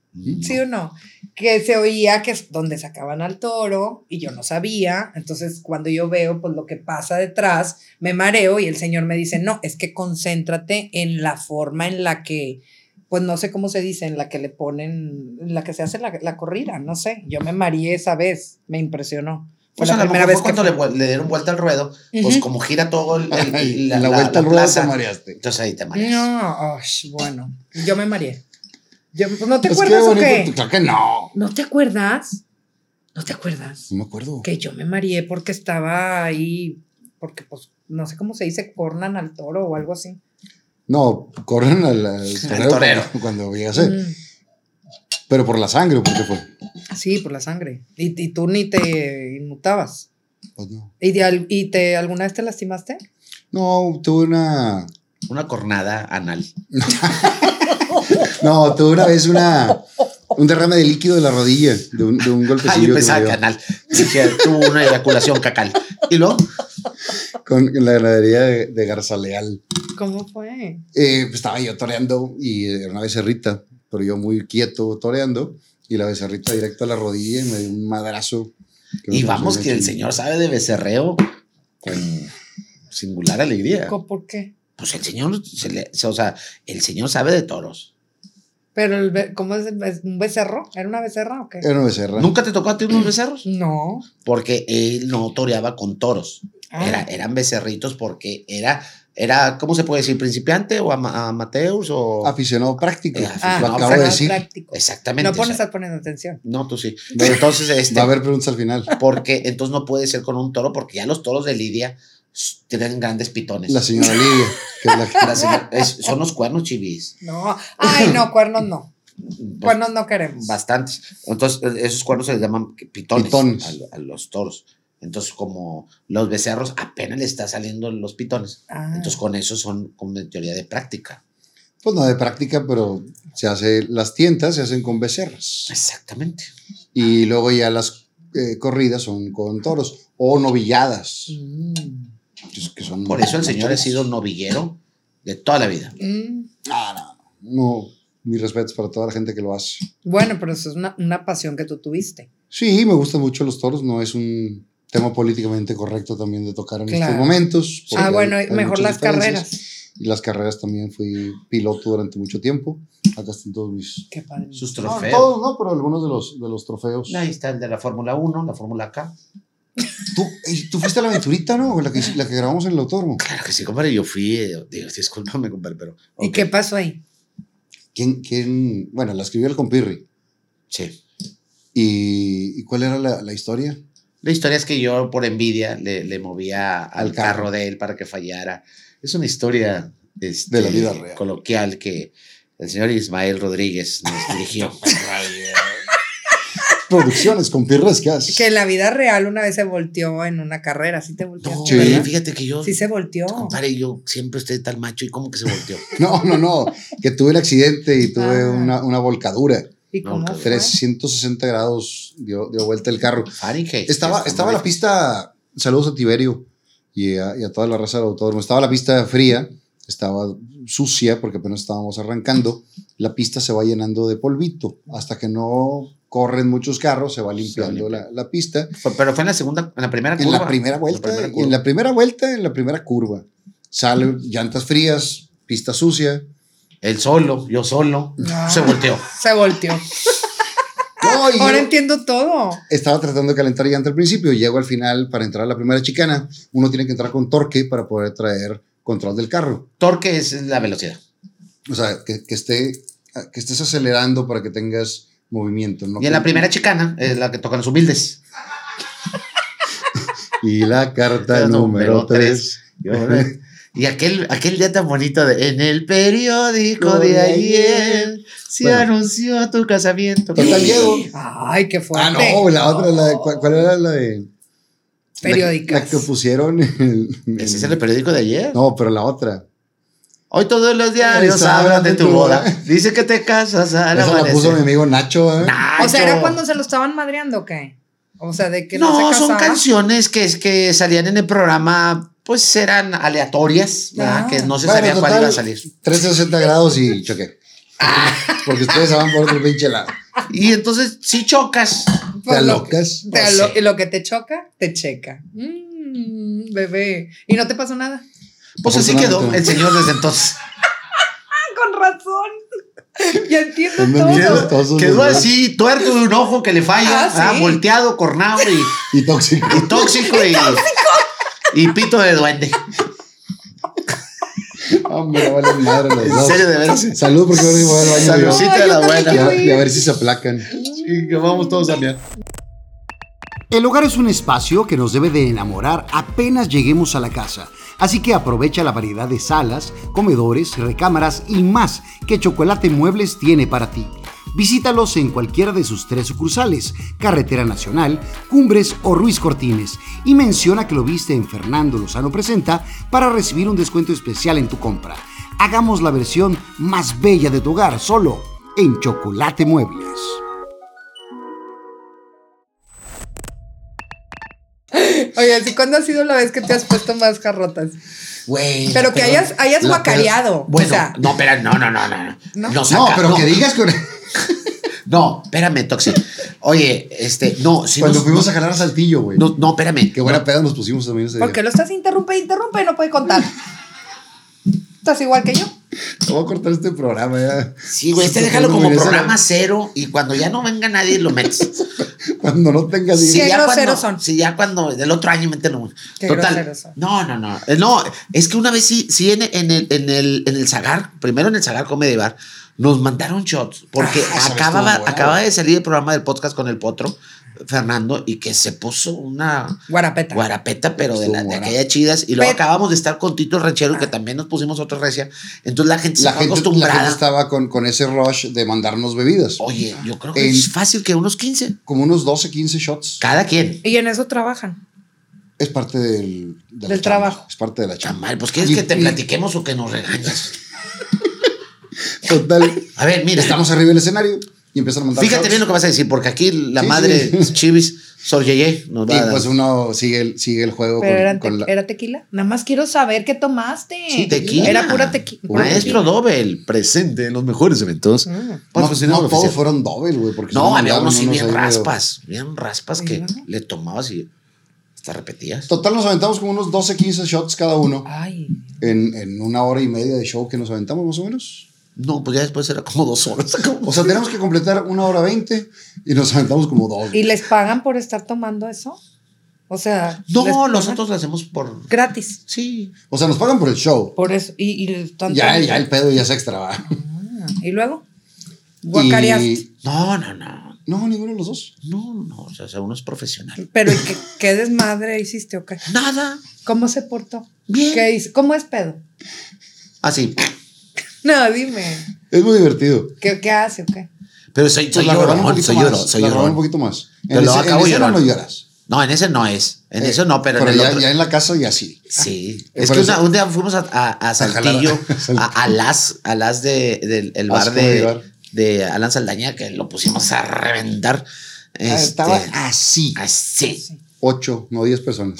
¿Sí o no? Que se oía que es donde sacaban al toro y yo no sabía. Entonces cuando yo veo pues, lo que pasa detrás, me mareo y el señor me dice, no, es que concéntrate en la forma en la que pues no sé cómo se dice, en la que le ponen, en la que se hace la, la corrida, no sé. Yo me mareé esa vez, me impresionó. Fue Pues a la lo primera mejor vez que cuando fui. le, vu- le dieron vuelta al ruedo, pues Ujú. como gira todo el, el- Ay, la, la la- vuelta la al ruedo plaza. te mareaste. Entonces ahí te mareas. No, osh, bueno, yo me mareé. Yo- pues, ¿No te Pues acuerdas o bonito, qué? Claro que no. ¿No te acuerdas? ¿No te acuerdas? No me acuerdo. Que yo me mareé porque estaba ahí, porque pues no sé cómo se dice, cornan al toro o algo así. No, corren al, al torero, torero. cuando- cuando llegase. Mm. Pero por la sangre, ¿por qué fue? Sí, por la sangre. Y, y tú ni te inmutabas. Pues no. ¿Y, de al- y te, alguna vez te lastimaste? No, tuve una. Una cornada anal. No, tuve una vez una. Un derrame de líquido de la rodilla, de un, de un Ah, yo golpecillo. que me pensaba dio canal. Dije, tuvo una eyaculación cacal. Y luego, con la ganadería de, de Garzaleal. ¿Cómo fue? Eh, pues, estaba yo toreando y era una becerrita, pero yo muy quieto toreando y la becerrita directo a la rodilla y me dio un madrazo. y vamos que el señor sabe de becerreo con singular alegría. Co- ¿Por qué? Pues el señor, se le- se- o sea, el señor sabe de toros. Pero, el be- ¿cómo es? el be- ¿Un becerro? ¿Era una becerra o qué? Eh, Era una becerra. ¿Nunca te tocó a ti unos becerros? No. Porque él no toreaba con toros. Ah, Era- eran becerritos porque era, era, ¿cómo se puede decir? ¿Principiante o ama- amateurs? O... Aficionado práctico. Eh, ah, lo no, acabo pero- de práctico, decir. práctico. Exactamente. Ah. No o sea, pones a poniendo atención. no, tú sí. Pero entonces, este, Va a haber preguntas al final. porque entonces no puede ser con un toro porque ya los toros de Lidia s- tienen grandes pitones. La señora Lidia, que es la- La señora- es- son los cuernos chivis. No. Ay, no, cuernos no. Pues, Cuernos no queremos. Bastantes. Entonces, eh, esos cuernos se les llaman pitones, Pitones. A, lo- a los toros. Entonces, como los becerros apenas le está saliendo los pitones. Ah. Entonces, con eso son como de teoría de práctica. pues no de práctica, pero se hace, las tientas se hacen con becerras. Exactamente. Y luego ya las eh, corridas son con toros o novilladas. Mm. Entonces, que son Por eso el señor ha sido novillero de toda la vida. Mm. Ah, no, no. Mis respetos para toda la gente que lo hace. Bueno, pero eso es una, una pasión que tú tuviste. Sí, me gustan mucho los toros. No es un tema políticamente correcto también de tocar en estos Claro. momentos. porque ah, bueno, hay- hay mejor muchas las diferencias. carreras. Y las carreras también fui piloto durante mucho tiempo. Acá están todos mis. Qué padre. Sus No, trofeos. todos no, pero algunos de los, de los trofeos. Ahí está el de la Fórmula 1, la Fórmula K. ¿Tú, eh, tú fuiste a la aventurita, ¿no? La que, la que grabamos en el autódromo. Claro que sí, compadre. Yo fui, eh, digo, discúlpame, compadre, pero. ¿Y ok. qué pasó ahí? ¿Quién, quién? Bueno, la escribió el compirri. Sí. ¿Y, y cuál era la, la historia? La historia es que yo, por envidia, le, le movía al Al carro. carro de él para que fallara. Es una historia este, De la vida real. coloquial que, El señor Ismael Rodríguez nos dirigió. Producciones con pirrescas. Que en la vida real una vez se volteó en una carrera, sí te No, volteaste, Sí. ¿verdad? fíjate que yo, Sí se volteó. compadre, yo siempre estoy tal macho y como que se volteó. No, no, no. Que tuve el accidente y tuve Ah. una, una volcadura. ¿Y No, cómo cabrón. fue? 360 grados dio, dio vuelta el carro. Fahrenheit. Estaba, Es estaba como la pista, saludos a Tiberio y a, y a toda la raza del autódromo, estaba la pista fría, estaba sucia porque apenas estábamos arrancando, la pista se va llenando de polvito, hasta que no corren muchos carros, se va limpiando la, la pista. Fue- pero fue en la segunda, en la primera En curva. la primera vuelta, primera y curva. en la primera vuelta, en la primera curva, salen llantas frías, pista sucia. Él solo, yo solo. Ah. No. Se volteó. Se volteó. No, y Ahora yo- entiendo todo. estaba tratando de calentar llanta al principio, llego al final para entrar a la primera chicana, uno tiene que entrar con torque para poder traer control del carro. Torque es la velocidad. O sea, que, que esté, que estés acelerando para que tengas movimiento. ¿no? Y en la primera chicana es la que tocan los humildes. Y la carta Carta número número 3. Y aquel, aquel día tan bonito de en el periódico Lo de de ayer ayer". se Bueno. anunció tu casamiento. Total, llego. Ay, qué Ah, fuerte. no, la otra, la de- ¿cuál, cuál era la de...? Periódicas. La, que- la que pusieron en- en- Ese es el periódico de ayer. No, pero la otra. Hoy todos los diarios Esa, hablan de tu boda. Dice que te casas al Esa la amanecer. puso mi amigo Nacho. ¿eh? Nacho. O sea, ¿era cuando se lo estaban madreando o qué? O sea, de que no, No, se son casaban. canciones que, es- que salían en el programa, pues eran aleatorias, ¿verdad? Ah. que no se Bueno, sabía cuál total, iba a salir. 360 grados y choqué. Ah. Porque ustedes se van por otro pinche lado. Y entonces, si chocas, Te Pues lo- alocas. te Pues alo- sí. Y lo que te choca, te checa. Mm, bebé. ¿Y no te pasó nada? pues así quedó el Afortunadamente. señor desde entonces. Con razón. Ya entiendo Son de todo. miedo. Quedó, Chistoso, quedó ¿verdad? así, tuerto de un ojo que le falla, Ah, sí. ¿verdad? volteado, cornado y, Y tóxico. y tóxico y, y pito de duende. Hombre, vale madre los En dos. serio, de veras. Salud, porque ahora voy al baño. Saludcita Ay, de yo la también Y buena. a- y a ver si se aplacan. Y que vamos todos a mirar. El hogar es un espacio que nos debe de enamorar apenas lleguemos a la casa, así que aprovecha la variedad de salas, comedores, recámaras y más que Chocolate Muebles tiene para ti. Visítalos en cualquiera de sus tres sucursales, Carretera Nacional, Cumbres o Ruiz Cortines, y menciona que lo viste en Fernando Lozano Presenta para recibir un descuento especial en tu compra. Hagamos la versión más bella de tu hogar solo en Chocolate Muebles. Oye, ¿sí cuándo ha sido la vez que te has puesto más jarrotas? Güey, Pero que perdón. hayas, hayas La- guacareado. Bueno, o sea, no, espera, no, no, no, no. ¿No? No, No, saca, pero que digas que... No, espérame, Toxi. Oye, este, no, si Cuando nos- fuimos no, a jalar a Saltillo, güey. no, no, espérame. Qué buena No, peda nos pusimos también ese día. ¿por qué lo estás interrumpe, interrumpe y no puede contar? Estás igual que yo. Te Voy a cortar este programa ya. Sí, güey, este Sí, déjalo cuando como regresa- programa cero y cuando ya no venga nadie lo metes. Cuando no tengas Si idea. Qué ya cuando, groseros son. si ya cuando del otro año mételo. Qué groseros son. No, no, no. Eh, No, es que una vez sí, sí en, en el, en el, en el Zagar, primero en el Zagar Comedy Bar, nos mandaron shots porque Ah, esa vez acababa, estuvo buena, acaba de salir el programa del podcast con el potro Fernando y que se puso una Guarapeta. Guarapeta, pero de, la, de Estuvo guara- aquellas chidas. Y luego Pe- Ah. acabamos de estar con Tito el Ranchero, que también nos pusimos otra recia. Entonces la gente La se gente, fue la acostumbrada. gente estaba con, con ese rush de mandarnos bebidas. Oye, yo creo que En- es fácil que unos 15. Como unos 12, 15 shots. Cada quien. Y en eso trabajan. Es parte del, de la Del chamba. trabajo. Es parte de la chamba. Chamal, pues quieres Y- que te y- platiquemos o que nos regañes. Total. A ver, mira, Estamos arriba del escenario y empiezan a mandar fíjate shots. bien lo que vas a decir, porque aquí la Sí, madre sí. Chivis, Sor Yeye, nos va a Y dar. pues uno sigue el, sigue el juego Pero con, era, con te- la- era tequila. Nada más quiero saber qué tomaste. Sí, tequila. Era pura tequi- pura tequila. Maestro Dobel, presente en los mejores eventos. No, Patrocinador Pues, no todos Pues oficial. fueron doble, güey. porque si No, había mandaron unos sí ahí bien medio- raspas, bien raspas que le tomabas y hasta repetías. Total, nos aventamos como unos 12, 15 shots cada uno Ay. en, en una hora y media de show que nos aventamos, más o menos. No, pues ya después era como dos horas. O sea, tenemos que completar una hora veinte y nos aventamos como dos. ¿Y les pagan por estar tomando eso? O sea. ¿les No, pagan? nosotros lo hacemos por. Gratis. Sí. O sea, nos pagan por el show. Por eso. Y, y tanto- Ya, ya el pedo ya es extra. ¿va? ¿Y luego? Guacareaste. Y- No, no, no. No, ninguno de los dos. No, no. O sea, uno es profesional. Pero ¿y ¿qué, qué desmadre hiciste o qué? Nada. ¿Cómo se portó? Bien. ¿Qué hizo? ¿Cómo es pedo? Así. No, dime. Es muy divertido. ¿Qué, qué hace o qué? Pero soy, soy Pues la robaron un llorón, poquito soy más, llorón, soy la robaron un llorón. poquito más. Pero En lo ese- en acabo ese no, llorando. no lloras. No, en ese no es. En Eh, eso no, pero, en el ya, otro. ya en la casa ya sí. Sí. Ah, Es por que eso. una- un día fuimos a, a, a Saltillo, a, a las, a las de, del el bar Asco de de, bar. de Alan Saldaña, que lo pusimos a reventar. Ah, Este, ah, Estaba así. así. Ocho, no diez personas.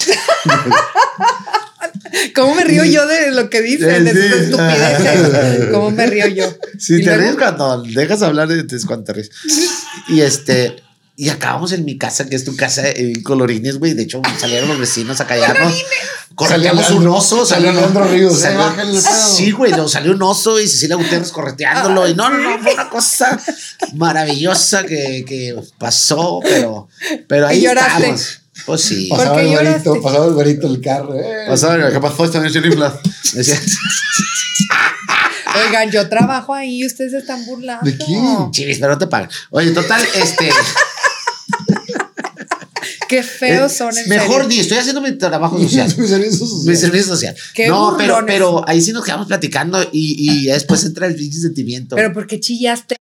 ¿Cómo me río yo de lo que dicen, de Sí. sus estupideces? ¿Cómo me río yo? Si Y te luego- ríes cuando dejas hablar, te es cuando te ríes. Y este. Y acabamos en mi casa, que es tu casa en colorines, güey. De hecho, salieron los vecinos a callarnos. Correteamos Salió un Leandro- oso. salió Leandro Ríos, salió- eh, bájale el pedo. sí, güey. no, salió un oso y Cecilia Gutiérrez Ah, correteándolo. Y no, no, no, fue una cosa maravillosa que, que pasó, pero, pero ahí Y lloraste. estamos. Pues sí. Por- Pasaba qué el güerito, lloraste? pasaba el güerito del carro. eh. Pasaba que pasó esta noche en Inflas. Decía, Oigan, yo trabajo ahí y ustedes se están burlando. ¿De quién? Chivis, pero no te pagan. Oye, total, este. Qué feos eh, son en Mejor serio. di, estoy haciendo mi trabajo social. Mis servicios sociales. Pues, Mi servicio social. Qué no, pero, burlones. pero ahí sí nos quedamos platicando y, y después entra el pinche sentimiento. Pero ¿por qué chillaste?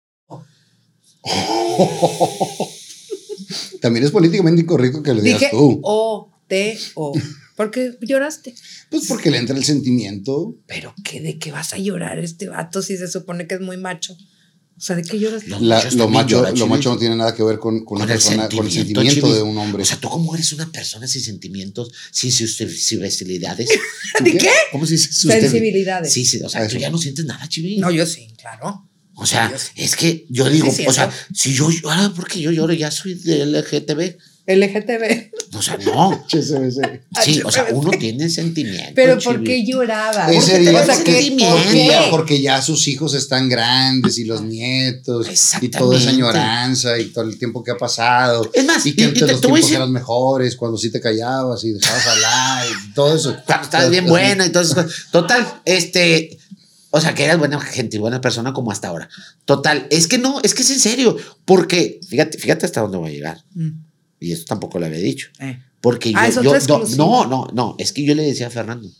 También es políticamente incorrecto que lo digas Dije tú. "Oh". O, T, O. ¿Por qué lloraste? Pues porque le entra el sentimiento. ¿Pero qué? ¿De qué vas a llorar este vato si se supone que es muy macho? O sea, ¿de qué lloras? Los La- machos lo, también macho, lloran, lo Chivis. macho no tiene nada que ver con, con una persona, con el sentimiento Chivis. de un hombre. O sea, ¿tú cómo eres una persona sin sentimientos, sin sus sensibilidades? ¿De qué? ¿Cómo se dice? Sus- Sensibilidades. Sí, sí, o sea, Eso. tú ya no sientes nada, Chivis. No, yo sí, claro. o sea, es que yo digo, Sí, o sea, siento. si yo lloro, porque yo lloro, ya soy de LGTB. LGTB. O sea, no. HSBC. Sí, o sea, uno tiene sentimientos. Pero ¿por qué Chivis. lloraba? Ese Porque- día- o sea, ese ¿qué- día- ¿por Y qué? ya, porque ya sus hijos están grandes y los nietos y toda esa Exactamente. añoranza y todo el tiempo que ha pasado. Es más, y que y- y antes te- los te voy a tiempos decir- eran mejores, cuando sí te callabas y dejabas hablar y todo eso. cuando estabas bien buena y todas esas cosas. Total, este. O sea, que eras buena gente y buena persona como hasta ahora. Total, es que no, es que es en serio. Porque, fíjate, fíjate hasta dónde voy a llegar. Mm, Y eso tampoco lo había dicho. eh. Porque Ah, es yo, otra yo- no, exclusiva. no, no, no, es que yo le decía a Fernando,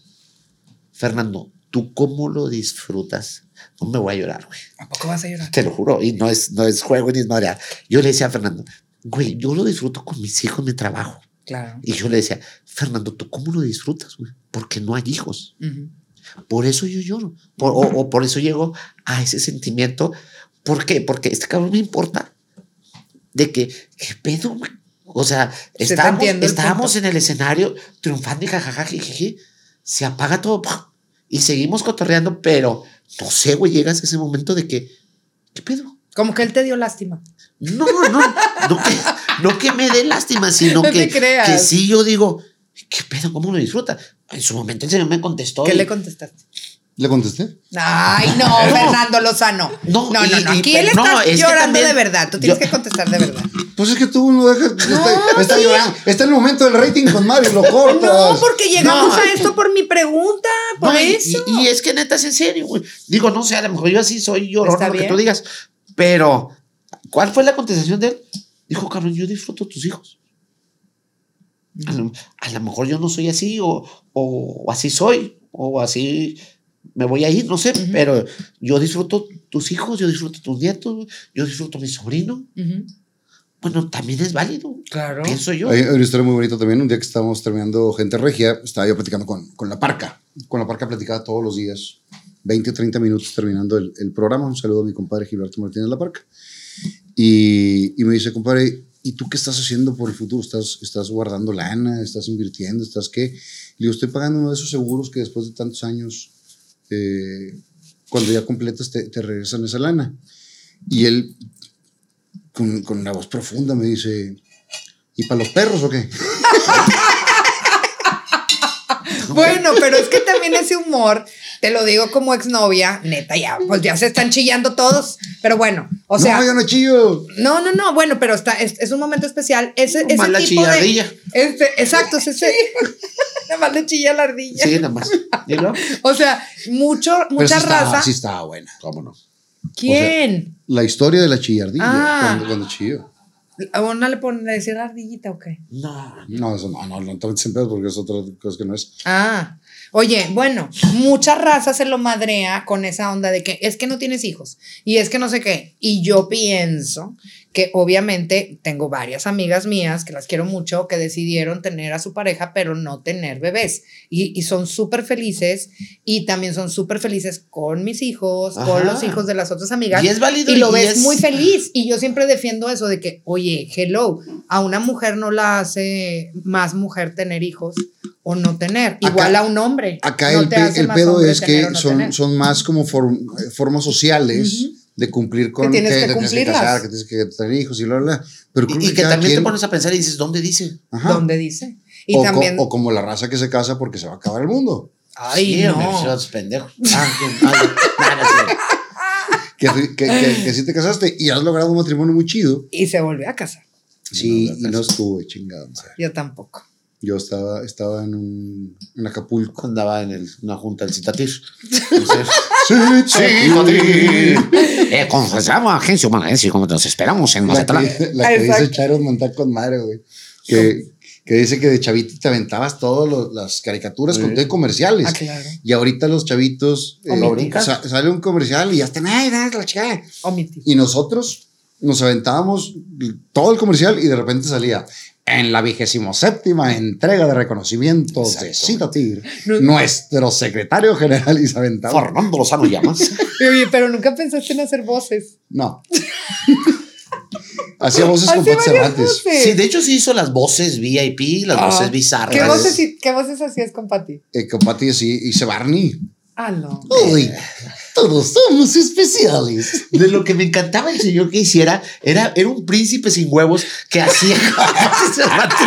Fernando, ¿tú cómo lo disfrutas? No me voy a llorar, güey. ¿A poco vas a llorar? Te lo juro, y no es, no es juego ni es madrear. Yo le decía a Fernando, güey, yo lo disfruto con mis hijos, mi trabajo. Claro. Y yo le decía, Fernando, ¿tú cómo lo disfrutas, güey? Porque no hay hijos. Ujú. Por eso yo lloro. Por- o, o por eso llego a ese sentimiento. ¿Por qué? Porque este cabrón me importa. De que, ¿qué pedo, güey? O sea, te estábamos, entiendo el estábamos punto. en el escenario triunfando y jajaja, jijiji, se apaga todo ¡pah! y seguimos cotorreando, pero no sé, güey, llegas a ese momento de que, ¿qué pedo? Como que él te dio lástima. No, no, no, no que, no que me dé lástima, sino No que, te creas. que sí yo digo, ¿qué pedo? ¿Cómo lo disfruta? En su momento el señor me contestó. ¿Qué y- le contestaste? ¿Le contesté? Ay, no, Fernando Lozano. No, No, no, y- no. y- Aquí pero él no, está es que llorando también- de verdad. Tú tienes yo- que contestar de verdad. Pues es que tú no dejas. está está llorando. Está en el momento del rating con Mario, lo cortas. No, porque llegamos No. a esto por mi pregunta. Por No, y- eso. Y, y es que neta es en serio, güey. Digo, no sé, a lo mejor yo así soy llorón, Está lo que bien. tú digas. Pero, ¿cuál fue la contestación de él? Dijo, cabrón, yo disfruto tus hijos. A lo, a lo mejor yo no soy así, o, o así soy, o así me voy a ir, no sé, pero yo disfruto tus hijos, yo disfruto tus nietos, yo disfruto mi sobrino. Ujú. Bueno, también es válido, Claro. pienso yo. Hay hay una historia muy bonita también. Un día que estábamos terminando Gente Regia, estaba yo platicando con, con la parca. Con la parca platicaba todos los días, 20, 30 minutos terminando el, el programa. Un saludo a mi compadre Gilberto Martínez La Parca. Y, y me dice, compadre, ¿y tú qué estás haciendo por el futuro? ¿Estás, estás guardando lana? ¿Estás invirtiendo? ¿Estás qué? Le digo, estoy pagando uno de esos seguros que después de tantos años, eh, cuando ya completas, te, te regresan esa lana. Y él, con, con la voz profunda, me dice, ¿y para los perros o qué? Bueno, pero es que también ese humor, te lo digo como exnovia, neta, ya, pues ya se están chillando todos. Pero bueno, o sea. no, yo no chillo. No, no, no, bueno, pero está, es, es un momento especial. Ese, ese Nomás la tipo chilla de. ardilla. Este, exacto, es ese. Nada más le chilla la ardilla. Sí, nada más. Dilo. O sea, mucho, mucha sí raza. Estaba, sí estaba buena. ¿Quién? La historia de la chillardilla, Ah. cuando, cuando chilló. ¿A una le, pon- le decía ardillita o qué? No. No, eso no, no, no te metes en pedos porque es otra cosa que no es. Ah, oye, bueno, mucha raza se lo madrea con esa onda de que es que no tienes hijos y es que no sé qué. Y yo pienso que obviamente tengo varias amigas mías que las quiero mucho que decidieron tener a su pareja pero no tener bebés y, y son súper felices y también son súper felices con mis hijos, Ajá. con los hijos de las otras amigas Y es válido y lo y ves es- muy feliz. Y yo siempre defiendo eso de que, oye, hello, a una mujer no la hace más mujer tener hijos o no tener. Acá- Igual a un hombre. Acá no el, te pe- hace el más pedo hombre es tener o que no son, tener. son más como form- eh, formas sociales de cumplir con tienes que cumplirlas. casar, que tienes que tener hijos y bla, bla. bla. Pero creo Y, y que cada también te quien- pones a pensar y dices, ¿dónde dice? Ajá. Donde dice. Y o, co- también. o como la raza que se casa porque se va a acabar el mundo. ay, Sí, hombre, no. esos pendejos. Ah, sí, ah, no, no, no, no. Que, que, que- que sí te casaste y has logrado un matrimonio muy chido. Y se volvió a casar. Sí, no, y no estuve, chingada madre. Yo tampoco. Yo estaba, estaba en, un, en Acapulco. Andaba en el- una junta del Citatir. Sí, Eh, confesamos a agencia humana, agencia, como nos esperamos en La Mazatlán. que, la que dice Exacto. Charo Montar con madre, güey. Que, que dice que de chavito te aventabas todas las caricaturas con todo y comerciales. Ah, claro. Y ahorita los chavitos. eh, ¿O lo brincas? sa- sale un comercial y ya están ahí, dale, la chica. Omití. Y nosotros nos aventábamos todo el comercial y de repente salía. En la vigésimo séptima entrega de reconocimientos de Citatir, nuestro secretario general y se aventaba. Fernando Lozano Llamas. Oye, pero nunca pensaste en hacer voces. No. Hacía voces con Hacía Pat varias Cervantes. voces. Sí, de hecho sí hizo las voces VIP, las Ah. voces bizarras. ¿Qué voces, y- ¿Qué voces hacías con Pati? Eh, con Pati sí, hice Barney. Eh. Ah, no. Uy, todos somos especiales. De lo que me encantaba el señor que hiciera era, era un príncipe sin huevos que hacía cosas de ratos,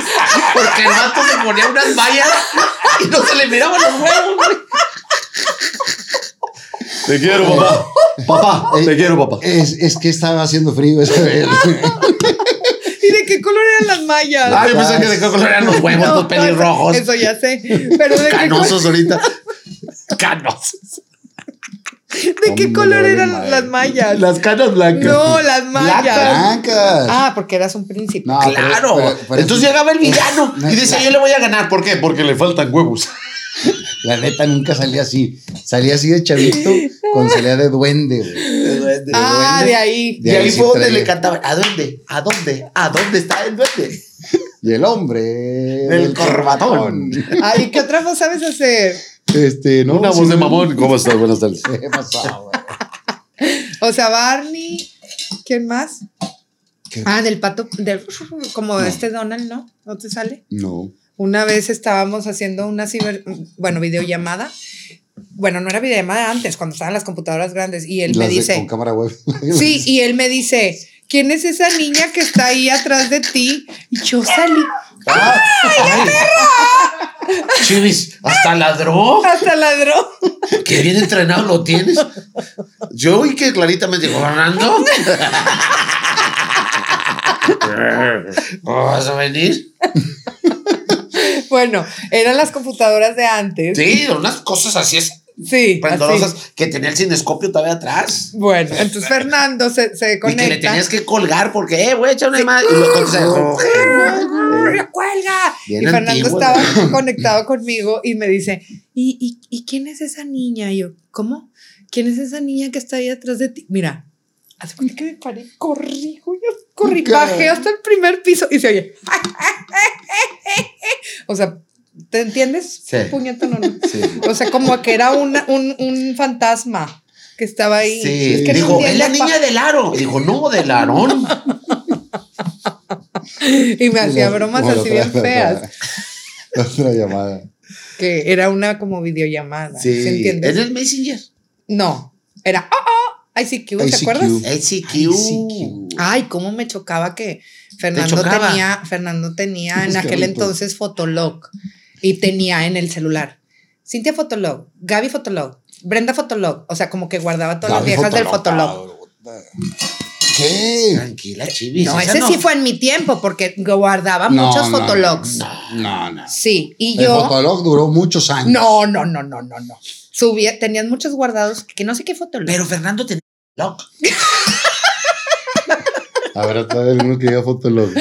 porque el vato se ponía unas vallas y no se le miraban los huevos. güey. Te quiero, papá. Papá, eh, Te quiero, papá. es, es que estaba haciendo frío esa vez. ¿Y de qué color eran las mallas? Ah, yo pensé que de qué color eran los huevos, No, los pelirrojos, Eso ya sé. Pero de qué color. canosos ahorita. Canosos. ¿De qué Hombre, color vale eran madre. las mallas? Las canas blancas. no, las mallas. Blancas. Ah, porque eras un príncipe. No, pero- Claro. pero- pero- Ah, Entonces llegaba el villano No, y decía, yo le voy a ganar. ¿Por qué? Porque le faltan huevos. La neta nunca salía así. Salía así de chavito con salía de duende. güey. ah, de ahí. De y ahí sí fue donde traía. le cantaban, ¿a dónde? ¿A dónde? ¿A dónde está el duende? Y el hombre. Del corbatón. Ay, Ah, ¿qué otra voz sabes hacer? Este, no. Una sí, voz de mamón. ¿Cómo estás? Buenas tardes. ¿Qué pasó, güey? O sea, Barney. ¿Quién más? Ah, del pato. del- como este Donald, ¿no? ¿No te sale? No. Una vez estábamos haciendo una ciber. Bueno, videollamada. Bueno, no era videollamada antes, cuando estaban las computadoras grandes. Y él me Las de- dice. Con cámara web. Sí, y él me dice, ¿quién es esa niña que está ahí atrás de ti? Y yo salí, Chivis, hasta ladró. hasta ladró. Qué bien entrenado lo tienes. Yo oí que Clarita me dijo, Fernando. ¿Vas a venir? Bueno, eran las computadoras de antes. Sí, Sí, unas cosas así Ah, esplendorosas así. que tenía el cinescopio todavía atrás. Bueno, entonces Fernando se, se Y que le conecta. tenías que colgar porque, eh, voy a echar una llamada. Y luego se dejó. ¡La cuelga! Eh, Bien y Fernando antiguo, estaba conectado conmigo y me dice, ¿Y, y, y quién es esa niña? Y yo, ¿cómo? ¿Quién es esa niña que está ahí atrás de ti? Mira, hace cuenta que me paré, corrí, güey, corrí, bajé hasta el primer piso y se oye. o sea, ¿te entiendes? Sí. Puñeta, no, no. O sea, como que era una- un, un fantasma que estaba ahí. Sí, que no dijo, es entiendo, la niña del aro. Y dijo, no, del arón. Y me hacía Como- bromas como la así otra- bien feas. la Otra llamada. que era una como videollamada. ¿Se Sí. entiende? Es el Messenger. No, era oh, oh, ICQ, ¿te ICQ. acuerdas? ICQ. Ay, cómo me chocaba que Fernando chocaba? tenía, Fernando tenía en Es que aquel ahorita- entonces Fotolog y tenía en el celular. Cintia Fotolog, Gaby Fotolog, Brenda Fotolog, o sea, como que guardaba todas las Gaby viejas del Fotolog, Fotolog. ¿Qué? Tranquila, chivis. No, esa ese sí fue en mi tiempo porque guardaba No, Ah, muchos no, Fotologs. No, no. Sí, y El yo fotolog duró muchos años. No, no, no, no, no, no. Subía, tenías muchos guardados que no sé qué Fotolog. Pero Fernando tenía lock. Habrá todavía alguno que diga fotolog.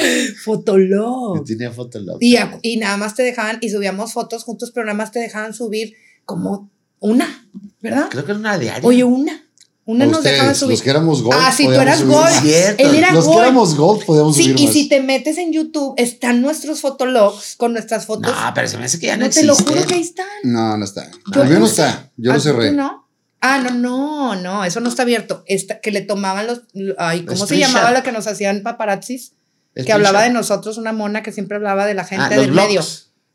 Fotolog. Tenía foto loca. Y, a- y nada más te dejaban, y subíamos fotos juntos, pero nada más te dejaban subir como una, ¿verdad? Creo que era una diaria. Oye, una. Una A nos ustedes, dejaban subir. Los que éramos golf. Ah, sí, tú podíamos eras subir golf. más. Cierto. Él era Los que golf. éramos golf podíamos Sí, subir y más. si te metes en YouTube, están nuestros fotologs con nuestras fotos. no, pero se me hace que ya no, No te existe. lo juro que ahí están. No, no está. Yo- El mío no está. Yo ¿Ah, lo tú cerré. No? Ah, no, no, no, eso no está abierto. Esta, que le tomaban los. Ay, ¿Cómo se screenshot. llamaba la que nos hacían paparazzis? Que hablaba de nosotros, una mona que siempre hablaba de la gente Ah, los del blogs. medio.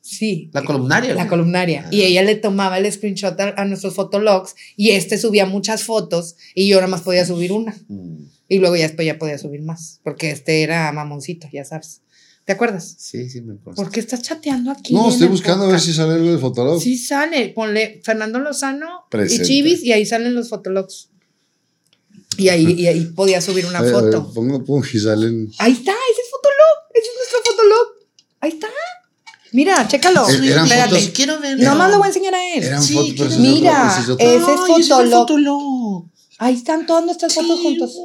Sí. La columnaria. La columnaria. Ah. Y ella le tomaba el screenshot a, a nuestros fotologs y este subía muchas fotos y yo nada más podía subir una. Mm, Y luego ya después ya podía subir más, porque este era mamoncito, ya sabes. ¿Te acuerdas? Sí, sí, me acuerdo. ¿Por qué estás chateando aquí? No, en estoy el buscando a ver podcast? si sale algo de fotolog. Sí sale, ponle Fernando Lozano Presente. y Chivis y ahí salen los fotologs. Y ahí, y ahí podía subir una A ver, a ver, foto. Eh, Pongo, pongo y salen. Ahí está, ese es fotolog, ese es nuestro fotolog. Ahí está. Mira, chécalo. Eh, eran Espérate. fotos- quiero ver. No más lo voy a enseñar a él. Eran Sí, fotos. pero quiero- ese es otro- Mira, ese es otro. ese Ay, ese es es el fotolog. fotolog. Ahí están todas nuestras fotos Sí, juntos.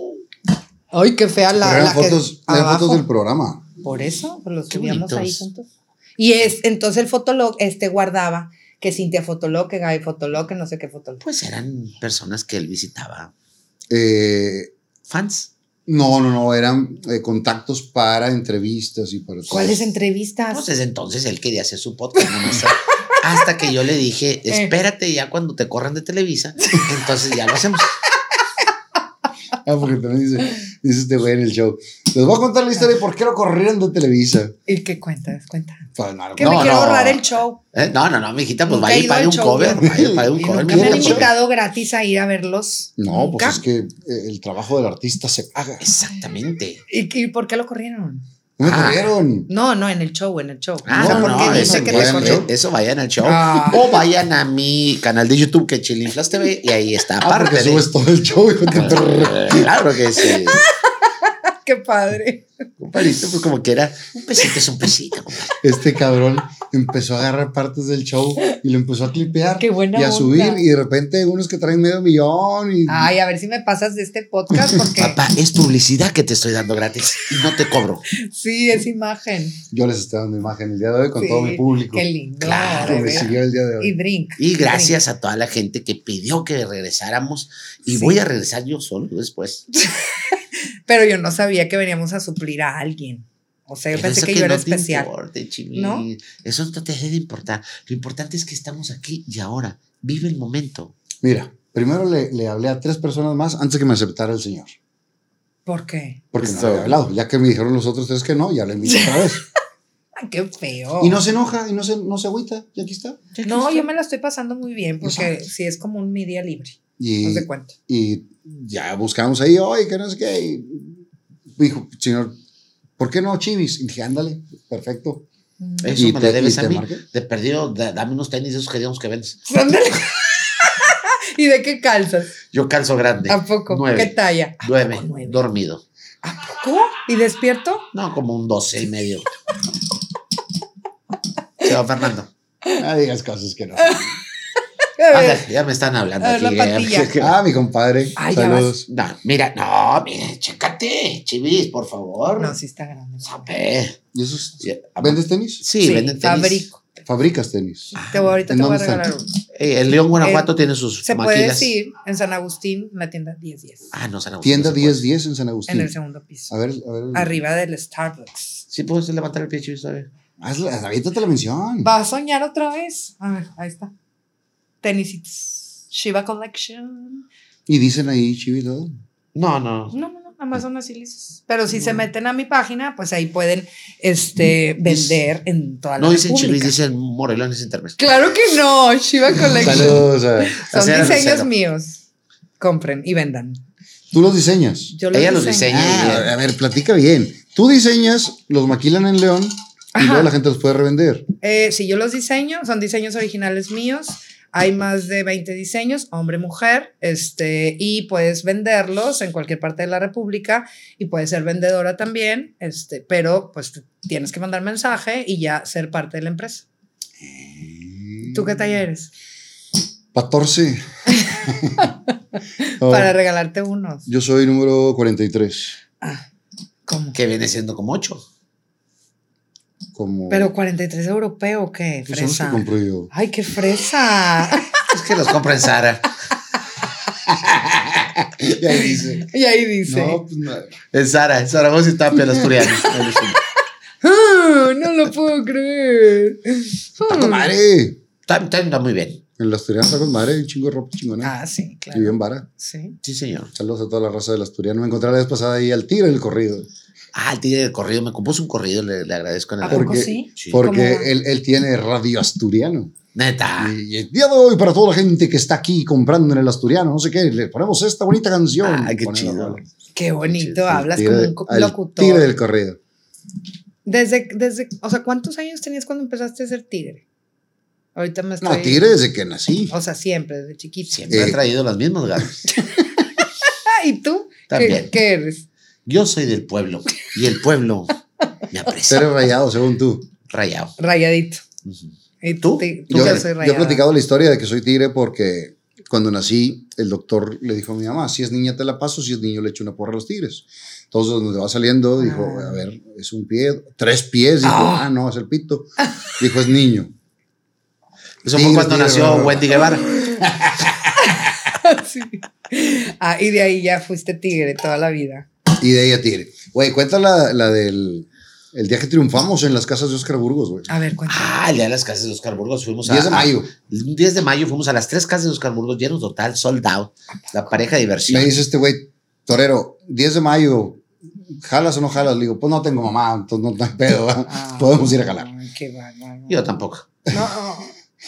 Ay, qué fea la, Pero eran la que- fotos, eran abajo. fotos del programa. Por eso, pues los Qué subíamos ahí bonitos. juntos. Y es, entonces el fotolog este guardaba que Cintia fotolog, que Gaby fotolog, que no sé qué fotolog. Pues eran personas que él visitaba. Eh, Fans. no, no, no. Eran eh, contactos para entrevistas y para. todo. ¿Cuáles entrevistas? Pues desde entonces él quería hacer su podcast. nada más. Hasta que yo le dije, Eh. espérate ya cuando te corran de Televisa, entonces ya lo hacemos. Ah, porque también dice, dice este güey en el show. Les voy a contar la historia de por qué lo corrieron de Televisa. Pues, ¿Y qué cuentas? Cuenta. Para nada. Que No, me quiero no. ahorrar el show. Eh, No, no, no, mijita, pues Nunca vaya he y ido al pague un show, cover. yo. Vaya y pague un Y cover. nunca Me Mira, han el show. invitado gratis a ir a verlos. No, Nunca. pues es que eh, el trabajo del artista se paga. Exactamente. ¿Y, y por qué lo corrieron? No me Ah. corrieron. No, no, en el show, en el show. Ah, O sea, no, porque no, dice eso, que te vayan al corrieron. show, eso vayan al show. Ah. O vayan a mi canal de YouTube que es Chilinflas TV y ahí está. Ah, Aparte porque de- subes todo el show. hijo de- Claro que sí. Qué padre. Compadrito, pues como quiera. Un pesito es un pesito. compadre. Este cabrón empezó a agarrar partes del show y lo empezó a clipear Ah, Qué buena y a onda. Ah. subir. Y de repente unos que traen medio millón y Ay, a ver si me pasas de este podcast porque Papá, es publicidad que te estoy dando gratis y no te cobro. sí, es imagen. yo les estoy dando imagen el día de hoy con Sí, todo mi público. Qué lindo. Claro, que de me veras. siguió el día de Y hoy. drink. Y gracias a toda la gente que pidió que regresáramos. Y voy a regresar yo solo después. drink. Pero yo no sabía que veníamos a suplir a alguien. O sea, yo Pero pensé eso que, yo era no te especial. importe, Chimi. ¿No? Eso no te debe de importar. Lo importante es que estamos aquí y ahora. Vive el momento. Mira, primero le, le hablé a tres personas más antes que me aceptara el señor. ¿Por qué? Porque no le Está había bien. hablado. Ya que me dijeron los otros tres que no, ya le invité otra vez. Ay, qué feo. Y no se enoja y no se, no se agüita. Y aquí está. No, yo me la estoy pasando muy bien porque Exacto. sí es como un media libre. Y, No sé cuánto. y ya buscamos ahí, oye, que no sé qué. Y dijo, señor, ¿por qué no chivis? Y dije, ándale, perfecto. Eso Y me te- lo y debes a te mí. marqué. De perdido, da- dame unos tenis de esos que digamos que vendes. Ándale. ¿Y de qué calzas? Yo calzo grande. ¿A poco? Nueve. ¿Qué talla? Nueve, poco Ah, nueve? dormido. ¿Cómo? ¿Y despierto? No, como un doce y medio. Se va Fernando. No digas cosas que no. A ver, Ándale, ya me están hablando A ver, aquí. la eh. patilla. ah, mi compadre. Ay, ya saludos. No, mira, no, mira, chécate, chivis, por favor. No, sí está grande. ¿no? Sape. ¿Y esos? Sí, ¿Vendes tenis? Sí, venden tenis. Fabrico. Fabricas tenis. Te voy, ahorita ¿en te voy a dónde están? regalar uno. Eh, el León Guanajuato tiene sus Se puede maquilas. decir en San Agustín, la tienda 1010, Ah, no, San Agustín, Tienda no se puede. 1010 en San en Agustín. el segundo piso, A ver, a ver. arriba del Starbucks. Sí, puedes levantar el pie, chivis, ¿sabes? Hazla, aviéntate la mención. ¿Va a soñar otra vez? A ver, ahí está. Tenisitos. Shiva Collection. Y dicen ahí, chivis, ¿no? No, no. No, no, no, nada más son así lisas. Pero si se meten a mi página, pues ahí pueden este, vender en toda la No dicen República. chivis, dicen morelones intermes. Claro que no, Shiva Collection. Saludos. a- Son Así era diseños Lucero. míos. Compren y vendan. Tú los diseñas. Yo Ella los diseño. diseña. Ah, a ver, platica bien. Tú diseñas, los maquilan en León y Ajá. luego la gente los puede revender. Eh, sí, yo los diseño, son diseños originales míos. Hay más de 20 diseños, hombre, mujer, este, y puedes venderlos en cualquier parte de la República y puedes ser vendedora también, este, pero pues t- tienes que mandar mensaje y ya ser parte de la empresa. ¿Tú qué talla eres? 14. Oh, Para regalarte unos. Yo soy número 43. ¿Cómo? que viene siendo como ocho. Como Pero 43 europeo, ¿qué? pues, son los que Fresa. compro yo. Ay, qué fresa. Es que los compra en Sara. Y ahí dice. y ahí dice. No, No. pues no. En Sara, en Sara, vos y Tapia, los turianos. ¡Ah! no lo puedo creer. Está con madre. Está, está- está muy bien. En las Asturianas está con madre. Un chingo de ropa chingona. Ah, sí, y claro. bien vara. Sí. Sí, señor. Saludos a toda la raza del asturiano. Me encontré la vez pasada ahí al tiro del corrido. Ah, el tigre del corrido. Me compuso un corrido, le, le agradezco. En ¿A el Porque- poco sí? Sí. Porque ¿Cómo? Ah. él, él tiene radio asturiano. Neta. Y, y el día de hoy, para toda la gente que está aquí comprando en el asturiano, no sé qué, le ponemos esta bonita canción. Ah, Ay, Ah, qué Ponen la chido. rola. Qué bonito, Sí, hablas Tira como de- un co- al locutor. Tira del corrido. Desde, desde, o sea, ¿cuántos años tenías cuando empezaste a ser tigre? Ahorita me estoy... No, tire desde que nací. O sea, siempre, desde chiquito. Siempre Eh. ha traído las mismas ganas. Ah, ¿y tú? ¿Qué- También. ¿Qué, eres? Yo soy del pueblo. Y el pueblo me aprecia. Ser rayado, según tú. Rayado. Rayadito. Ujú. ¿Y ¿Tú? ti- Yo, Yo, yo soy he rayada. platicado la historia de que soy tigre porque cuando nací, el doctor le dijo a mi mamá: si es niña te la paso, si es niño le echo una porra a los tigres. Entonces, donde va saliendo, dijo: Ah. a ver, es un pie, tres pies. Dijo: ah, no, es el pito. Dijo: es niño. Eso Tigre, fue cuando tigre, nació bárbaro. Wendy Guevara. Sí. Ah, y de ahí ya fuiste tigre toda la vida. Y de ella tigre. Güey, cuenta la, la del el día que triunfamos en las casas de Oscar Burgos, güey. A ver, cuéntame. Ah, ya las casas de Oscar Burgos fuimos a. 10 de ah, mayo. Un 10 de mayo fuimos a las tres casas de Oscar Burgos llenos total, sold out. La pareja de diversión. Me dice este güey, torero, 10 de mayo, ¿jalas o no jalas? Le digo, pues no tengo mamá, entonces no, no hay pedo, ¿va? Ah, podemos ir a jalar. Ay, qué bárbaro. Yo tampoco. No.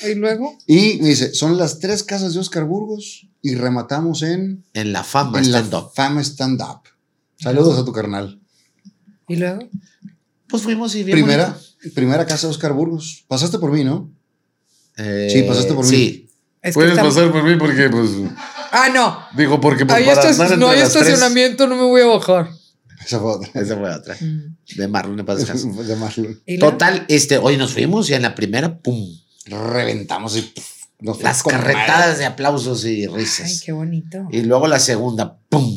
¿Y luego? Y me dice, son las tres casas de Oscar Burgos y rematamos en, En la fama, en la stand-up. fama stand-up. Saludos a tu carnal. ¿Y luego? Pues fuimos y bien Primera, bonito. primera casa de Oscar Burgos. Pasaste por mí, ¿no? Eh, Sí, pasaste por mí. Sí. Es que Puedes está- pasar por mí porque, pues, Ah, no. digo, porque pues, Ahí para está- andar no entre hay las tres- estacionamiento, no me voy a bajar. Esa fue otra. Esa fue otra. Mm. De Marlon en paz descanse. De Marlon. ¿Y luego? Total, este, hoy nos fuimos y en la primera, pum, Reventamos y pff, nos fue las con madre. carretadas de aplausos y Ay, risas. qué bonito. Y luego la segunda, pum.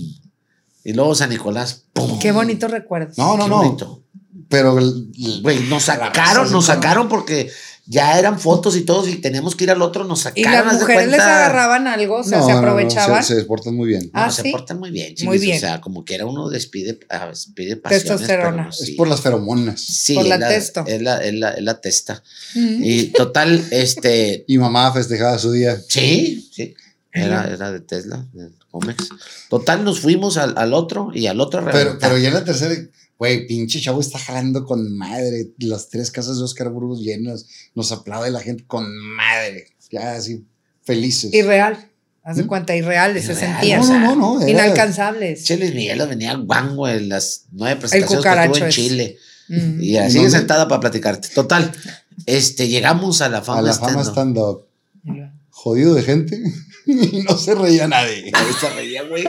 Y luego San Nicolás, pum. Qué bonitos recuerdos. No, no, Qué no. bonito. Pero el- el- Güey, nos raza sacaron, se nos sacaron porque ya eran fotos y todos y teníamos que ir al otro, nos ¿Y sacaron. las haz de mujeres les cuenta. agarraban algo? O sea, No, ¿se no, no, aprovechaban? se, se portan muy bien. No, Ah, se ¿sí? portan muy bien, Muy chiquis, bien. O sea, como que era uno despide, ah, despide pasiones. Testosterona. pero no, Es sí. por las feromonas. Sí, por es la testo. Es la, es la- es la testa. Mm. Y total, este. Y mamá festejaba su día. Sí, sí. Era, era de Tesla, de Comex. Total, nos fuimos al, al otro y al otro Pero, reventar. pero ya en la tercera, güey, pinche chavo está jalando con madre. Las tres casas de Oscar Burgos llenas. Nos aplaude la gente con madre. Ya así, felices. Irreal. Haz de ¿Mm? cuenta, irreales se Irreal. no, sentían. no, no, no. era- Inalcanzables. Chelis Miguel venía guango en las nueve presentaciones que cucaracho tuvo en es. Chile. Mm. Y ¿En así dónde? sentada para platicarte. Total, este, llegamos a la fama. A la fama stand-up. stand-up. Jodido de gente. y no se reía nadie. Ahí se reía, güey.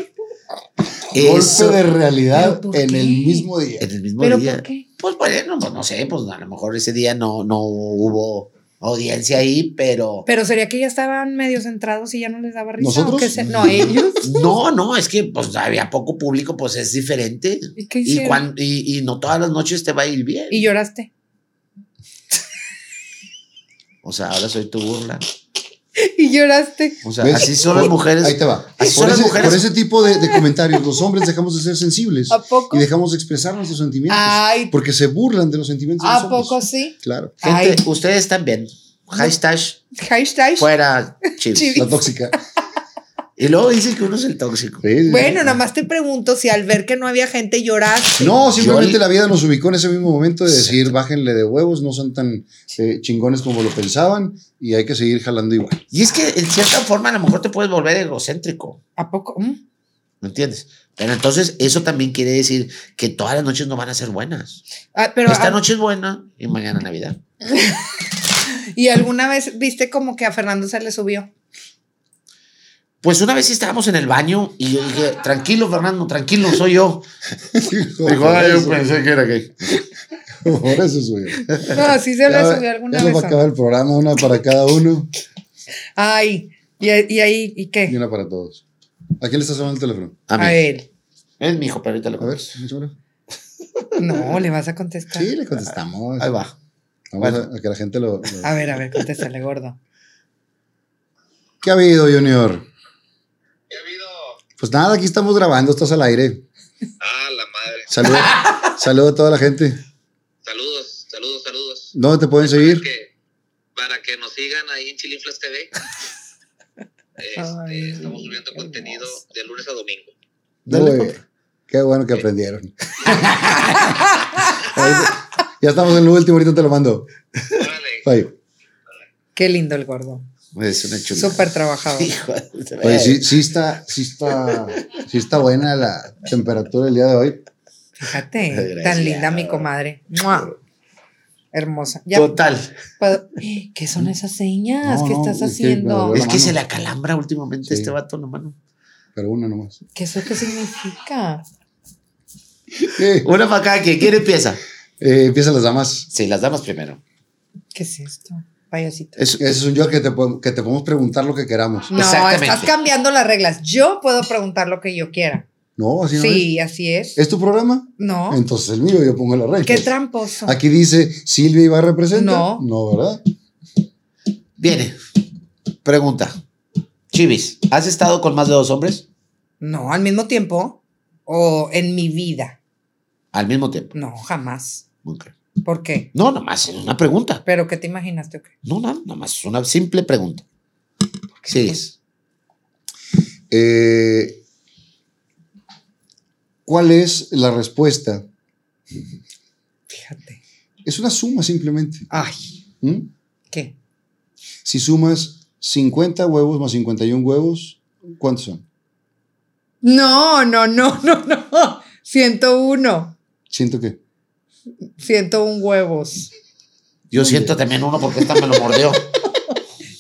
Eso, Golpe de realidad ¿Pero por en qué? el mismo día. En el mismo ¿Pero día. por qué? Pues bueno, pues no sé, pues a lo mejor ese día no, no hubo audiencia ahí, pero... Pero sería que ya estaban medio centrados y ya no les daba risa. ¿Nosotros? ¿o qué se- No, ellos. No, no, es que pues había poco público, pues es diferente. ¿Y qué Y, hicieron? Y, cuan- y, y no todas las noches te va a ir bien. lloraste. O sea, ahora soy tu burla. Y lloraste. O sea, ¿Ves? así son las Por- mujeres. Ahí te va. así Por son las ese, mujeres. por ese tipo de, de comentarios, los hombres dejamos de ser sensibles ¿A y poco? dejamos de expresar nuestros pues, sentimientos. Ay, Porque se burlan de los sentimientos de ¿a los hombres. poco sí? Claro. Gente, Ay. ustedes también. Hashtag Hashtag. fuera chips. Chivis. La tóxica. Y luego dicen que uno es el tóxico. Sí. Bueno, nada más te pregunto si al ver que no había gente lloraste. No, simplemente Yo- la vida nos ubicó en ese mismo momento de decir, bájenle de huevos, no son tan eh, chingones como lo pensaban y hay que seguir jalando igual. Y es que en cierta forma a lo mejor te puedes volver egocéntrico. ¿A poco? Mm. ¿Me entiendes? Pero entonces eso también quiere decir que todas las noches no van a ser buenas. Ah, pero, Esta ah, noche es buena y mañana Navidad. ¿Y alguna vez viste como que a Fernando se le subió? Pues una vez sí estábamos en el baño y yo dije, tranquilo, Fernando, tranquilo, soy yo. Dijo, ah, yo pensé que era gay. Por eso subió. No, sí se le Ya, subió alguna ya nos va vez. a acabar el programa, una para cada uno Ay, y, y ahí, ¿y y qué? una para todos. ¿A quién le está sonando el teléfono? A mí. A él. Es mi hijo, pero ahorita lo A ver, contesto. échamelo. No, le vas a contestar. Sí, le contestamos. Ahí va. Vamos Ah, Bueno. a, a que la gente lo. lo- A ver, a ver, contéstale, gordo. ¿Qué ha habido, Junior? ¿Qué ha habido? Pues nada, aquí estamos grabando, estás al aire. Ah, la madre. Saludos saludo a toda la gente. Saludos, saludos, saludos. ¿Dónde te pueden seguir? Para que, para que nos sigan ahí en Chilinflas TV. Este, Ay, estamos subiendo qué contenido hermoso. de lunes a domingo. Muy bien. Qué bueno Eh. que aprendieron. Ahorita- ya estamos en lo último, ahorita te lo mando. Órale. Oye, Qué lindo el gordo. Es una chulada. Súper trabajador. Hijo de- oye, sí, sí está, sí está, sí está buena la temperatura del día de hoy. Fíjate, Gracias. tan linda mi comadre. ¡Mua! Hermosa. Ya Total. puedo- Eh, ¿Qué son esas señas? No, ¿Qué no, estás es que- haciendo? Con la Es que mano. se le acalambra últimamente Sí. este vato la mano. Pero una nomás. ¿Qué eso qué significa? Eh, Una para cada quien. ¿Quién empieza? eh, empiezan las damas. Sí, las damas primero. ¿Qué es esto? Payasito. Es- Ese es un yo que te, po- que te podemos preguntar lo que queramos. No, Exactamente. estás cambiando las reglas. Yo puedo preguntar lo que yo quiera. No, así no Sí, así es. es. ¿Es tu programa? No. Entonces el mío, yo pongo la regla. Qué tramposo. Aquí dice Silvia Ibarra representa. No. No, ¿verdad? Viene. Pregunta. Chivis, ¿has estado con más de dos hombres No, al mismo tiempo o en mi vida. al mismo tiempo? No, jamás. Nunca. ¿Por qué? No, nomás es una pregunta. ¿Pero qué te imaginaste o qué? No, nada, nomás es una simple pregunta. Sigues. Eh, ¿Cuál es la respuesta? Fíjate. Es una suma simplemente. Ay, ¿Mm? ¿qué? Si sumas 50 huevos más 51 huevos, ¿cuántos son? No, no, no, no, no. 101. Siento que. 101 huevos. Yo siento también uno porque esta me lo mordió.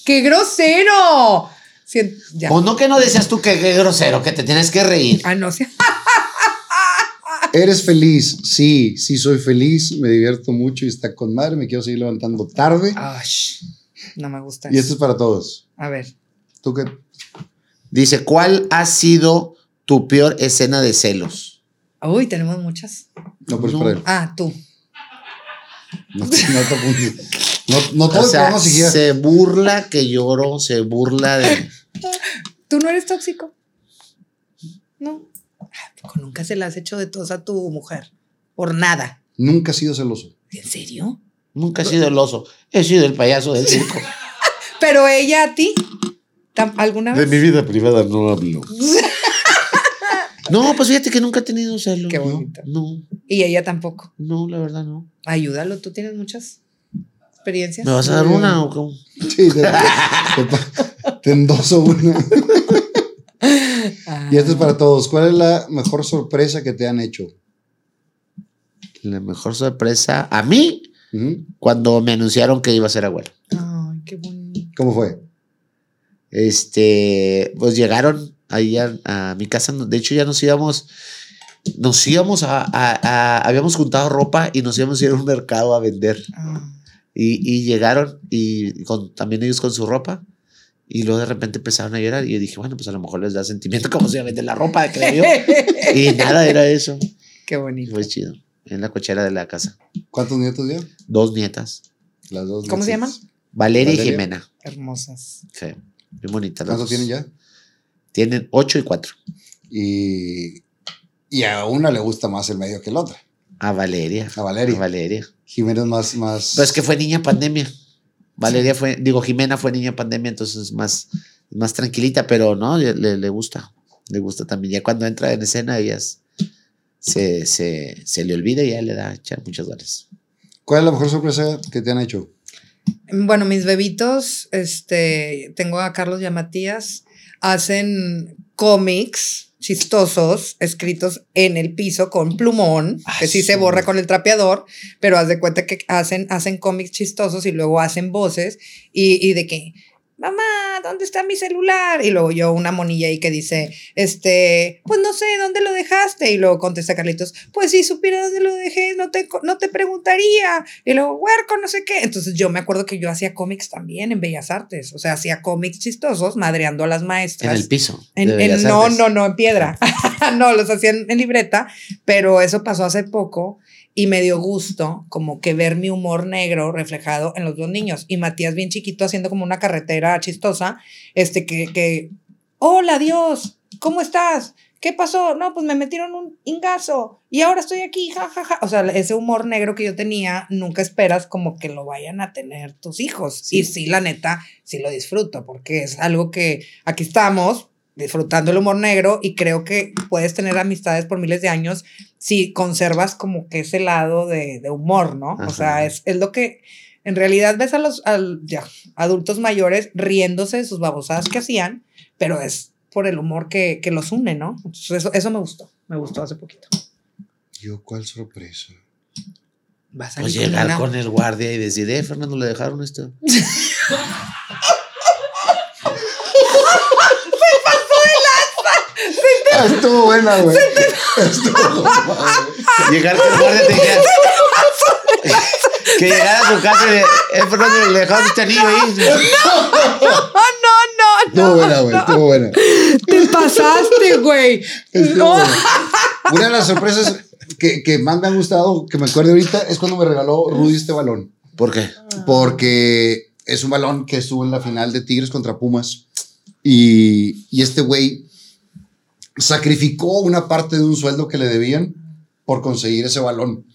¡Qué grosero! Cien- ya. O Pues no que no decías tú que qué grosero, que te tienes que reír. Ah, no, sí. ¿Eres feliz? Sí, sí soy feliz, me divierto mucho y está con madre, me quiero seguir levantando tarde. Ay, Ah, no me gusta. Y esto es para todos. A ver. ¿Tú qué? Dice, ¿cuál ha sido tu peor escena de celos? Uy, tenemos muchas. No, pero espera. Ah, tú. No, no te apuntes. No, no todo O el sea, programa seguía. se burla que lloro, se burla de... ¿Tú no eres tóxico? No. Ah, poco Nunca se la has hecho de tos a tu mujer. Por nada. Nunca he sido celoso. ¿En serio? Nunca he sido el oso, he sido el payaso del circo. Pero ella a ti. ¿Tam- ¿Alguna De vez? mi vida privada no hablo. No, pues fíjate que nunca he tenido celos. Qué no, bonito. No, Y ella tampoco. no, la verdad no. Ayúdalo, tú tienes muchas experiencias. ¿Me vas a dar una o cómo? Sí, te, te pa- te endoso una. Ah. Y esto es para todos. ¿Cuál es la mejor sorpresa que te han hecho? La mejor sorpresa a mí ¿Mm? cuando me anunciaron que iba a ser abuelo. Ay, qué bonito. ¿Cómo fue? Este, pues llegaron ahí a, a mi casa. De hecho, ya nos íbamos, nos íbamos a, a- a- habíamos juntado ropa y nos íbamos a ir a un mercado a vender. Ah. Y, y llegaron y con, también ellos con su ropa. Y luego de repente empezaron a llorar. Y yo dije, bueno, pues a lo mejor les da sentimiento como si iba a vender la ropa, creo yo. Y nada, era eso. qué Y bonito. fue chido. En la cochera de la casa. ¿Cuántos nietos dio? Dos nietas. Las dos. ¿Cómo se nietas. Valeria, Valeria. y Jimena. Hermosas. Sí. Muy bonitas. las ¿Cuántos dos. tienen ya? Tienen ocho y cuatro. Y, y a una le gusta más el medio que la otra. A Ah, Valeria. A Ah, Valeria. A Valeria. Jiménez más, más. Pues que fue niña pandemia. Valeria fue, digo, Jimena fue niña pandemia, entonces es más, más tranquilita, pero no, le, le- le gusta. Le gusta también. Ya cuando entra en escena, ella es- se, se, se le olvida y ya le da cha- muchas ganas. ¿Cuál es la mejor sorpresa que te han hecho? Bueno, mis bebitos, este, tengo a Carlos y a Matías, hacen cómics chistosos escritos en el piso con plumón, que sí se borra con el trapeador, pero haz de cuenta que hacen, hacen cómics chistosos y luego hacen voces y, y de que, mamá, ¿dónde está mi celular? Y luego yo una monilla ahí que dice, este, pues no sé, ¿dónde lo dejaste? Y luego contesta Carlitos, pues si supiera dónde lo dejé, no te, co- no te preguntaría. Y luego, huerco, no sé qué. Entonces yo me acuerdo que yo hacía cómics también en Bellas Artes, o sea, hacía cómics chistosos, madreando a las maestras. En el piso. En- de en- Bellas no, Artes. no, no, en piedra. no, los hacían en libreta, pero eso pasó hace poco y me dio gusto como que ver mi humor negro reflejado en los dos niños. Y Matías bien chiquito haciendo como una carretera chistosa, este que, que hola Dios, ¿cómo estás? ¿Qué pasó? No, pues me metieron un ingazo y ahora estoy aquí, jajaja. O sea, ese humor negro que yo tenía, nunca esperas como que lo vayan a tener tus hijos. Y sí, la neta, sí lo disfruto, porque es algo que aquí estamos disfrutando el humor negro y creo que puedes tener amistades por miles de años si conservas como que ese lado de, de humor, ¿no? O sea, es, es lo que en realidad ves a los al- ya, adultos mayores riéndose de sus babosadas que hacían, pero es por el humor que, que los une, ¿no? Entonces, eso, eso me gustó, me gustó hace poquito. Yo, cuál sorpresa. Vas a Pues llegar con el guardia y decir, eh, Fernando, le dejaron esto. Ah, Estuvo buena, güey. Llegar con el guardia te dijera- que llegara a su casa y le, eh, Fernando, le dejaron este anillo ahí. Estuvo buena, güey. Estuvo buena. Te pasaste, güey. Estuvo No. buena. Una de las sorpresas que, que más me ha gustado, que me acuerdo ahorita, es cuando me regaló Rudy este balón. ¿Por qué? Porque es un balón que estuvo en la final de Tigres contra Pumas. Y, y este güey sacrificó una parte de un sueldo que le debían por conseguir ese balón.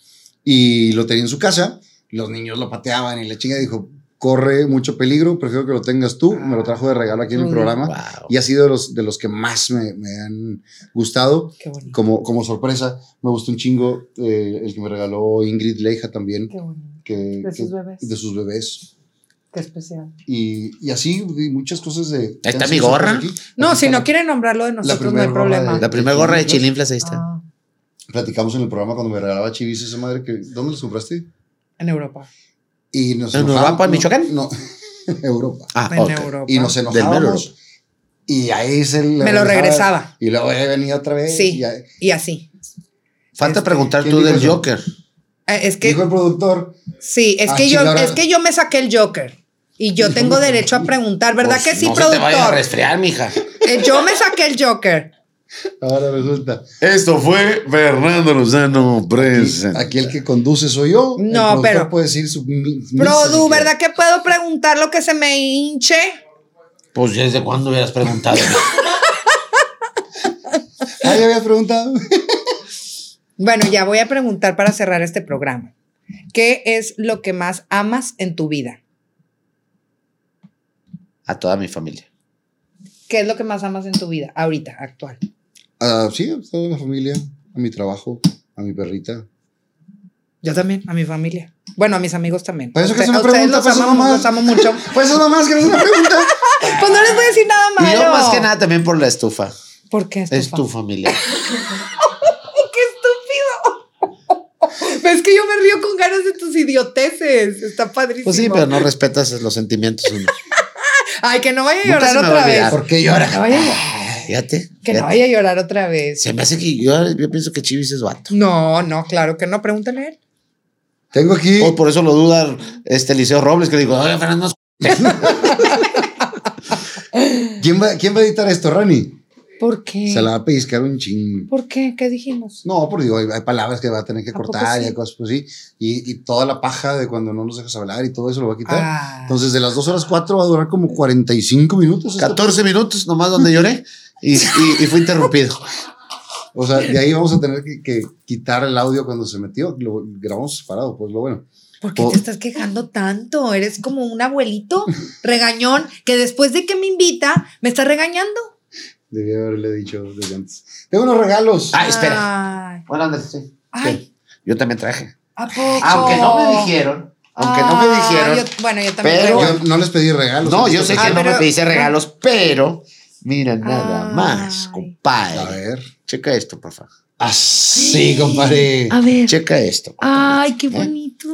Y lo tenía en su casa, los niños lo pateaban y la chinga dijo, corre mucho peligro, prefiero que lo tengas tú. Me lo trajo de regalo aquí en el Rudy, programa. Wow. Y ha sido de los, de los que más me, me han gustado. Qué bonito. Como, como sorpresa, me gustó un chingo eh, el que me regaló Ingrid Leija también, Qué bonito. que, De que- sus bebés. de sus bebés. Qué especial. Y, y así, y muchas cosas de... Ahí está de- mi gorra. aquí. No, Aquí si está no quieren nombrarlo de nosotros, no hay primera rola problema. de- La primera gorra de chilinflas, ahí está. Ah, Platicamos en el programa cuando me regalaba chivis esa madre que... ¿Dónde las compraste? en Europa. Y nos ¿En enojamos- Europa, en no, Michoacán? No, en Europa. Ah, en ok. Europa. Y nos mero enojábamos. Europa. Y ahí se... Me lo regresaba. Y luego he venido otra vez. Sí. y ya- Y así. Falta Este, preguntar ¿quién tú dijo del eso? Joker. Eh, Es que Dijo el productor, Sí, es Ah, que yo, chingada. es que yo me saqué el Joker. Y yo tengo derecho a preguntar, ¿verdad Pues, que sí, no se te vaya a productor? resfriar, mija. Eh, yo me saqué el Joker. ahora resulta... Esto fue Fernando Lozano Presa. Aquí el que conduce soy yo. el No, productor pero- Puede decir su. mi- misa, Produ, si quiere. ¿verdad que puedo preguntar lo que se me hinche? Pues desde cuándo hubieras preguntado. Ah, ya habías preguntado. Bueno, ya voy a preguntar para cerrar este programa. ¿Qué es lo que más amas en tu vida? a toda mi familia. ¿Qué es lo que más amas en tu vida ahorita, actual? Ah, sí, a toda la familia, a mi trabajo, a mi perrita. Yo también, a mi familia. Bueno, a mis amigos también. Pues eso que Usted- es una a ustedes pregunta, los pues eso amamos, nomás. los amo mucho. Pues esas mamás que no es una pregunta. Pues no les voy a decir nada malo. Y yo más que nada también por la estufa. ¿Por qué estufa? Es tu familia. ¡Qué estúpido! Pero es que yo me río con ganas de tus idioteces. Está padrísimo. Pues sí, pero no respetas los sentimientos. uno. Ay, que no vaya a Nunca llorar se me va a otra vez. olvidar. ¿Por qué llora? No vaya a llorar. Fíjate. Que fíjate. no vaya a llorar otra vez. Se me hace que yo, yo pienso que Chivis es vato. No, no, claro que no. Pregúntale a él. Tengo aquí. O por eso lo duda este Liceo Robles, que le digo, oye, Fernando, ¿Quién va, ¿Quién va a editar esto, Rani? ¿Por qué? Se la va a pellizcar un ching. ¿Por qué? ¿Qué dijimos? No, porque digo, hay, hay palabras que va a tener que ¿A poco cortar y sí? hay cosas pues sí. Y, y toda la paja de cuando no nos dejas hablar y todo eso lo va a quitar. Ah. Entonces, de las 2 horas 4 va a durar como 45 minutos. esta 14 minutos nomás donde lloré y, y- y fui interrumpido. O sea, de ahí vamos a tener que, que quitar el audio cuando se metió. Lo grabamos separado, pues lo bueno. ¿Por qué Por- te estás quejando tanto? Eres como un abuelito regañón que después de que me invita, me está regañando. Debía haberle dicho desde antes. Tengo unos regalos. Ah, espera. Ay, Bueno, Andrés, sí. ay, Yo también traje. Ah, ¿a poco? Aunque no me dijeron, aunque no me Ah, dijeron, yo- bueno, yo también. pero- traigo- Yo no les pedí regalos. No, yo sé Ah, que no me pero- ah. pediste regalos, pero mira nada Ay. más, A compadre. ver. Checa esto, por favor. Así, compadre. A ver. Checa esto. Ay, qué ¿Eh?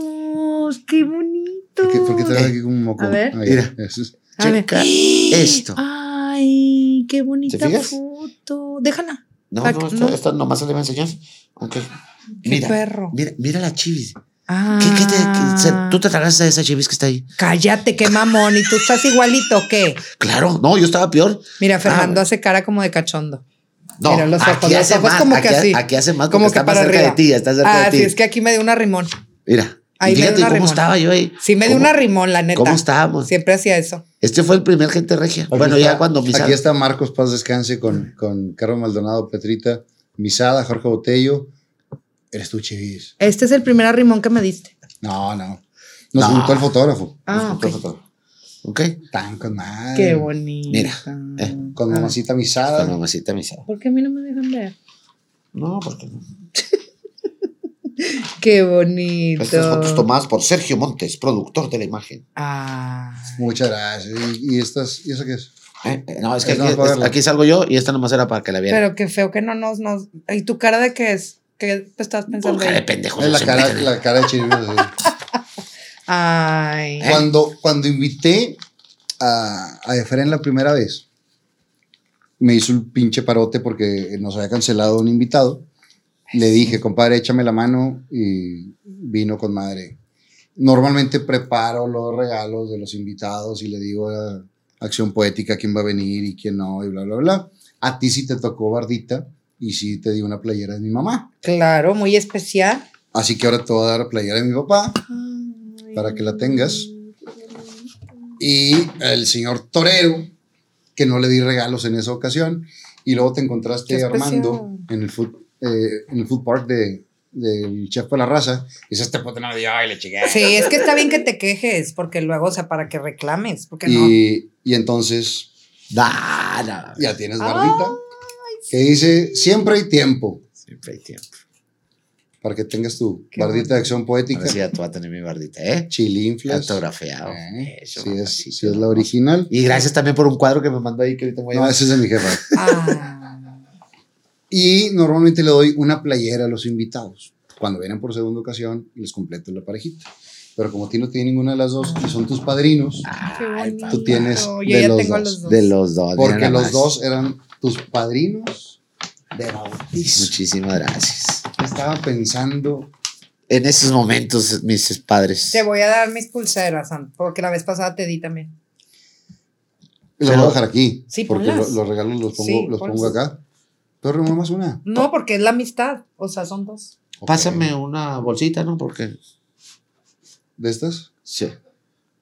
bonitos, qué bonitos. ¿Por qué, por qué te veo aquí como un moco? Eh, A ver. Ahí, Mira. eso es. A ver. Checa esto. Ay, qué ¿Te bonita fijas? foto. Déjala. No, Sac- no, esta, no. esta nomás se le va a enseñar. Ok. Mira, perro. mira, mira la chivis. Ah. ¿Qué- qué te- qué- se- ¿Tú te tragaste a esa chivis que está ahí? Cállate, qué mamón. ¿Y tú estás igualito o qué? Claro, no, yo estaba peor. Mira, Fernando Ah, hace cara como de cachondo. No, Mira los ojos, aquí los hace ojos más, como que aquí ha- así. aquí hace más porque está más cerca de ti, está cerca ah, de ti. sí, es que aquí me dio una rimón. Mira. Ahí y me dio fíjate una cómo rimón. estaba yo ahí. Sí, me dio Cómo- una rimón, la neta. ¿Cómo estábamos? Siempre hacía eso. Este fue el primer gente regia. bueno, Aquí ya está- cuando Misada. Aquí está Marcos Paz Descanse con, con Carlos Maldonado, Petrita, Misada, Jorge Botello. Eres tú, Chivis. Este es el primer rimón que me diste. No, no. Nos No. juntó el fotógrafo. Nos Ah, juntó el ok. fotógrafo. Ok. Tan con madre. Qué Ah. bonito. Ah, Mira, eh, Con mamacita Misada. Con mamacita Misada. ¿Por qué a mí no me dejan ver? No, porque pues, no. Qué bonito. Estas fotos tomadas por Sergio Montes, productor de la imagen. Ah. Muchas gracias. ¿Y, y estas? ¿Y eso qué es? Eh, eh, No, es que Es aquí, nomás para es- verla. aquí salgo yo y esta nomás era para que la vieran. Pero qué feo que no nos, nos. ¿Y tu cara de qué es? ¿Qué estás pensando? Cara de ahí? pendejo. Es la se cara, meten. la cara de Chivis. Ay. ¿Eh? Cuando, cuando invité a, a Efren la primera vez, me hizo un pinche parote porque nos había cancelado un invitado. Le dije, compadre, échame la mano y vino con madre. Normalmente preparo los regalos de los invitados y le digo a Acción Poética quién va a venir y quién no y bla, bla, bla. A ti sí te tocó bardita y sí te di una playera de mi mamá. Claro, muy especial. Así que ahora te voy a dar playera de mi papá para que la tengas. Y el señor Torero, que no le di regalos en esa ocasión. Y luego te Qué encontraste a especial. Armando en el food, eh, en el food park de, del Chef para la Raza. Y dice, este puto no me dio, y le chingué. Sí, es que está bien que te quejes, porque luego, o sea, para que reclames, porque no. Y, y entonces Da, da. ya tienes bardita Ah, que dice, siempre hay tiempo Siempre hay tiempo. para que tengas tu Qué bardita de acción poética. Ahora sí ya tú vas a tener mi bardita, ¿eh? Chilinflas. Autografiado. Eh, Eso, sí es, así sí que es la no. original. Y gracias también por un cuadro que me mandó ahí que ahorita me voy a No, llevar. ese es de mi jefa. Ah, Y normalmente le doy una playera a los invitados. Cuando vienen por segunda ocasión, les completo la parejita. Pero como a ti no tiene ninguna de las dos y son tus padrinos, qué bonito. tú tienes Yo de ya los tengo dos, los dos. De los dos. porque mira nada los más. dos eran tus padrinos de bautismo. Muchísimas gracias. Estaba pensando, En esos momentos, mis padres. Te voy a dar mis pulseras, Sam, porque la vez pasada te di también. lo Pero- voy a dejar aquí, Sí, porque lo- ponlas. los regalos los pongo, Sí, los pongo ponlas. acá. Pero nomás una. No, porque es la amistad, o sea, son dos. Ok. Pásame una bolsita, ¿no? Porque. ¿De estas? Sí.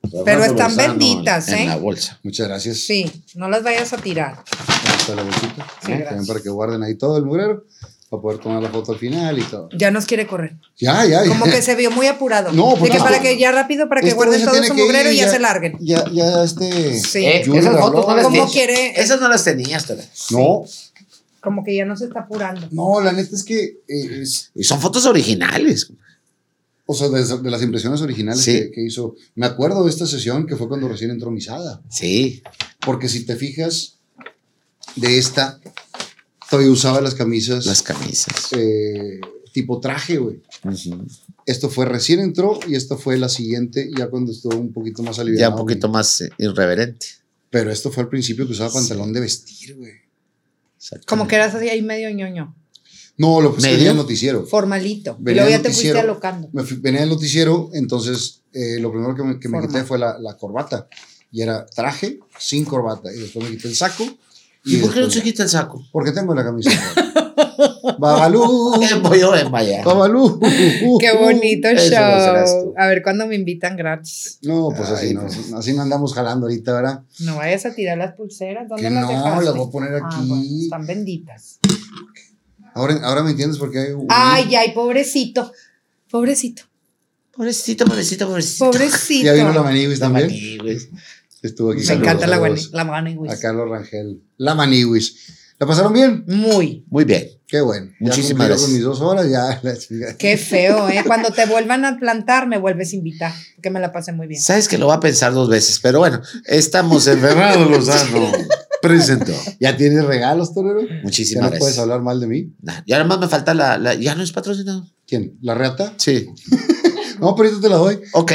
Pero Fernando están Lozano benditas, En ¿eh? la bolsa. Muchas gracias. Sí, no las vayas a tirar. Ahí está la bolsita. Sí, ¿eh? gracias. También para que guarden ahí todo el murero, para poder tomar la foto al final y todo. Ya nos quiere correr. Ya, ya, ya. Como que se vio muy apurado. No, De porque- que para que ya rápido, para que Este güey guarden se todo tiene su que ir mugrero y ya, ya. se larguen. Ya, ya, este. Sí. Eh, Yuri esas fotos habló. no las ¿Cómo tienes. quiere? Esas no las tenías, Tere. No, Como que ya no se está apurando. no, la neta es que, eh, es- Y son fotos originales. o sea, de, de las impresiones originales Sí. que, que hizo. Me acuerdo de esta sesión que fue cuando recién entró Misada. Sí. Porque si te fijas, de esta, todavía usaba las camisas Las camisas. eh, tipo traje, güey. Ujú. Esto fue recién entró y esta fue la siguiente, ya cuando estuvo un poquito más aliviado. Ya un poquito más eh, irreverente. Pero esto fue al principio que usaba pantalón de vestir, güey. Como Exactamente. que eras así ahí medio ñoño. No, lo que pasa es que ¿Medio? venía el noticiero. Formalito. Y Venía luego ya el te fuiste noticiero. alocando. me fui- venía el noticiero, entonces eh, lo primero que me, que me Formal. quité fue la, la corbata. Y era traje sin corbata. Y después me quité el saco. ¿Y por qué no después- se quita el saco? Porque tengo la camiseta. Babalú. Eh, voy yo en Maya. Babalú. Uh, Qué bonito Eso lo serás show. tú. A ver cuándo me invitan gratis. No, pues así Ay, no, así no andamos jalando ahorita, ¿verdad? No vayas a tirar las pulseras. ¿Dónde Que las no, dejaste? las voy a poner Ah, aquí. bueno, están benditas. Ahora, ahora me entiendes por qué hay un- Ay, ay, pobrecito. Pobrecito. Pobrecito, pobrecito, pobrecito. Pobrecito. Ya vino la Maniwis La también. maní, güey. Estuvo aquí. me Saludos, encanta la saludos guani- la guaniguis. A Carlos Rangel. La Maniwis. ¿La pasaron bien? Muy. Muy bien. Qué bueno. Ya cumplí yo Muchísimas gracias. con mis dos horas, ya. la chingada. Qué feo, ¿eh? Cuando te vuelvan a plantar, me vuelves a invitar. Que me la pasé muy bien. Sabes que lo va a pensar dos veces, pero bueno, estamos enfermos. Fernando Lozano presentó. ¿Ya tienes regalos, Torero? Ya Muchísimas no puedes gracias. hablar mal de mí. Nah, y además me falta la, la- ¿Ya no es patrocinado? ¿Quién? ¿La Reata? Sí. No, pero yo te la doy. Ok.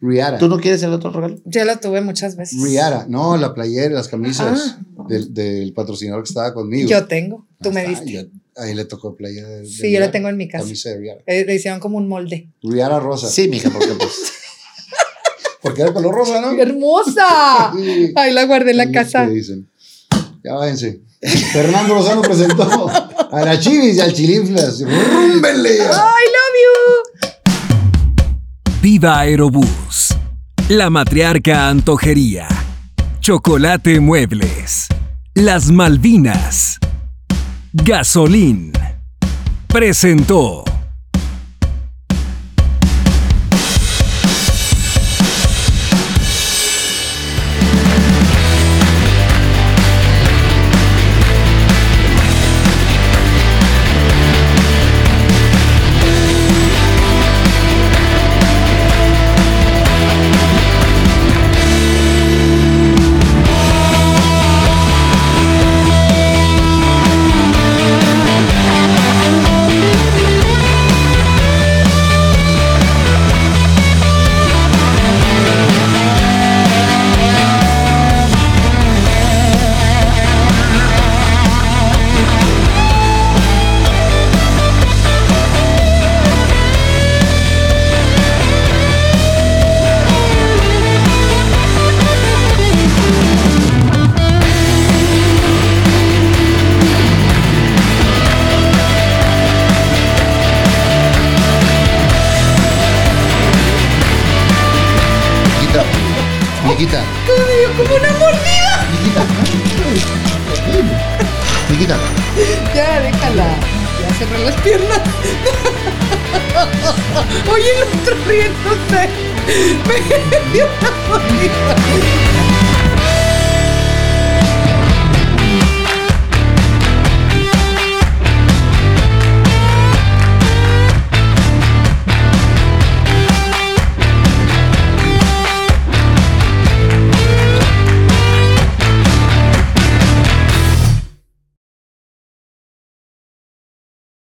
Riara. ¿Tú no quieres el otro regalo? Yo la tuve muchas veces. Riara. No, la playera, las camisas Ah. del, del patrocinador que estaba conmigo. Yo tengo. Tú me Ah, diste. yo- ahí le tocó playera. de- de sí, yo la Riara, tengo en mi casa. Camisa de Riara. Eh, Le hicieron como un molde. Riara rosa. Sí, mija, porque pues. Porque era color rosa, ¿no? ¡Hermosa! Sí. Ay, la guardé en la Sí, casa. que dicen. Ya váyanse. Fernando Lozano presentó a la Chivis y al Chilinflas. ¡Rúmbenle! I love you. Viva Aerobús. La Matriarca Antojería. Chocolate Muebles. Las Malvinas. Gasolín. Presentó. Miquita. Miquita. como una mordida. Miquita. Miquita. Ya, déjala. Ya cerró las piernas. Oye, el otro riéndose. Me dio una mordida.